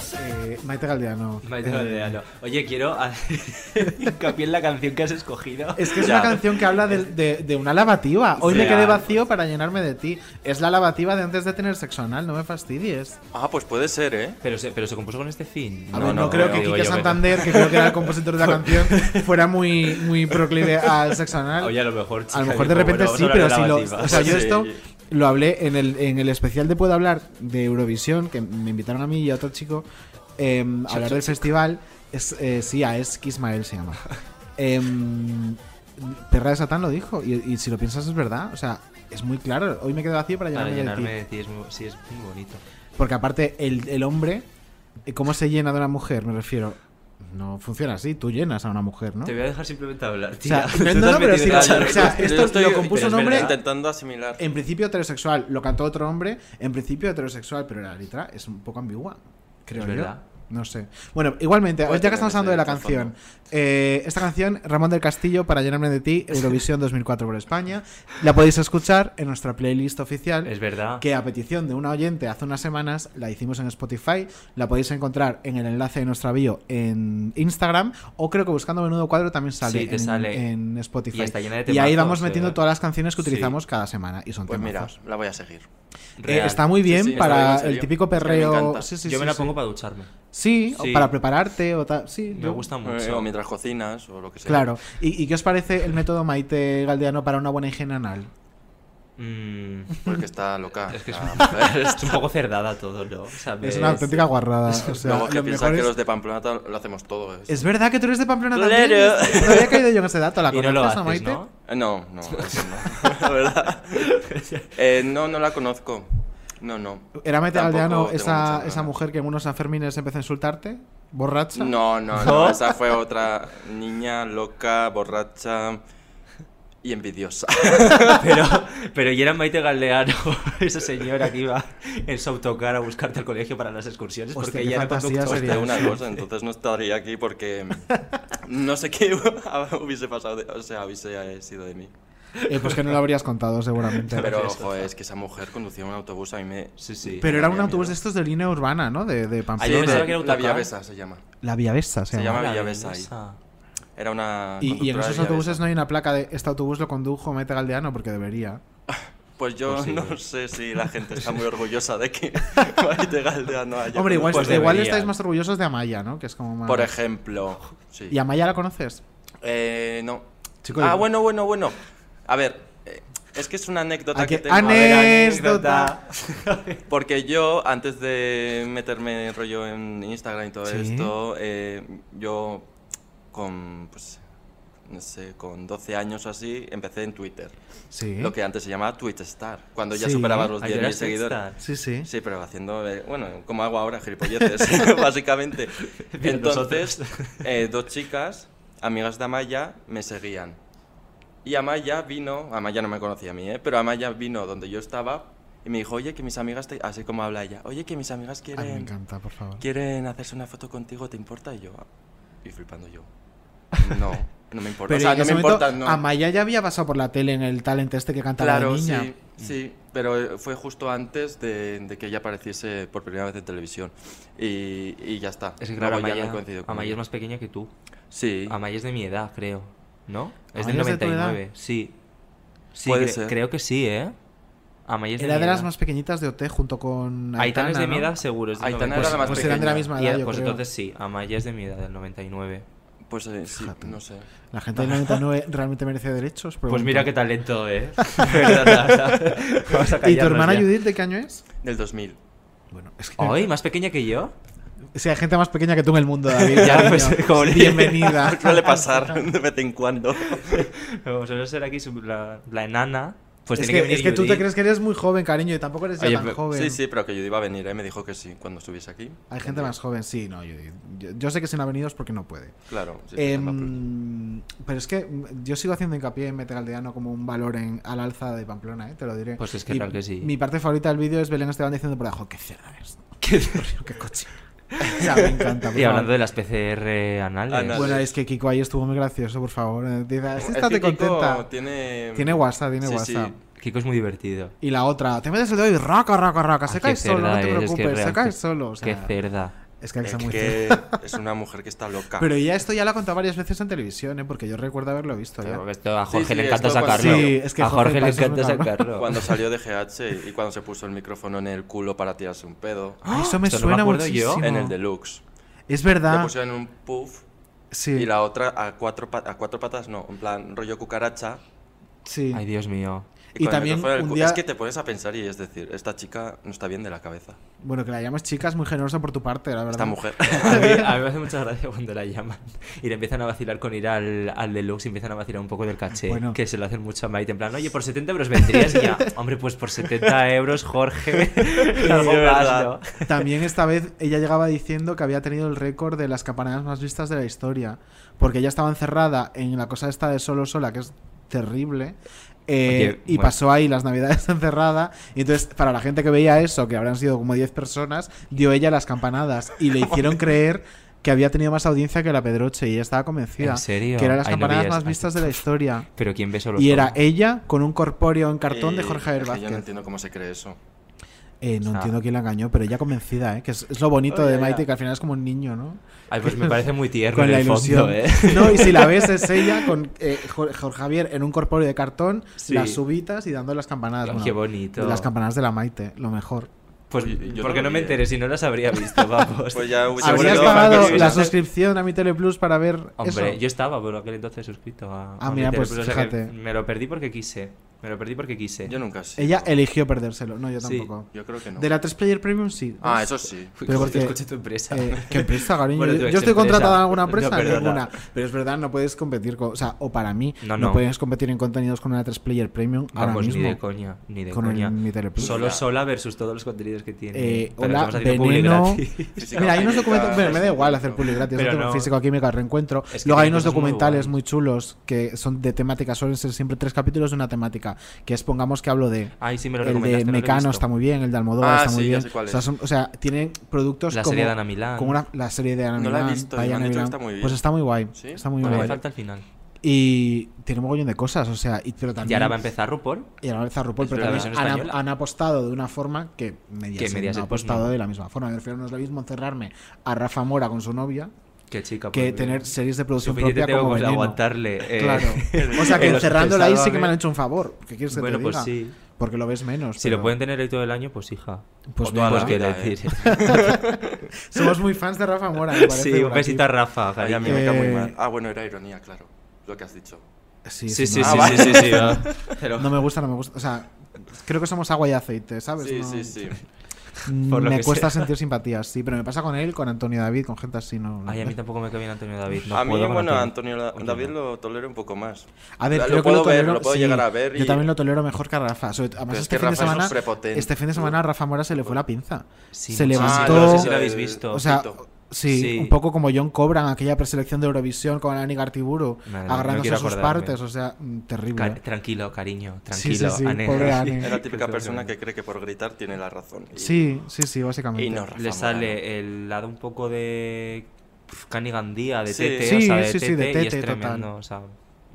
Speaker 3: Eh, Maite Galdiano.
Speaker 2: Maite Galdeano. Oye, quiero hacer hincapié en la canción que has escogido.
Speaker 3: Es que es una canción que habla de, de- de una lavativa. Hoy me
Speaker 7: Sí.
Speaker 3: quedé vacío para llenarme de ti. Es la lavativa de antes de tener sexo anal, no me fastidies.
Speaker 7: Ah, pues puede ser, ¿eh?
Speaker 2: Pero se, pero se compuso con este fin.
Speaker 3: A ver, no, creo que Quique Santander, que creo que era el compositor de la canción, fuera muy, muy proclive al sexo anal.
Speaker 2: Oye, a lo mejor, chica,
Speaker 3: a lo mejor
Speaker 2: dijo,
Speaker 3: de repente
Speaker 2: bueno,
Speaker 3: sí,
Speaker 2: vamos a
Speaker 3: pero
Speaker 2: hablar
Speaker 3: si
Speaker 2: de
Speaker 3: lo.
Speaker 2: lavativa.
Speaker 3: O sea, yo
Speaker 2: Sí.
Speaker 3: esto lo hablé en el, en el especial de Puedo hablar de Eurovisión, que me invitaron a mí y a otro chico eh, a
Speaker 22: Sí,
Speaker 3: hablar
Speaker 22: otro
Speaker 3: del festival. Es, eh, sí, a Es Ismael se llama. Em, Perra de Satán lo dijo, y, y si lo piensas es verdad. O sea, es muy claro. Hoy me quedo vacío para
Speaker 2: Para
Speaker 3: llenarme,
Speaker 2: llenarme
Speaker 3: de ti.
Speaker 2: de ti, es muy, sí, es muy bonito.
Speaker 3: Porque aparte, el, el hombre, eh, ¿cómo se llena de una mujer? Me refiero. No funciona así, tú llenas a una mujer, ¿no?
Speaker 2: Te voy a dejar simplemente hablar,
Speaker 3: O sea,
Speaker 2: tía. Tú
Speaker 3: no,
Speaker 2: te
Speaker 3: no,
Speaker 2: has
Speaker 3: no, pero
Speaker 2: metido
Speaker 3: sí,
Speaker 2: en
Speaker 3: o
Speaker 2: la
Speaker 3: sea,
Speaker 2: ley.
Speaker 3: o sea, esto lo compuso
Speaker 7: pero
Speaker 3: un
Speaker 7: es
Speaker 3: hombre.
Speaker 7: verdad. Intentando asimilar.
Speaker 3: En principio heterosexual, lo cantó otro hombre, en principio heterosexual, pero la letra es un poco ambigua, creo
Speaker 7: Es
Speaker 3: yo.
Speaker 7: verdad.
Speaker 3: No sé. Bueno, igualmente,
Speaker 7: Puede
Speaker 3: ya
Speaker 7: tener
Speaker 3: que estamos hablando
Speaker 7: ese
Speaker 3: de la
Speaker 7: trasfondo.
Speaker 3: canción, eh, esta canción, Ramón del Castillo, para llenarme de ti, Eurovisión 2004 por España, la podéis escuchar en nuestra playlist oficial.
Speaker 2: Es verdad.
Speaker 3: Que a petición de una oyente hace unas semanas la hicimos en Spotify, la podéis encontrar en el enlace de nuestra bio en Instagram, o creo que buscando Menudo Cuadro también sale,
Speaker 2: Sí, te
Speaker 3: en,
Speaker 2: sale.
Speaker 3: en Spotify.
Speaker 2: Y está llena de
Speaker 3: ahí
Speaker 2: temazos,
Speaker 3: vamos
Speaker 2: de
Speaker 3: metiendo
Speaker 2: verdad.
Speaker 3: todas las canciones que
Speaker 2: Sí.
Speaker 3: utilizamos cada semana, y son
Speaker 7: Pues mira,
Speaker 3: temazos.
Speaker 7: la voy a seguir.
Speaker 3: Eh, está muy bien
Speaker 7: Sí, sí,
Speaker 3: para
Speaker 7: está bien, en serio.
Speaker 3: el típico
Speaker 7: Es que a mí me
Speaker 3: perreo.
Speaker 7: encanta.
Speaker 3: sí, sí,
Speaker 2: Yo me
Speaker 3: sí,
Speaker 2: la
Speaker 3: sí.
Speaker 2: pongo para ducharme.
Speaker 3: Sí, o
Speaker 7: Sí.
Speaker 3: para prepararte o tal. Sí,
Speaker 2: Me
Speaker 3: yo-
Speaker 2: gusta mucho.
Speaker 7: Eh, o mientras cocinas o lo que sea.
Speaker 3: Claro. ¿Y, y qué os parece el método Maite Galdeano para una buena higiene anal?
Speaker 7: Porque está loca.
Speaker 2: Mm.
Speaker 7: Ah, pues,
Speaker 2: Es que es,
Speaker 7: la mujer.
Speaker 2: es un poco cerdada todo, ¿no? ¿Sabes?
Speaker 3: Es una auténtica guarrada. O sea,
Speaker 7: Luego que
Speaker 3: lo
Speaker 7: piensa
Speaker 3: mejor
Speaker 7: que
Speaker 3: es...
Speaker 7: los de Pamplona tal- lo hacemos todo. ¿eh?
Speaker 3: es verdad que tú eres de Pamplona
Speaker 7: Claro.
Speaker 3: también. No había caído yo en ese dato. ¿La
Speaker 7: Y no lo
Speaker 3: conoces a
Speaker 7: haces,
Speaker 3: Maite?
Speaker 7: ¿no? Eh, No, no, eso no. La verdad. Eh, no, no la conozco. No, no.
Speaker 3: ¿Era Maite
Speaker 7: Tampoco
Speaker 3: Galdeano
Speaker 7: tengo
Speaker 3: esa,
Speaker 7: muchas
Speaker 3: esa mujer que en unos Sanfermines empezó a insultarte? ¿Borracha?
Speaker 7: No, no, no, esa fue otra niña loca, borracha y envidiosa.
Speaker 2: Pero, pero y era Maite Galdeano, esa señora que iba en su autocar a buscarte al colegio para las excursiones
Speaker 3: Hostia,
Speaker 2: porque
Speaker 3: qué
Speaker 2: ella era
Speaker 3: fantasía
Speaker 2: conductora.
Speaker 7: Hostia, una cosa, entonces no estaría aquí porque no sé qué hubiese pasado, de- o sea, hubiese eh, sido de mí.
Speaker 3: Eh, pues que no lo habrías contado seguramente.
Speaker 7: Pero ojo, es que esa mujer conducía un autobús, a mí me...
Speaker 2: Sí, sí.
Speaker 3: Pero era un autobús de estos de línea urbana, ¿no? De, de Pamplona.
Speaker 7: Ayer pensaba que era La Villavesa se llama.
Speaker 3: La Villavesa se
Speaker 7: Se
Speaker 3: llama.
Speaker 7: llama
Speaker 3: La
Speaker 7: Villavesa ahí. Era una...
Speaker 3: Y, y en
Speaker 7: conductora
Speaker 3: esos
Speaker 7: de Villavesa.
Speaker 3: autobuses no hay una placa de este autobús lo condujo Mete Galdeano porque debería.
Speaker 7: Pues yo
Speaker 3: Pues sí.
Speaker 7: no sé si la gente está muy orgullosa de que Maite Galdeano haya...
Speaker 3: Hombre, igual,
Speaker 7: conducido.
Speaker 3: igual estáis más orgullosos de Amaya, ¿no? Que es como más...
Speaker 7: Por ejemplo, sí.
Speaker 3: ¿Y Amaya la conoces?
Speaker 7: Eh, no.
Speaker 3: Chico,
Speaker 7: ah,
Speaker 3: yo-
Speaker 7: bueno, bueno, bueno. A ver, eh, es que es una anécdota
Speaker 3: ¿A
Speaker 7: que
Speaker 3: qué?
Speaker 7: tengo.
Speaker 3: Ah, ¡Anécdota!
Speaker 7: A ver, Porque yo, antes de meterme rollo en Instagram y todo
Speaker 3: Sí.
Speaker 7: esto, eh, yo con, pues, no sé, con 12 años o así, empecé en Twitter.
Speaker 3: Sí.
Speaker 7: Lo que antes se llamaba Twitstar, cuando ya
Speaker 3: Sí.
Speaker 7: superaba los
Speaker 3: Ah,
Speaker 7: 10.000
Speaker 3: ¿eras
Speaker 7: seguidores.
Speaker 3: Twitstar? Sí, sí.
Speaker 7: Sí, pero haciendo, eh, bueno, como hago ahora, gilipolleces, básicamente.
Speaker 2: Bien,
Speaker 7: Entonces, eh, dos chicas, amigas de Amaya, me seguían. Y Amaya vino, Amaya no me conocía a mí, ¿eh? pero Amaya vino donde yo estaba y Y me dijo, oye, que mis amigas, te-", así como habla ella, oye, que mis amigas quieren...
Speaker 3: Ay, me encanta, por favor.
Speaker 7: ¿Quieren hacerse una foto contigo? ¿Te importa? Y yo, "Ah". y flipando yo. No, no me importa.
Speaker 3: Pero
Speaker 7: o sea,
Speaker 3: en
Speaker 7: no
Speaker 3: ese
Speaker 7: me
Speaker 3: momento,
Speaker 7: importa, no.
Speaker 3: Amaya ya había pasado por la tele en el talent este que cantaba
Speaker 7: Claro,
Speaker 3: la niña. Mm.
Speaker 7: sí, sí, pero eh, fue justo antes de, de que ella apareciese por primera vez en televisión. Y, y ya está.
Speaker 5: Es que claro,
Speaker 7: Luego ya no he
Speaker 5: Amaya,
Speaker 7: coincidido con
Speaker 5: Amaya
Speaker 7: ella.
Speaker 5: es más pequeña que tú.
Speaker 7: Sí.
Speaker 5: Amaya es de mi edad, creo. ¿No? Es del
Speaker 3: ¿Amaya es de tu edad?
Speaker 5: 99, sí. Sí,
Speaker 7: Puede
Speaker 5: cre-
Speaker 7: ser.
Speaker 5: creo que sí, ¿eh? Amaya es de
Speaker 3: Era
Speaker 5: mi
Speaker 3: de las
Speaker 5: edad.
Speaker 3: más pequeñitas de OT junto con
Speaker 5: Aitana es de
Speaker 3: ¿no?
Speaker 5: mi edad, seguro. Es del
Speaker 7: Aitana
Speaker 5: 99.
Speaker 7: era la más
Speaker 3: Pues eran de la
Speaker 7: pequeña.
Speaker 3: misma edad,
Speaker 5: Ya,
Speaker 3: yo
Speaker 5: Pues
Speaker 3: creo.
Speaker 5: entonces sí, Amaya es de mi edad, del 99.
Speaker 7: Pues sí, no sé.
Speaker 3: La gente del 99 realmente merece derechos.
Speaker 5: Pues
Speaker 3: Pregunto.
Speaker 5: mira qué talento, ¿eh? Vamos a
Speaker 3: ¿Y tu
Speaker 5: callarnos
Speaker 3: hermana
Speaker 5: ya.
Speaker 3: Judith de qué año es?
Speaker 7: Del 2000.
Speaker 3: Bueno, es
Speaker 5: ¿Hoy? ¿Más pequeña que yo?
Speaker 3: Si hay gente más pequeña que tú en el mundo, David.
Speaker 5: Ya,
Speaker 3: cariño.
Speaker 5: pues, como le-
Speaker 3: Bienvenida.
Speaker 7: Suele pasar de vez en cuando.
Speaker 5: Vamos a ser aquí su- la, la enana. Pues
Speaker 3: es
Speaker 5: tiene que,
Speaker 3: que,
Speaker 5: venir
Speaker 3: es que tú te
Speaker 5: Judith.
Speaker 3: crees que eres muy joven, cariño, y tampoco eres ya
Speaker 7: Oye,
Speaker 3: tan
Speaker 7: pero-
Speaker 3: joven.
Speaker 7: Sí, sí, pero que yo iba a venir, ¿eh? me dijo que sí, cuando estuviese aquí.
Speaker 3: Hay gente más joven, sí, no, Judith. Yo, yo sé que si no ha venido es porque no puede.
Speaker 7: Claro, sí,
Speaker 3: Em,
Speaker 7: tampoco.
Speaker 3: pero es que mm, yo sigo haciendo hincapié en meter al Aldeano como un valor en, al alza de Pamplona, ¿eh? te lo diré.
Speaker 5: Pues es que
Speaker 3: Y
Speaker 5: real que sí.
Speaker 3: Mi parte favorita del vídeo es Belén Esteban diciendo por abajo, qué cerda es. Qué qué coche. O sea, me encanta. por
Speaker 5: Y
Speaker 3: favor.
Speaker 5: hablando de las PCR anales.
Speaker 3: Bueno, es que Kiko ahí estuvo muy gracioso, por favor. Eh, Dice, "Sí,
Speaker 7: Es
Speaker 3: estate
Speaker 7: que Kiko
Speaker 3: contenta.
Speaker 7: tiene-
Speaker 3: Tiene WhatsApp, tiene
Speaker 7: Sí, sí.
Speaker 3: WhatsApp.
Speaker 5: Kiko es muy divertido.
Speaker 3: Y la otra, te metes el dedo y raca, raca, raca.
Speaker 5: Ah,
Speaker 3: Se
Speaker 5: qué
Speaker 3: cae solo, no te
Speaker 5: cerda es, es que
Speaker 3: preocupes, se
Speaker 5: real
Speaker 3: cae
Speaker 5: que-
Speaker 3: solo. o sea,
Speaker 5: qué cerda.
Speaker 3: Es que hay que ser muy
Speaker 7: que
Speaker 3: cerda.
Speaker 7: es una mujer que está loca.
Speaker 3: Pero ya esto ya lo ha contado varias veces en televisión, ¿eh? porque yo recuerdo haberlo visto. ya.
Speaker 5: Claro, que esto a
Speaker 7: Sí,
Speaker 5: Jorge
Speaker 7: sí,
Speaker 5: le encanta
Speaker 7: esto cuando-
Speaker 5: sacarlo.
Speaker 3: Sí, es que
Speaker 5: a Jorge, le
Speaker 3: Jorge Pasos
Speaker 5: encanta
Speaker 3: es un cabrón.
Speaker 5: sacarlo.
Speaker 7: Cuando salió de GH y cuando se puso el micrófono en el culo para tirarse un pedo.
Speaker 3: Ah, eso me Eso no me suena
Speaker 5: acuerdo yo. muchísimo.
Speaker 7: En el deluxe.
Speaker 3: Es verdad.
Speaker 7: Le pusieron un puff.
Speaker 3: Sí.
Speaker 7: Y la otra a cuatro, pa- a cuatro patas, no, en plan rollo cucaracha.
Speaker 3: Sí.
Speaker 5: Ay, Dios mío.
Speaker 3: Y
Speaker 7: Y, con el
Speaker 3: también
Speaker 7: micrófono en el
Speaker 3: un
Speaker 7: cu-
Speaker 3: día-
Speaker 7: Es que te pones a pensar y es decir, esta chica no está bien de la cabeza.
Speaker 3: Bueno, que la llamas chica es muy generosa por tu parte, la verdad.
Speaker 7: Esta mujer.
Speaker 5: A mí, a mí me hace mucha gracia cuando la llaman y le empiezan a vacilar con ir al, al deluxe y empiezan a vacilar un poco del caché.
Speaker 3: Bueno.
Speaker 5: Que se lo hacen mucho a Maite. En plan, oye, por 70 euros vendrías Y ya. Hombre, pues por 70 euros, Jorge. algo
Speaker 7: es
Speaker 5: más,
Speaker 7: verdad.
Speaker 5: ¿no?
Speaker 3: También esta vez ella llegaba diciendo que había tenido el récord de las campanadas más vistas de la historia. Porque ella estaba encerrada en la cosa esta de solo sola, que es terrible. eh,
Speaker 5: Oye,
Speaker 3: y
Speaker 5: bueno.
Speaker 3: pasó ahí las navidades encerrada. Y entonces, para la gente que veía eso, que habrán sido como 10 personas, dio ella las campanadas. Y le hicieron creer que había tenido más audiencia que la Pedroche. Y ella estaba convencida.
Speaker 5: ¿En serio?
Speaker 3: Que eran las
Speaker 5: Ay, no
Speaker 3: campanadas
Speaker 5: veías-
Speaker 3: más vistas de la historia.
Speaker 5: Pero ¿quién ve solo
Speaker 3: Y era
Speaker 5: sola?
Speaker 3: ella con un corpóreo en cartón de
Speaker 7: Y
Speaker 3: Jorge Javier
Speaker 7: es que Yo no
Speaker 3: Vázquez.
Speaker 7: entiendo cómo se cree eso.
Speaker 3: Eh, no
Speaker 5: O sea- Oh,
Speaker 3: entiendo quién la engañó, pero ella convencida, ¿eh? Que es, es lo bonito
Speaker 7: Oye,
Speaker 3: de
Speaker 7: ya.
Speaker 3: Maite, que al final es como un niño, ¿no?
Speaker 5: Ay, pues me parece muy tierno
Speaker 3: Con
Speaker 5: en
Speaker 3: la
Speaker 5: el fondo,
Speaker 3: ilusión.
Speaker 5: ¿eh?
Speaker 3: No, y si la ves es ella con eh, Jor- Jorge Javier en un corpóreo de cartón,
Speaker 5: Sí.
Speaker 3: las subitas y dando las campanadas.
Speaker 5: Ay,
Speaker 3: Bueno,
Speaker 5: qué bonito.
Speaker 3: Las campanadas de la Maite, lo mejor.
Speaker 5: Pues,
Speaker 7: yo no
Speaker 5: porque
Speaker 7: lo
Speaker 5: no me
Speaker 7: vi, ¿eh?
Speaker 5: enteré, si no las habría visto, vamos.
Speaker 7: Pues ya hubiese
Speaker 5: Seguro
Speaker 3: ¿Habrías
Speaker 5: que-
Speaker 3: pagado la
Speaker 5: Hombre,
Speaker 3: suscripción a mi Teleplus para ver
Speaker 5: Hombre,
Speaker 3: eso?
Speaker 5: yo estaba por aquel entonces suscrito a.
Speaker 3: Ah,
Speaker 5: a
Speaker 3: mira, pues,
Speaker 5: Teleplus, o sea que
Speaker 3: fíjate.
Speaker 5: me lo perdí porque quise. Me lo perdí porque quise.
Speaker 7: Yo nunca sé.
Speaker 3: Ella eligió perdérselo. No, yo
Speaker 5: Sí,
Speaker 3: tampoco.
Speaker 7: yo creo que no.
Speaker 3: De la 3 Player Premium, sí.
Speaker 7: Ah, eso sí.
Speaker 3: Pero porque,
Speaker 5: Escucha tu empresa.
Speaker 3: eh, ¿Qué empresa, cariño?
Speaker 5: Bueno,
Speaker 3: Yo-
Speaker 5: tu
Speaker 3: yo estoy
Speaker 5: exempresa.
Speaker 3: contratada en alguna
Speaker 5: No,
Speaker 3: empresa,
Speaker 5: perdona.
Speaker 3: ninguna. Pero es verdad, no puedes competir con. O sea, o para mí, no,
Speaker 5: No, no.
Speaker 3: puedes competir en contenidos con una 3 Player Premium ahora
Speaker 5: Vamos,
Speaker 3: mismo.
Speaker 5: ni de coña, ni de
Speaker 3: con el-
Speaker 5: coña.
Speaker 3: mi Teleplus.
Speaker 5: Solo sola versus todos los contenidos que tiene.
Speaker 3: Eh,
Speaker 5: Pero
Speaker 3: hola,
Speaker 5: estamos haciendo publi
Speaker 3: veneno.
Speaker 5: gratis.
Speaker 3: Mira, hay unos documentales. Bueno, me da igual hacer public gratis.
Speaker 5: Pero
Speaker 3: yo tengo
Speaker 5: no.
Speaker 3: físico, química, reencuentro.
Speaker 5: Es que
Speaker 3: Luego hay
Speaker 5: tiene
Speaker 3: unos
Speaker 5: cosas muy
Speaker 3: documentales muy, chulos que son de temática. Suelen ser siempre tres capítulos de una temática. Que es, pongamos que hablo de.
Speaker 5: Ay, sí, me lo
Speaker 3: el de
Speaker 5: recomendaste, no lo he
Speaker 3: Mecano
Speaker 5: visto.
Speaker 3: está muy bien, el de Almodóvar
Speaker 7: Ah,
Speaker 3: está muy
Speaker 7: sí, ya
Speaker 3: bien.
Speaker 7: sé cuál
Speaker 3: O sea,
Speaker 7: es.
Speaker 3: son- o sea, tienen productos
Speaker 5: La
Speaker 3: como.
Speaker 5: serie de Ana Milán.
Speaker 3: como una- la serie de Ana
Speaker 7: No la he
Speaker 3: Milán,
Speaker 7: visto y
Speaker 3: Vaya
Speaker 7: me han
Speaker 3: Ana
Speaker 7: dicho que
Speaker 3: Milán.
Speaker 7: está muy bien.
Speaker 3: Pues está muy guay.
Speaker 7: ¿Sí?
Speaker 3: Está muy
Speaker 5: Bueno,
Speaker 3: guay.
Speaker 5: me falta el final.
Speaker 3: Y tiene mogollón de cosas, o sea, y, pero también.
Speaker 5: Y ahora va a empezar RuPaul.
Speaker 3: Y ahora va a empezar RuPaul,
Speaker 5: Es
Speaker 3: pero
Speaker 5: la
Speaker 3: también
Speaker 5: versión
Speaker 3: han,
Speaker 5: española.
Speaker 3: han apostado de una forma que Mediaset,
Speaker 5: Que Mediaset,
Speaker 3: no ha
Speaker 5: pues,
Speaker 3: apostado
Speaker 5: no.
Speaker 3: de la misma forma. Me refiero, no es lo mismo encerrarme a Rafa Mora con su novia
Speaker 5: Qué chica.
Speaker 3: que
Speaker 5: pues,
Speaker 3: tener series de producción
Speaker 5: suficiente
Speaker 3: propia
Speaker 5: tengo
Speaker 3: como
Speaker 5: con
Speaker 3: Veneno.
Speaker 5: aguantarle, eh,
Speaker 3: Claro. O sea, que
Speaker 5: en los
Speaker 3: encerrándola ahí sí que
Speaker 5: Sálvame.
Speaker 3: me han hecho un favor. ¿Qué quieres que
Speaker 5: Bueno,
Speaker 3: te diga?
Speaker 5: pues sí.
Speaker 3: Porque lo ves menos.
Speaker 5: Si
Speaker 3: pero-
Speaker 5: lo pueden tener ahí todo el año, pues hija.
Speaker 3: Pues
Speaker 5: O toda
Speaker 3: mira.
Speaker 5: la vida,
Speaker 3: Venga,
Speaker 5: eh.
Speaker 3: Somos muy fans de Rafa Mora, me parece.
Speaker 5: Sí,
Speaker 3: por
Speaker 5: un besito a
Speaker 3: aquí.
Speaker 5: Rafa,
Speaker 7: Ay, a mí
Speaker 5: cariño.
Speaker 7: me cae muy
Speaker 3: Eh,
Speaker 7: mal. Ah, bueno, era ironía, claro. Lo que has dicho.
Speaker 3: Sí,
Speaker 5: Sí,
Speaker 3: sí,
Speaker 5: sí,
Speaker 3: no.
Speaker 5: sí,
Speaker 3: Ah,
Speaker 5: sí,
Speaker 3: vale.
Speaker 5: sí, sí, va. Pero-
Speaker 3: No me gusta, no me gusta. O sea, creo que somos agua y aceite, ¿sabes?
Speaker 7: Sí,
Speaker 3: No- Mm,
Speaker 7: sí, sí.
Speaker 5: Por lo
Speaker 3: me
Speaker 5: que
Speaker 3: cuesta
Speaker 5: sea.
Speaker 3: sentir simpatías, sí, pero me pasa con él, con Antonio David, con gente así, no. no
Speaker 5: Ay, a
Speaker 3: sé.
Speaker 5: mí tampoco me cae bien Antonio David. No
Speaker 7: a mí,
Speaker 5: puedo con
Speaker 7: bueno,
Speaker 5: Antonio.
Speaker 7: Antonio Da-
Speaker 5: Oye,
Speaker 7: David
Speaker 5: no.
Speaker 7: lo tolero un poco más.
Speaker 3: A ver,
Speaker 7: lo
Speaker 3: creo que
Speaker 7: puedo ver,
Speaker 3: tolero-
Speaker 7: lo puedo
Speaker 3: sí,
Speaker 7: llegar a ver. Y...
Speaker 3: Yo también lo tolero mejor que a Rafa. sobre- además,
Speaker 7: es
Speaker 3: este
Speaker 7: que
Speaker 3: fin, de
Speaker 7: Rafa es un
Speaker 3: semana,
Speaker 7: prepotente.
Speaker 3: este fin de semana a Rafa Mora se le fue la pinza.
Speaker 5: Sí,
Speaker 3: se
Speaker 5: muchísimo.
Speaker 3: levantó.
Speaker 5: Ah, no sé si lo habéis visto.
Speaker 3: O sea,
Speaker 7: Pito.
Speaker 3: Sí,
Speaker 5: Sí.
Speaker 3: un poco como John Cobran, aquella preselección de Eurovisión con Annie Gartiburu,
Speaker 5: No, no, no
Speaker 3: agarrándose
Speaker 5: quiero
Speaker 3: a sus
Speaker 5: acordarme.
Speaker 3: partes, o sea, mm, terrible.
Speaker 5: Ca- tranquilo, cariño,
Speaker 3: Sí, sí,
Speaker 5: tranquilo,
Speaker 3: sí,
Speaker 5: Ane.
Speaker 3: pobre Ane.
Speaker 7: Es la típica persona que cree que por gritar tiene la razón. Y-
Speaker 3: Sí, sí, sí, básicamente.
Speaker 7: Y no, Rafa
Speaker 5: Le
Speaker 7: Morán.
Speaker 5: sale el lado un poco de pf, Cani Gandía, de
Speaker 7: Sí.
Speaker 5: Tete,
Speaker 3: Sí,
Speaker 5: o sea, de
Speaker 3: sí, sí, de
Speaker 5: Tete, y es
Speaker 3: Tete, total.
Speaker 5: tremendo, o sea,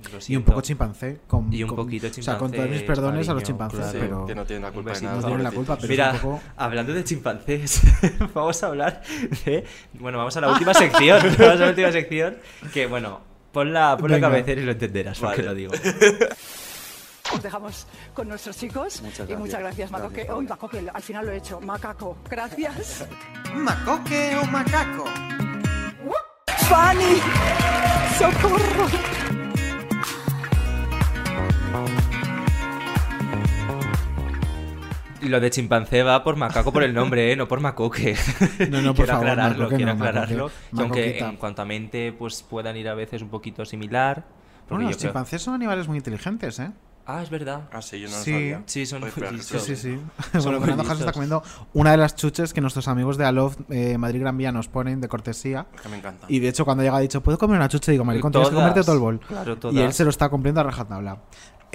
Speaker 5: lo
Speaker 3: Y un
Speaker 5: siento.
Speaker 3: poco chimpancé. Con,
Speaker 5: Y un
Speaker 3: con-
Speaker 5: poquito
Speaker 3: O sea, con todos mis
Speaker 5: chimpancés,
Speaker 3: perdones a los
Speaker 5: cariño,
Speaker 3: chimpancés,
Speaker 5: claro.
Speaker 3: pero.
Speaker 7: que no tienen la
Speaker 5: Un
Speaker 7: culpa de
Speaker 5: besito,
Speaker 7: nada,
Speaker 3: No tienen la
Speaker 5: pobrecitos.
Speaker 3: culpa, pero
Speaker 5: Mira,
Speaker 3: es un poco-
Speaker 5: hablando de chimpancés, vamos a hablar de. Bueno, vamos a la última sección. vamos a la última sección. Que bueno, pon la, pon la
Speaker 6: Venga.
Speaker 5: cabecera y lo entenderás, porque
Speaker 7: Vale.
Speaker 5: lo digo.
Speaker 6: Os dejamos con nuestros chicos.
Speaker 5: Muchas
Speaker 6: Y muchas
Speaker 5: gracias.
Speaker 6: gracias, Macoque. Hoy Macoque, al final lo he hecho. Macaco, gracias.
Speaker 23: ¿Macoque o macaco?
Speaker 6: ¡Fanny! ¡Socorro!
Speaker 5: Lo de chimpancé va por macaco por el nombre, ¿eh? no por macoque.
Speaker 3: No, no, por
Speaker 5: quiero
Speaker 3: favor,
Speaker 5: aclararlo,
Speaker 3: macoque
Speaker 5: quiero
Speaker 3: no, macoque.
Speaker 5: aclararlo. que aunque
Speaker 3: Macoquita.
Speaker 5: en cuanto a mente pues puedan ir a veces un poquito similar. porque
Speaker 3: Bueno,
Speaker 5: yo
Speaker 3: los
Speaker 5: creo-
Speaker 3: chimpancés son animales muy inteligentes, ¿eh?
Speaker 5: Ah, es verdad.
Speaker 7: Ah, sí, yo no lo
Speaker 3: Sí,
Speaker 7: sabía.
Speaker 5: Sí, son
Speaker 7: Oye, espera,
Speaker 5: muy
Speaker 7: que
Speaker 3: Sí, sí, sí.
Speaker 7: Son
Speaker 3: Bueno,
Speaker 7: muy
Speaker 3: Fernando Hans está
Speaker 7: listos.
Speaker 3: comiendo una de las chuches que nuestros amigos de Alof eh, Madrid Gran Vía nos ponen de cortesía.
Speaker 7: Que me encanta.
Speaker 3: Y de hecho, cuando llega, ha dicho: ¿Puedo comer una chuche? Digo, Maricón, tienes que
Speaker 5: Todas.
Speaker 3: comerte todo el bol.
Speaker 5: Claro,
Speaker 3: y él
Speaker 5: todas.
Speaker 3: se lo está cumpliendo a rajatabla.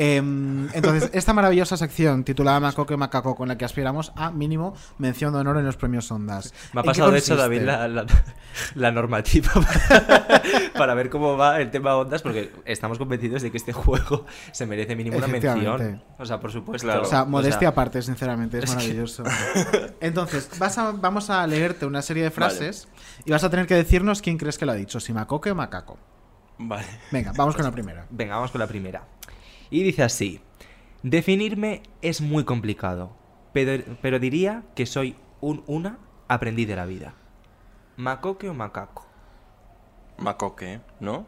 Speaker 3: Em, entonces, esta maravillosa sección titulada Macoque Macaco, con la que aspiramos a mínimo mención de honor en los premios Ondas.
Speaker 5: Me
Speaker 3: ¿En
Speaker 5: ha
Speaker 3: qué
Speaker 5: pasado, de hecho,
Speaker 3: consiste?
Speaker 5: David, la, la- la normativa para, para ver cómo va el tema ondas, porque estamos convencidos de que este juego se merece mínimo una mención.
Speaker 3: Efectivamente.
Speaker 5: O sea, por supuesto.
Speaker 3: O sea, modestia
Speaker 5: sea,
Speaker 3: aparte, sinceramente, es,
Speaker 5: es que-
Speaker 3: maravilloso. Entonces, vas a- vamos a leerte una serie de frases y vas a tener que decirnos quién crees que lo ha dicho, si macoque o macaco.
Speaker 7: Vale.
Speaker 3: Venga, vamos con la primera.
Speaker 5: Venga, vamos con la primera. Y dice así: Definirme es muy complicado, pero, pero diría que soy un una aprendí de la vida. ¿Macoque o macaco?
Speaker 7: Macoque, ¿no?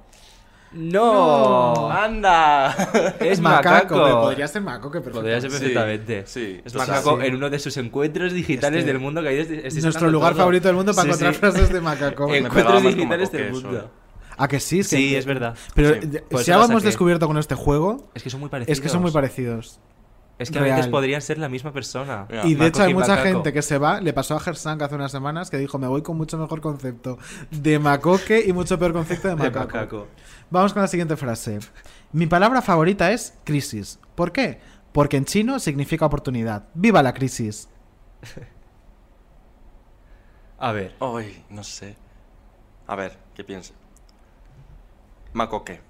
Speaker 5: ¡No! ¡Anda! Es macaco.
Speaker 3: pero podría ser macoque, perfecto.
Speaker 5: Podría ser perfectamente.
Speaker 7: sí.
Speaker 5: es
Speaker 7: O sea,
Speaker 5: macaco
Speaker 7: sí.
Speaker 5: en uno de sus encuentros digitales
Speaker 7: Este-
Speaker 5: del mundo que ahí es- es-
Speaker 3: Nuestro
Speaker 5: estando
Speaker 3: lugar
Speaker 5: todo.
Speaker 3: favorito del mundo para
Speaker 5: Sí,
Speaker 3: encontrar
Speaker 5: sí.
Speaker 3: frases de macaco. Me pegaba más
Speaker 5: encuentros
Speaker 3: con
Speaker 5: digitales del
Speaker 3: macaco que
Speaker 5: mundo.
Speaker 3: ¿A que sí?
Speaker 5: Sí, es verdad.
Speaker 3: Pero
Speaker 5: Sí.
Speaker 3: eh,
Speaker 5: Pues
Speaker 3: si
Speaker 5: eso
Speaker 3: algo
Speaker 5: pasa
Speaker 3: hemos
Speaker 5: que-
Speaker 3: descubierto con este juego.
Speaker 5: Es que son muy
Speaker 3: Es que son muy
Speaker 5: parecidos.
Speaker 3: parecidos.
Speaker 5: Es que a
Speaker 3: Real.
Speaker 5: veces podrían ser la misma persona.
Speaker 3: Y de hecho hay mucha gente
Speaker 5: que
Speaker 3: que se va, le pasó a Gersank hace unas semanas que dijo, me voy con mucho mejor concepto de macoque y mucho peor concepto de
Speaker 5: De
Speaker 3: macaco.
Speaker 5: macaco.
Speaker 3: Vamos con la siguiente frase. Mi palabra favorita es crisis. ¿Por qué? Porque en chino significa oportunidad. ¡Viva la crisis!
Speaker 5: A ver.
Speaker 7: Ay, no sé. A ver, ¿qué piensa? Macoque.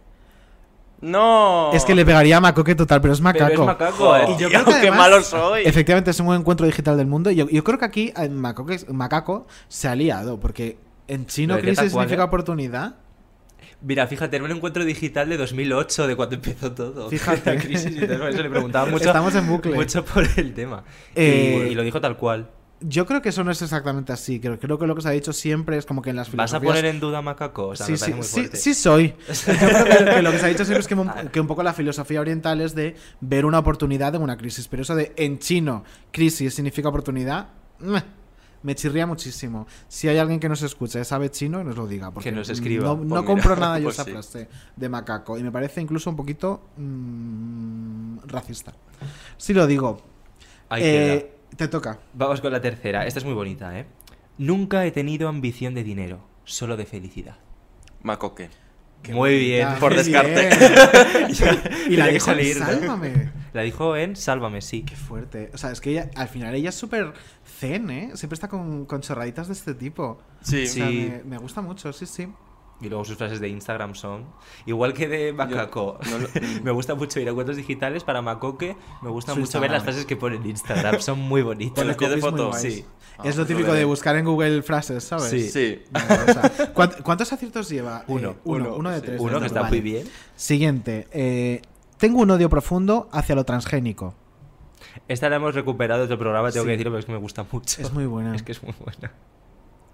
Speaker 7: No.
Speaker 3: Es que le pegaría a Macoque total, pero es macaco.
Speaker 7: Oh. es macaco. Joder,
Speaker 3: Y yo
Speaker 7: tío,
Speaker 3: creo que
Speaker 7: qué
Speaker 3: además,
Speaker 7: malo soy.
Speaker 3: Efectivamente, es un buen encuentro digital del mundo. Y Yo, yo creo que aquí eh, Macoque- macaco se ha liado, porque en chino
Speaker 5: Lo decía
Speaker 3: crisis
Speaker 5: tal cual,
Speaker 3: significa
Speaker 5: ¿eh?
Speaker 3: oportunidad.
Speaker 5: Mira, fíjate, en un encuentro digital de 2008, de cuando empezó todo.
Speaker 3: Fíjate.
Speaker 5: La crisis, y entonces por eso le preguntaban mucho.
Speaker 3: Estamos en bucle.
Speaker 5: Mucho por el tema.
Speaker 3: Eh,
Speaker 5: y, y lo dijo tal cual.
Speaker 3: Yo creo que eso no es exactamente así. Creo, creo que lo que se ha dicho siempre es como que en las
Speaker 5: ¿Vas a
Speaker 3: filosofías-
Speaker 5: poner en duda a Macaco? O sea,
Speaker 3: sí,
Speaker 5: me
Speaker 3: sí,
Speaker 5: parece muy
Speaker 3: sí,
Speaker 5: fuerte. Ah.
Speaker 3: sí soy. Yo creo que, que lo que se ha dicho siempre es que un, que un poco la filosofía oriental es de ver una oportunidad en una crisis. Pero eso de en chino, crisis significa oportunidad, meh, me chirría muchísimo. Si hay alguien que nos escucha y sabe chino, que nos lo diga. Porque
Speaker 5: Que nos escriba.
Speaker 3: No,
Speaker 5: Pues
Speaker 3: no
Speaker 5: mira,
Speaker 3: compro nada yo
Speaker 5: pues
Speaker 3: esa
Speaker 5: sí.
Speaker 3: frase de macaco. Y me parece incluso un poquito mm, racista. Sí lo digo.
Speaker 5: Ahí
Speaker 3: Eh, te toca.
Speaker 5: Vamos con la tercera. Esta es muy bonita, ¿eh? Nunca he tenido ambición de dinero, solo de felicidad.
Speaker 7: Macoque.
Speaker 5: muy bien.
Speaker 7: bonita, Por qué descarte.
Speaker 3: bien. Y la
Speaker 5: tenía que
Speaker 3: dijo en
Speaker 5: ¿no?
Speaker 3: Sálvame.
Speaker 5: La dijo en Sálvame, sí. Qué
Speaker 3: fuerte. O sea, es que ella, al final ella es súper zen, ¿eh? Siempre está con, con chorraditas de este tipo.
Speaker 5: Sí.
Speaker 3: O sea,
Speaker 5: Sí.
Speaker 3: Me, me gusta mucho, sí, sí.
Speaker 5: Y luego sus frases de Instagram son igual que de Macaco. me gusta mucho ir a cuentos digitales para Macoque. Me gusta
Speaker 3: Su
Speaker 5: mucho ver
Speaker 3: Instagram.
Speaker 5: las frases que pone en Instagram. Son muy bonitas.
Speaker 3: Pone copies muy guays.
Speaker 5: Sí.
Speaker 3: es Ah, lo típico de buscar en Google frases, ¿sabes?
Speaker 5: Sí. Sí.
Speaker 3: Vale, o sea, ¿cuánt- ¿Cuántos aciertos lleva? Eh,
Speaker 5: Uno.
Speaker 3: uno,
Speaker 5: Uno,
Speaker 3: uno de
Speaker 5: sí.
Speaker 3: tres.
Speaker 5: Uno, que está muy bien.
Speaker 3: Siguiente. eh, tengo un odio profundo hacia lo transgénico.
Speaker 5: Esta la hemos recuperado del programa, tengo
Speaker 3: Sí.
Speaker 5: que decirlo, pero es que me gusta mucho.
Speaker 3: Es muy buena.
Speaker 5: Es que es muy buena.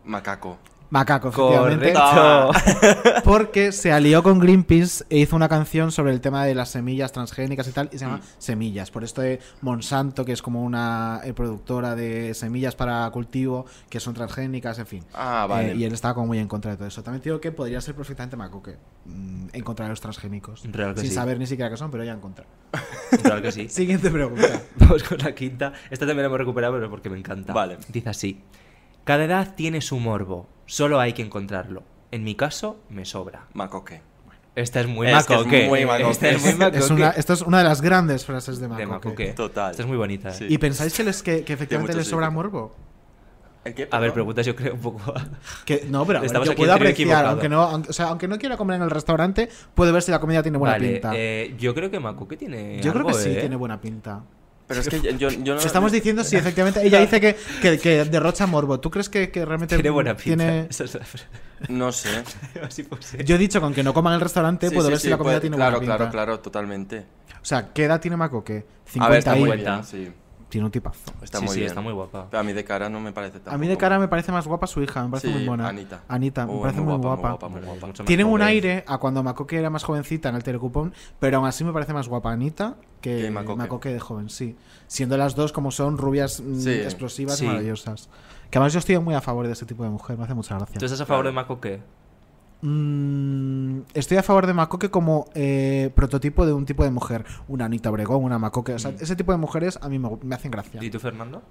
Speaker 7: Macaco.
Speaker 3: Macaco, efectivamente.
Speaker 5: Correcto.
Speaker 3: Porque se alió con Greenpeace e hizo una canción sobre el tema de las semillas transgénicas y tal, y se llama
Speaker 7: Mm.
Speaker 3: Semillas. Por esto de Monsanto, que es como una eh, productora de semillas para cultivo, que son transgénicas, en fin. Eh,
Speaker 7: Ah, vale.
Speaker 3: y él estaba como muy en contra de todo eso. También te digo que podría ser perfectamente Macoque mm, en contra de los transgénicos.
Speaker 5: Real que
Speaker 3: sin
Speaker 5: sí.
Speaker 3: saber ni siquiera qué son, pero ya en contra.
Speaker 5: Claro que sí.
Speaker 3: Siguiente pregunta.
Speaker 5: Vamos con la quinta. Esta también la hemos recuperado, pero porque me encanta. Vale. Dice así: Cada edad tiene su morbo, solo hay que encontrarlo. En mi caso, me sobra.
Speaker 7: Macoque.
Speaker 5: Esta es muy
Speaker 7: Es que es
Speaker 5: macoque. Este
Speaker 7: muy macoque.
Speaker 5: Esta es muy
Speaker 7: Es
Speaker 5: macoque.
Speaker 3: Es una- esta es una de las grandes frases de
Speaker 5: De
Speaker 3: Marco.
Speaker 5: macoque.
Speaker 7: Total.
Speaker 5: Esta es muy bonita. ¿eh?
Speaker 3: ¿Y pensáis que, les, que, que efectivamente
Speaker 5: mucho
Speaker 3: les sobra
Speaker 5: sentido.
Speaker 3: morbo?
Speaker 5: A ver, preguntas yo creo un poco.
Speaker 3: Que, no, pero a ver,
Speaker 5: Estamos
Speaker 3: yo
Speaker 5: aquí
Speaker 3: puedo
Speaker 5: en trío
Speaker 3: apreciar,
Speaker 5: equivocado.
Speaker 3: aunque no, aunque, o sea, aunque no quiera comer en el restaurante, puedo ver si la comida tiene buena
Speaker 5: Vale,
Speaker 3: pinta.
Speaker 5: eh, yo creo que Macoque tiene.
Speaker 3: Yo creo que
Speaker 5: algo,
Speaker 3: sí,
Speaker 5: ¿eh?
Speaker 3: tiene buena pinta.
Speaker 7: Pero es que yo- yo- yo no-
Speaker 3: Estamos diciendo si efectivamente. Ella dice que, que, que derrocha morbo. ¿Tú crees que, que realmente
Speaker 5: Tiene buena pinta.
Speaker 3: tiene-
Speaker 5: Esa es la frase.
Speaker 7: No sé.
Speaker 5: Así por ser.
Speaker 3: Yo he dicho con que no coman en el restaurante,
Speaker 7: Sí,
Speaker 3: puedo
Speaker 7: sí,
Speaker 3: ver
Speaker 7: sí,
Speaker 3: si la comida
Speaker 7: puede-
Speaker 3: tiene
Speaker 7: Claro,
Speaker 3: buena pinta.
Speaker 7: claro, claro, totalmente.
Speaker 3: O sea, ¿qué edad tiene Macoque? 50
Speaker 7: A ver, está
Speaker 3: y-
Speaker 7: muy bien, sí.
Speaker 3: Tiene un tipazo.
Speaker 7: Está
Speaker 5: Sí,
Speaker 7: muy
Speaker 5: sí,
Speaker 7: bien.
Speaker 5: está muy guapa.
Speaker 7: Pero a mí de cara no me parece tan
Speaker 3: A mí de cara me parece más guapa su hija, me parece
Speaker 7: Sí,
Speaker 3: muy buena.
Speaker 7: Anita.
Speaker 3: Anita, me
Speaker 7: Oh,
Speaker 3: parece
Speaker 7: muy
Speaker 3: muy,
Speaker 7: guapa, muy
Speaker 3: guapa.
Speaker 7: guapa, muy guapa. Mucho más
Speaker 3: Tiene un
Speaker 7: joven.
Speaker 3: aire a cuando Macoque era más jovencita en el telecupón, pero aún así me parece más guapa Anita que
Speaker 7: Que Macoque.
Speaker 3: Macoque. de joven, sí. Siendo las dos como son rubias mm,
Speaker 7: Sí,
Speaker 3: explosivas
Speaker 5: sí.
Speaker 3: y maravillosas. Que además yo estoy muy a favor de ese tipo de mujer, me hace mucha gracia.
Speaker 5: ¿Tú estás a favor de Macoque?
Speaker 3: Mm, estoy a favor de Macoque como eh, prototipo de un tipo de mujer. Una Anita Obregón, una Macoque. O sea,
Speaker 5: Mm.
Speaker 3: ese tipo de mujeres a mí me, gu- me hacen gracia.
Speaker 5: ¿Y tú, Fernando?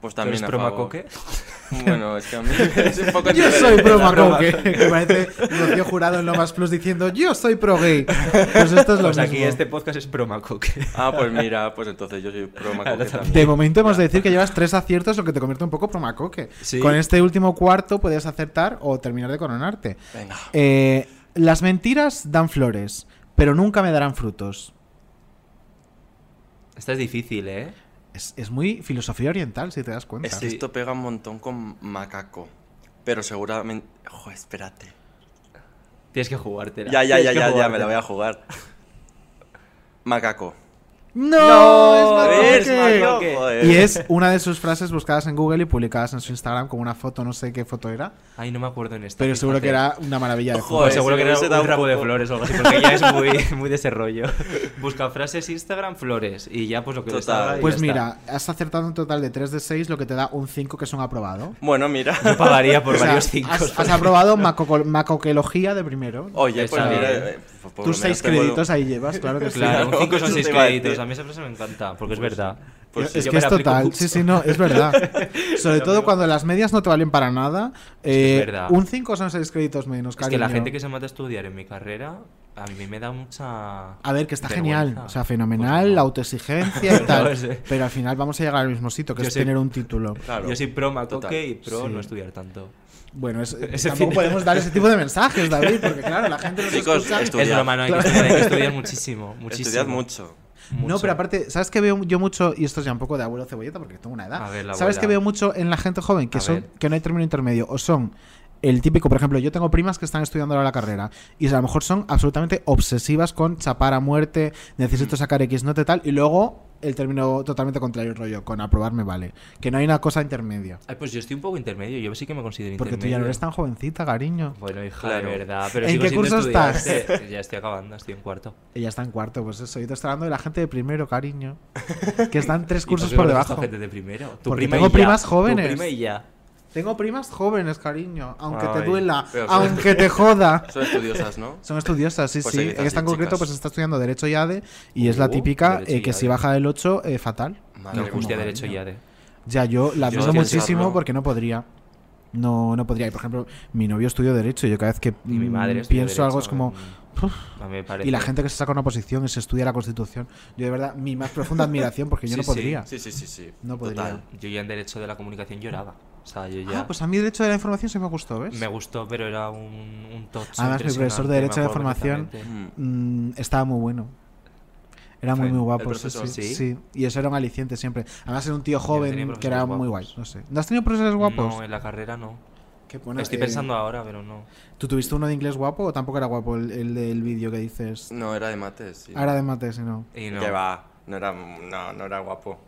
Speaker 7: Pues
Speaker 5: ¿Tú
Speaker 7: también
Speaker 5: eres
Speaker 7: a
Speaker 5: pro
Speaker 7: favor.
Speaker 5: Macoque?
Speaker 7: Bueno, es que a mí es un poco
Speaker 3: Yo
Speaker 7: diferente.
Speaker 3: soy pro
Speaker 7: La
Speaker 3: Macoque,
Speaker 7: broma.
Speaker 3: que parece Rocío Jurado en Lomas Plus diciendo yo soy pro gay. Pues esto es lo
Speaker 5: Pues aquí
Speaker 3: mismo.
Speaker 5: este podcast es pro Macoque.
Speaker 7: Ah, pues mira, pues entonces yo soy pro Macoque
Speaker 5: Ahora
Speaker 7: también.
Speaker 3: De momento hemos de decir que llevas tres aciertos, lo que te convierte un poco pro Macoque.
Speaker 7: Sí.
Speaker 3: Con este último cuarto podías acertar o terminar de coronarte.
Speaker 7: Venga.
Speaker 3: Eh, las mentiras dan flores, pero nunca me darán frutos.
Speaker 5: Esta es difícil, ¿eh?
Speaker 3: Es, es muy filosofía oriental, si te das cuenta.
Speaker 7: Es que esto pega un montón con macaco. Pero seguramente. Ojo, espérate.
Speaker 5: Tienes que jugártela.
Speaker 7: Ya, ya,
Speaker 5: Tienes
Speaker 7: ya,
Speaker 5: que
Speaker 7: ya, ya, me
Speaker 5: jugártela.
Speaker 7: la voy a jugar. Macaco.
Speaker 3: ¡No!
Speaker 7: No,
Speaker 3: ¡Es
Speaker 7: es
Speaker 3: Macoque!
Speaker 7: Macoque. Joder.
Speaker 3: Y es una de sus frases buscadas en Google y publicadas en su Instagram como una foto, no sé qué foto era.
Speaker 5: Ay, no me acuerdo en esta.
Speaker 3: Pero seguro que era una maravilla de foto.
Speaker 5: Joder, seguro que era
Speaker 7: hubiese dado
Speaker 5: un
Speaker 7: un
Speaker 5: ramo de
Speaker 7: poco.
Speaker 5: flores o algo así, porque ya es muy, muy de ese rollo. Busca frases Instagram, flores, y ya pues lo que te
Speaker 7: Total.
Speaker 5: salga y
Speaker 3: Pues
Speaker 5: ya está.
Speaker 3: mira, has acertado un total de 3 de 6, lo que te da un 5 que son aprobado.
Speaker 7: Bueno, mira.
Speaker 5: Yo pagaría por
Speaker 3: O sea,
Speaker 5: varios cinco.
Speaker 3: Has, has aprobado macoco- macoqueología de primero.
Speaker 7: Oye, pues
Speaker 5: Está
Speaker 7: mira.
Speaker 5: bien.
Speaker 7: eh, pues por lo
Speaker 3: Tus
Speaker 7: menos
Speaker 3: 6
Speaker 7: te puedo-
Speaker 3: créditos ahí llevas, claro que sí.
Speaker 5: Claro,
Speaker 7: Claro,
Speaker 5: 5 son
Speaker 7: eso
Speaker 5: 6
Speaker 7: te iba a
Speaker 5: créditos.
Speaker 7: decir.
Speaker 5: A mí esa frase me encanta, porque es verdad.
Speaker 7: pues sí.
Speaker 3: es
Speaker 5: Yo
Speaker 3: que
Speaker 5: me
Speaker 3: es
Speaker 5: la aplico
Speaker 3: total,
Speaker 5: mucho.
Speaker 3: sí, sí, no, es verdad. Sobre todo cuando las medias no te valen para nada.
Speaker 5: que es
Speaker 3: eh,
Speaker 5: verdad.
Speaker 3: un 5 son 6 créditos menos,
Speaker 5: Es
Speaker 3: cariño.
Speaker 5: que la gente que se mata a estudiar en mi carrera, a mí me da mucha.
Speaker 3: A ver, que está
Speaker 5: vergüenza.
Speaker 3: genial, o sea, fenomenal, la autoexigencia
Speaker 5: Pues
Speaker 3: y
Speaker 5: no
Speaker 3: tal.
Speaker 5: sé.
Speaker 3: Pero al final vamos a llegar al mismo sitio, que
Speaker 5: Yo
Speaker 3: es
Speaker 5: soy-
Speaker 3: tener un título.
Speaker 7: Claro.
Speaker 5: Yo soy pro macoque
Speaker 7: Total.
Speaker 5: y pro
Speaker 3: Sí.
Speaker 5: no estudiar tanto.
Speaker 3: Bueno, es,
Speaker 5: Ese
Speaker 3: tampoco
Speaker 5: fin-
Speaker 3: podemos dar ese tipo de mensajes, David, porque claro, la gente nos
Speaker 7: Chicos,
Speaker 3: escucha.
Speaker 7: estudiad.
Speaker 5: Es broma, no, hay que
Speaker 7: Claro.
Speaker 5: estudiar, hay que estudiar muchísimo. muchísimo.
Speaker 7: Estudiad mucho.
Speaker 3: No, pero aparte, ¿sabes que veo yo mucho? Y esto es ya un poco de abuelo cebolleta porque tengo una edad.
Speaker 5: A ver, la
Speaker 3: ¿Sabes
Speaker 5: abuela.
Speaker 3: que veo mucho en la gente joven que,
Speaker 5: A
Speaker 3: son,
Speaker 5: ver.
Speaker 3: que no hay término intermedio? O son el típico, por ejemplo, yo tengo primas que están estudiando ahora la carrera y a lo mejor son absolutamente obsesivas con chapar a muerte,
Speaker 5: Mm.
Speaker 3: necesito sacar X nota y tal, y luego el término totalmente contrario, rollo, con aprobarme vale. Que no hay una cosa intermedia.
Speaker 5: Ay, pues yo estoy un poco intermedio, yo sí que me considero
Speaker 3: Porque tú ya
Speaker 5: intermedio.
Speaker 3: no eres tan jovencita, cariño.
Speaker 5: Bueno, hija,
Speaker 7: Claro.
Speaker 5: de verdad. Pero
Speaker 3: ¿En
Speaker 5: sigo
Speaker 3: qué
Speaker 5: siendo
Speaker 3: curso estás?
Speaker 5: estudiante. Ya estoy acabando, estoy en cuarto.
Speaker 3: Ella está en cuarto, pues eso. Yo te estoy hablando de la gente de primero, cariño. Que están tres
Speaker 5: ¿Y
Speaker 3: cursos
Speaker 5: qué
Speaker 3: por
Speaker 5: conoces a
Speaker 3: debajo.
Speaker 5: gente de primero? Tu
Speaker 3: Porque
Speaker 5: prima
Speaker 3: tengo
Speaker 5: y ya.
Speaker 3: primas
Speaker 5: Tu
Speaker 3: jóvenes.
Speaker 5: prima y ya.
Speaker 3: Tengo primas jóvenes, cariño. Aunque te
Speaker 7: Ay,
Speaker 3: duela,
Speaker 7: pero son-
Speaker 3: aunque te joda.
Speaker 7: Son estudiosas, ¿no?
Speaker 3: Son estudiosas, sí,
Speaker 7: Pues
Speaker 3: sí.
Speaker 7: seguid
Speaker 3: En esta en
Speaker 7: así,
Speaker 3: concreto,
Speaker 7: chicas.
Speaker 3: pues está estudiando Derecho y ADE. Y es la
Speaker 5: Uh,
Speaker 3: típica
Speaker 5: Derecho
Speaker 3: eh,
Speaker 5: y
Speaker 3: que si
Speaker 5: ADE.
Speaker 3: baja del 8, eh, fatal.
Speaker 5: Madre
Speaker 3: No,
Speaker 5: mía, hostia,
Speaker 3: como-
Speaker 5: derecho ya de.
Speaker 3: Ya, yo la
Speaker 5: Yo
Speaker 3: admiro
Speaker 5: sin
Speaker 3: muchísimo
Speaker 5: pensarlo.
Speaker 3: porque no podría. No, no podría. Y, por ejemplo, mi novio estudió Derecho. y Yo cada vez que
Speaker 5: Y mi
Speaker 3: mm,
Speaker 5: madre estudió
Speaker 3: pienso algo es
Speaker 5: Derecho,
Speaker 3: como.
Speaker 5: mm,
Speaker 3: "Uf".
Speaker 5: a mí me parece-
Speaker 3: Y la gente que se saca una posición y se estudia la Constitución. Yo, de verdad, mi más profunda admiración porque yo
Speaker 5: Sí,
Speaker 3: no
Speaker 5: sí,
Speaker 3: podría.
Speaker 7: Sí, sí, sí, sí.
Speaker 3: No podría.
Speaker 7: Total.
Speaker 5: Yo ya en derecho de la comunicación lloraba. O sea, yo ya.
Speaker 3: Ah, pues a mí Derecho de la Información se me gustó, ¿ves?
Speaker 5: Me gustó, pero era un, un tocho.
Speaker 3: Además, mi profesor de
Speaker 5: impresionante,
Speaker 3: Derecho
Speaker 5: me
Speaker 3: de la
Speaker 5: acuerdo
Speaker 3: Formación
Speaker 5: perfectamente.
Speaker 3: mm, estaba muy bueno. Era muy,
Speaker 5: Fue
Speaker 3: muy
Speaker 5: el
Speaker 3: guapo. Sí,
Speaker 5: profesor,
Speaker 3: sí,
Speaker 5: ¿sí?
Speaker 3: sí. Y eso era un aliciente siempre. Además, era un tío
Speaker 5: tenía
Speaker 3: joven que era
Speaker 5: profesores
Speaker 3: muy guay. No sé. ¿No has tenido profesores guapos?
Speaker 5: No, eh. en la carrera no.
Speaker 3: Qué bueno,
Speaker 5: Estoy
Speaker 3: eh,
Speaker 5: pensando ahora, pero no.
Speaker 3: ¿Tú tuviste uno de inglés guapo o tampoco era guapo el, el del vídeo que dices?
Speaker 7: No, era de mates. sí.
Speaker 3: Ahora de mate, si no.
Speaker 5: Y no.
Speaker 7: Que va. No era, no, no era guapo.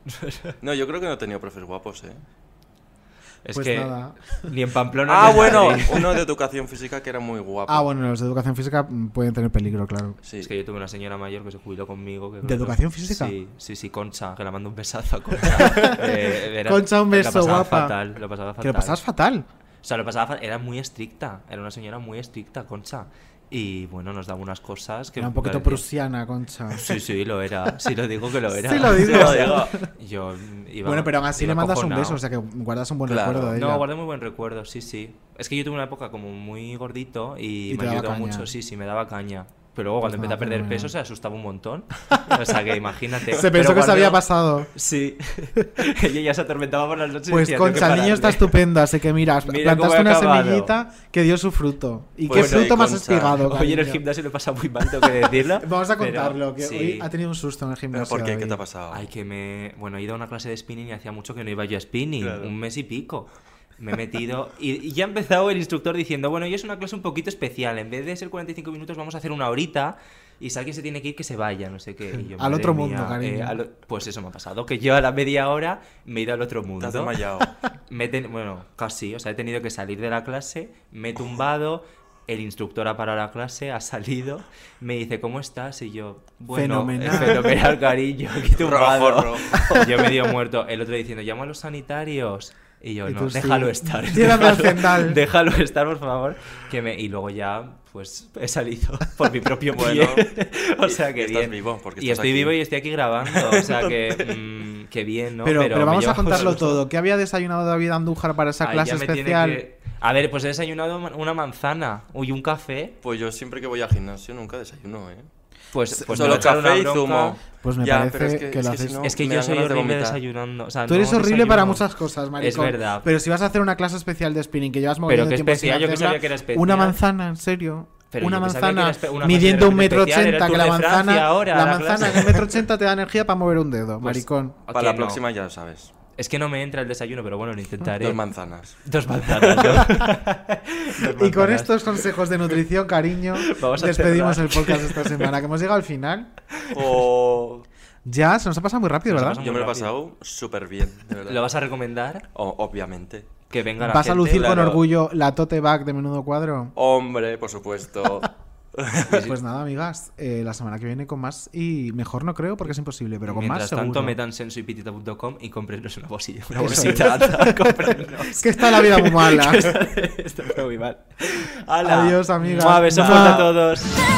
Speaker 7: No, yo creo que no he tenido profes guapos, ¿eh?
Speaker 5: Es
Speaker 3: Pues
Speaker 5: que
Speaker 3: nada.
Speaker 5: ni en Pamplona.
Speaker 7: Ah,
Speaker 5: ni en
Speaker 7: bueno,
Speaker 5: Madrid.
Speaker 7: uno de educación física que era muy guapo.
Speaker 3: Ah, bueno, los de educación física mm, pueden tener peligro, claro.
Speaker 7: Sí.
Speaker 5: Es que yo tuve una señora mayor que se jubiló conmigo. que-
Speaker 3: ¿De educación física?
Speaker 5: Sí, sí, sí, Concha, que la mando un besazo a Concha. Eh, era-
Speaker 3: Concha, un beso,
Speaker 5: la pasaba
Speaker 3: guapa.
Speaker 5: Fatal, lo pasaba fatal.
Speaker 3: Que lo pasabas fatal.
Speaker 5: O sea, lo pasaba fa- Era muy estricta, era una señora muy estricta, Concha. Y bueno, nos daba unas cosas que.
Speaker 3: Era un poquito
Speaker 5: parecía-
Speaker 3: prusiana, Concha.
Speaker 5: Sí, sí, lo era. Sí, lo digo que lo era.
Speaker 3: Sí, lo digo.
Speaker 5: Yo mm, iba.
Speaker 3: bueno, pero aún así
Speaker 5: iba
Speaker 3: le mandas un
Speaker 5: acojonado.
Speaker 3: beso, o sea que guardas un buen
Speaker 5: Claro.
Speaker 3: recuerdo de ella.
Speaker 5: No, guardé muy buen recuerdo, sí, sí. Es que yo tuve una época como muy gordito y,
Speaker 3: Y te
Speaker 5: me
Speaker 3: daba
Speaker 5: ayudó
Speaker 3: caña.
Speaker 5: mucho, sí, sí, me daba caña. Pero luego cuando
Speaker 3: Pues
Speaker 5: empecé
Speaker 3: nada,
Speaker 5: a perder
Speaker 3: fenomenal.
Speaker 5: peso se asustaba un montón. O sea que imagínate.
Speaker 3: Se pensó
Speaker 5: Pero
Speaker 3: que se
Speaker 5: guardé-
Speaker 3: había pasado.
Speaker 5: Sí. y ella se atormentaba por las noches. y
Speaker 3: Pues
Speaker 5: decía, "Tengo que
Speaker 3: Concha, el niño está
Speaker 5: pararme".
Speaker 3: estupendo, así que mira,
Speaker 5: Mira cómo
Speaker 3: plantaste
Speaker 5: he
Speaker 3: una
Speaker 5: acabado.
Speaker 3: semillita que dio su fruto. ¿Y
Speaker 5: Bueno,
Speaker 3: qué fruto más
Speaker 5: Concha,
Speaker 3: espigado?
Speaker 5: Hoy en el
Speaker 3: cariño?
Speaker 5: gimnasio lo pasa muy mal, tengo que decirlo.
Speaker 3: Vamos a
Speaker 5: pero
Speaker 3: contarlo, que
Speaker 5: sí.
Speaker 3: hoy ha tenido un susto en el gimnasio. David.
Speaker 5: ha pasado? Ay, que me. Bueno, he ido a una clase de spinning y hacía mucho que no iba yo a spinning.
Speaker 3: Claro.
Speaker 5: Un mes y pico. Me he metido. Y, y ya ha empezado el instructor diciendo: Bueno, yo es una clase un poquito especial. En vez de ser 45 minutos, vamos a hacer una horita. Y si alguien se tiene que ir, que se vaya, no sé qué. Y yo,
Speaker 3: Al
Speaker 5: madre
Speaker 3: otro mundo, cariño.
Speaker 5: al o- Pues eso me ha pasado, que yo a la media hora me he ido al otro mundo.
Speaker 7: has desmayado.
Speaker 5: Me he ten- Bueno, casi, o sea, he tenido que salir de la clase, me he tumbado, el instructor ha parado la clase, ha salido, me dice, ¿cómo estás? Y yo, bueno,
Speaker 3: Fenomenal.
Speaker 5: eh, fenomenal, cariño, aquí tumbado.
Speaker 3: Rojo, rojo.
Speaker 5: Yo medio muerto. El otro diciendo, llama a los sanitarios. Y yo,
Speaker 3: Y
Speaker 5: no,
Speaker 3: tú sí.
Speaker 5: déjalo estar.
Speaker 3: Tírame al
Speaker 5: déjalo,
Speaker 3: cendal.
Speaker 5: déjalo estar, por favor. Que me... Y luego ya, pues, he salido por mi propio pie.
Speaker 7: Bueno,
Speaker 5: o
Speaker 7: y-
Speaker 5: sea, que
Speaker 7: y estás
Speaker 5: bien.
Speaker 7: vivo, porque
Speaker 5: y
Speaker 7: estás
Speaker 5: estoy
Speaker 7: aquí.
Speaker 5: vivo y estoy aquí grabando. O sea, que, mm, que bien, ¿no?
Speaker 3: pero, pero
Speaker 5: me
Speaker 3: vamos a
Speaker 5: lleva un
Speaker 3: contarlo
Speaker 5: susto.
Speaker 3: todo. ¿Qué había desayunado David Andújar para esa
Speaker 5: Ay,
Speaker 3: clase
Speaker 5: ya me tiene
Speaker 3: especial?
Speaker 5: que- A ver, pues he desayunado man- una manzana y un café.
Speaker 7: Pues yo siempre que voy al gimnasio nunca desayuno, ¿eh?
Speaker 5: Pues, pues
Speaker 7: solo
Speaker 5: me va a echar
Speaker 7: café y
Speaker 5: una bronca.
Speaker 7: zumo.
Speaker 3: Pues me
Speaker 7: Ya,
Speaker 3: parece
Speaker 7: pero
Speaker 3: que, lo haces.
Speaker 5: no, Es que me yo dan soy ganas de horrible vomitar. desayunando, o sea,
Speaker 3: Tú eres
Speaker 5: no
Speaker 3: horrible para
Speaker 5: desayuno.
Speaker 3: muchas cosas,
Speaker 5: Es
Speaker 3: maricón.
Speaker 5: verdad.
Speaker 3: Pero si vas a hacer una clase especial de spinning que llevas moviendo
Speaker 5: qué
Speaker 3: tiempo sin
Speaker 5: especial, yo que
Speaker 3: hacerla,
Speaker 5: sabía que era especial.
Speaker 3: Una manzana, en serio.
Speaker 5: Pero
Speaker 3: una
Speaker 5: yo que sabía que
Speaker 3: manzana
Speaker 5: era espe- una clase de
Speaker 3: midiendo un
Speaker 5: repente
Speaker 3: metro
Speaker 5: especial, era
Speaker 3: ochenta,
Speaker 5: el
Speaker 3: que
Speaker 5: Tour
Speaker 3: la
Speaker 5: de Francia
Speaker 3: manzana,
Speaker 5: ahora,
Speaker 3: la
Speaker 5: la
Speaker 3: manzana
Speaker 5: clase.
Speaker 3: de un metro ochenta te da energía para mover un dedo,
Speaker 5: Pues,
Speaker 3: maricón.
Speaker 5: ¿a
Speaker 7: Para la
Speaker 5: quién no?
Speaker 7: próxima ya lo sabes.
Speaker 5: Es que no me entra el desayuno, pero bueno, lo intentaré.
Speaker 7: Dos manzanas.
Speaker 5: Dos manzanas. ¿no? Dos
Speaker 3: Y con
Speaker 5: manzanas.
Speaker 3: estos consejos de nutrición, cariño,
Speaker 5: Vamos a
Speaker 3: despedimos
Speaker 5: cerrar.
Speaker 3: el podcast esta semana, que hemos llegado al final.
Speaker 7: O-
Speaker 3: Ya, se nos ha pasado muy rápido, ¿verdad?
Speaker 7: Yo me lo he pasado súper bien, de verdad.
Speaker 5: ¿Lo vas a recomendar?
Speaker 7: O- obviamente.
Speaker 5: Que venga
Speaker 3: ¿Vas a lucir con
Speaker 7: Claro.
Speaker 3: orgullo la tote bag de menudo cuadro?
Speaker 7: Hombre, por supuesto.
Speaker 3: Pues nada, amigas, eh, la semana que viene con más y mejor no creo porque es imposible, pero con
Speaker 5: Mientras
Speaker 3: más seguro.
Speaker 5: tanto, metan senso y pitita.com y cómprenos una bolsilla. Una
Speaker 3: Eso
Speaker 5: bolsita.
Speaker 3: es.
Speaker 5: anda, cómprenos.
Speaker 3: Que está la vida muy mala.
Speaker 5: Que está- está muy mal. Hala.
Speaker 3: Adiós, amigas.
Speaker 5: Mua, Besos
Speaker 3: Mua.
Speaker 5: a todos.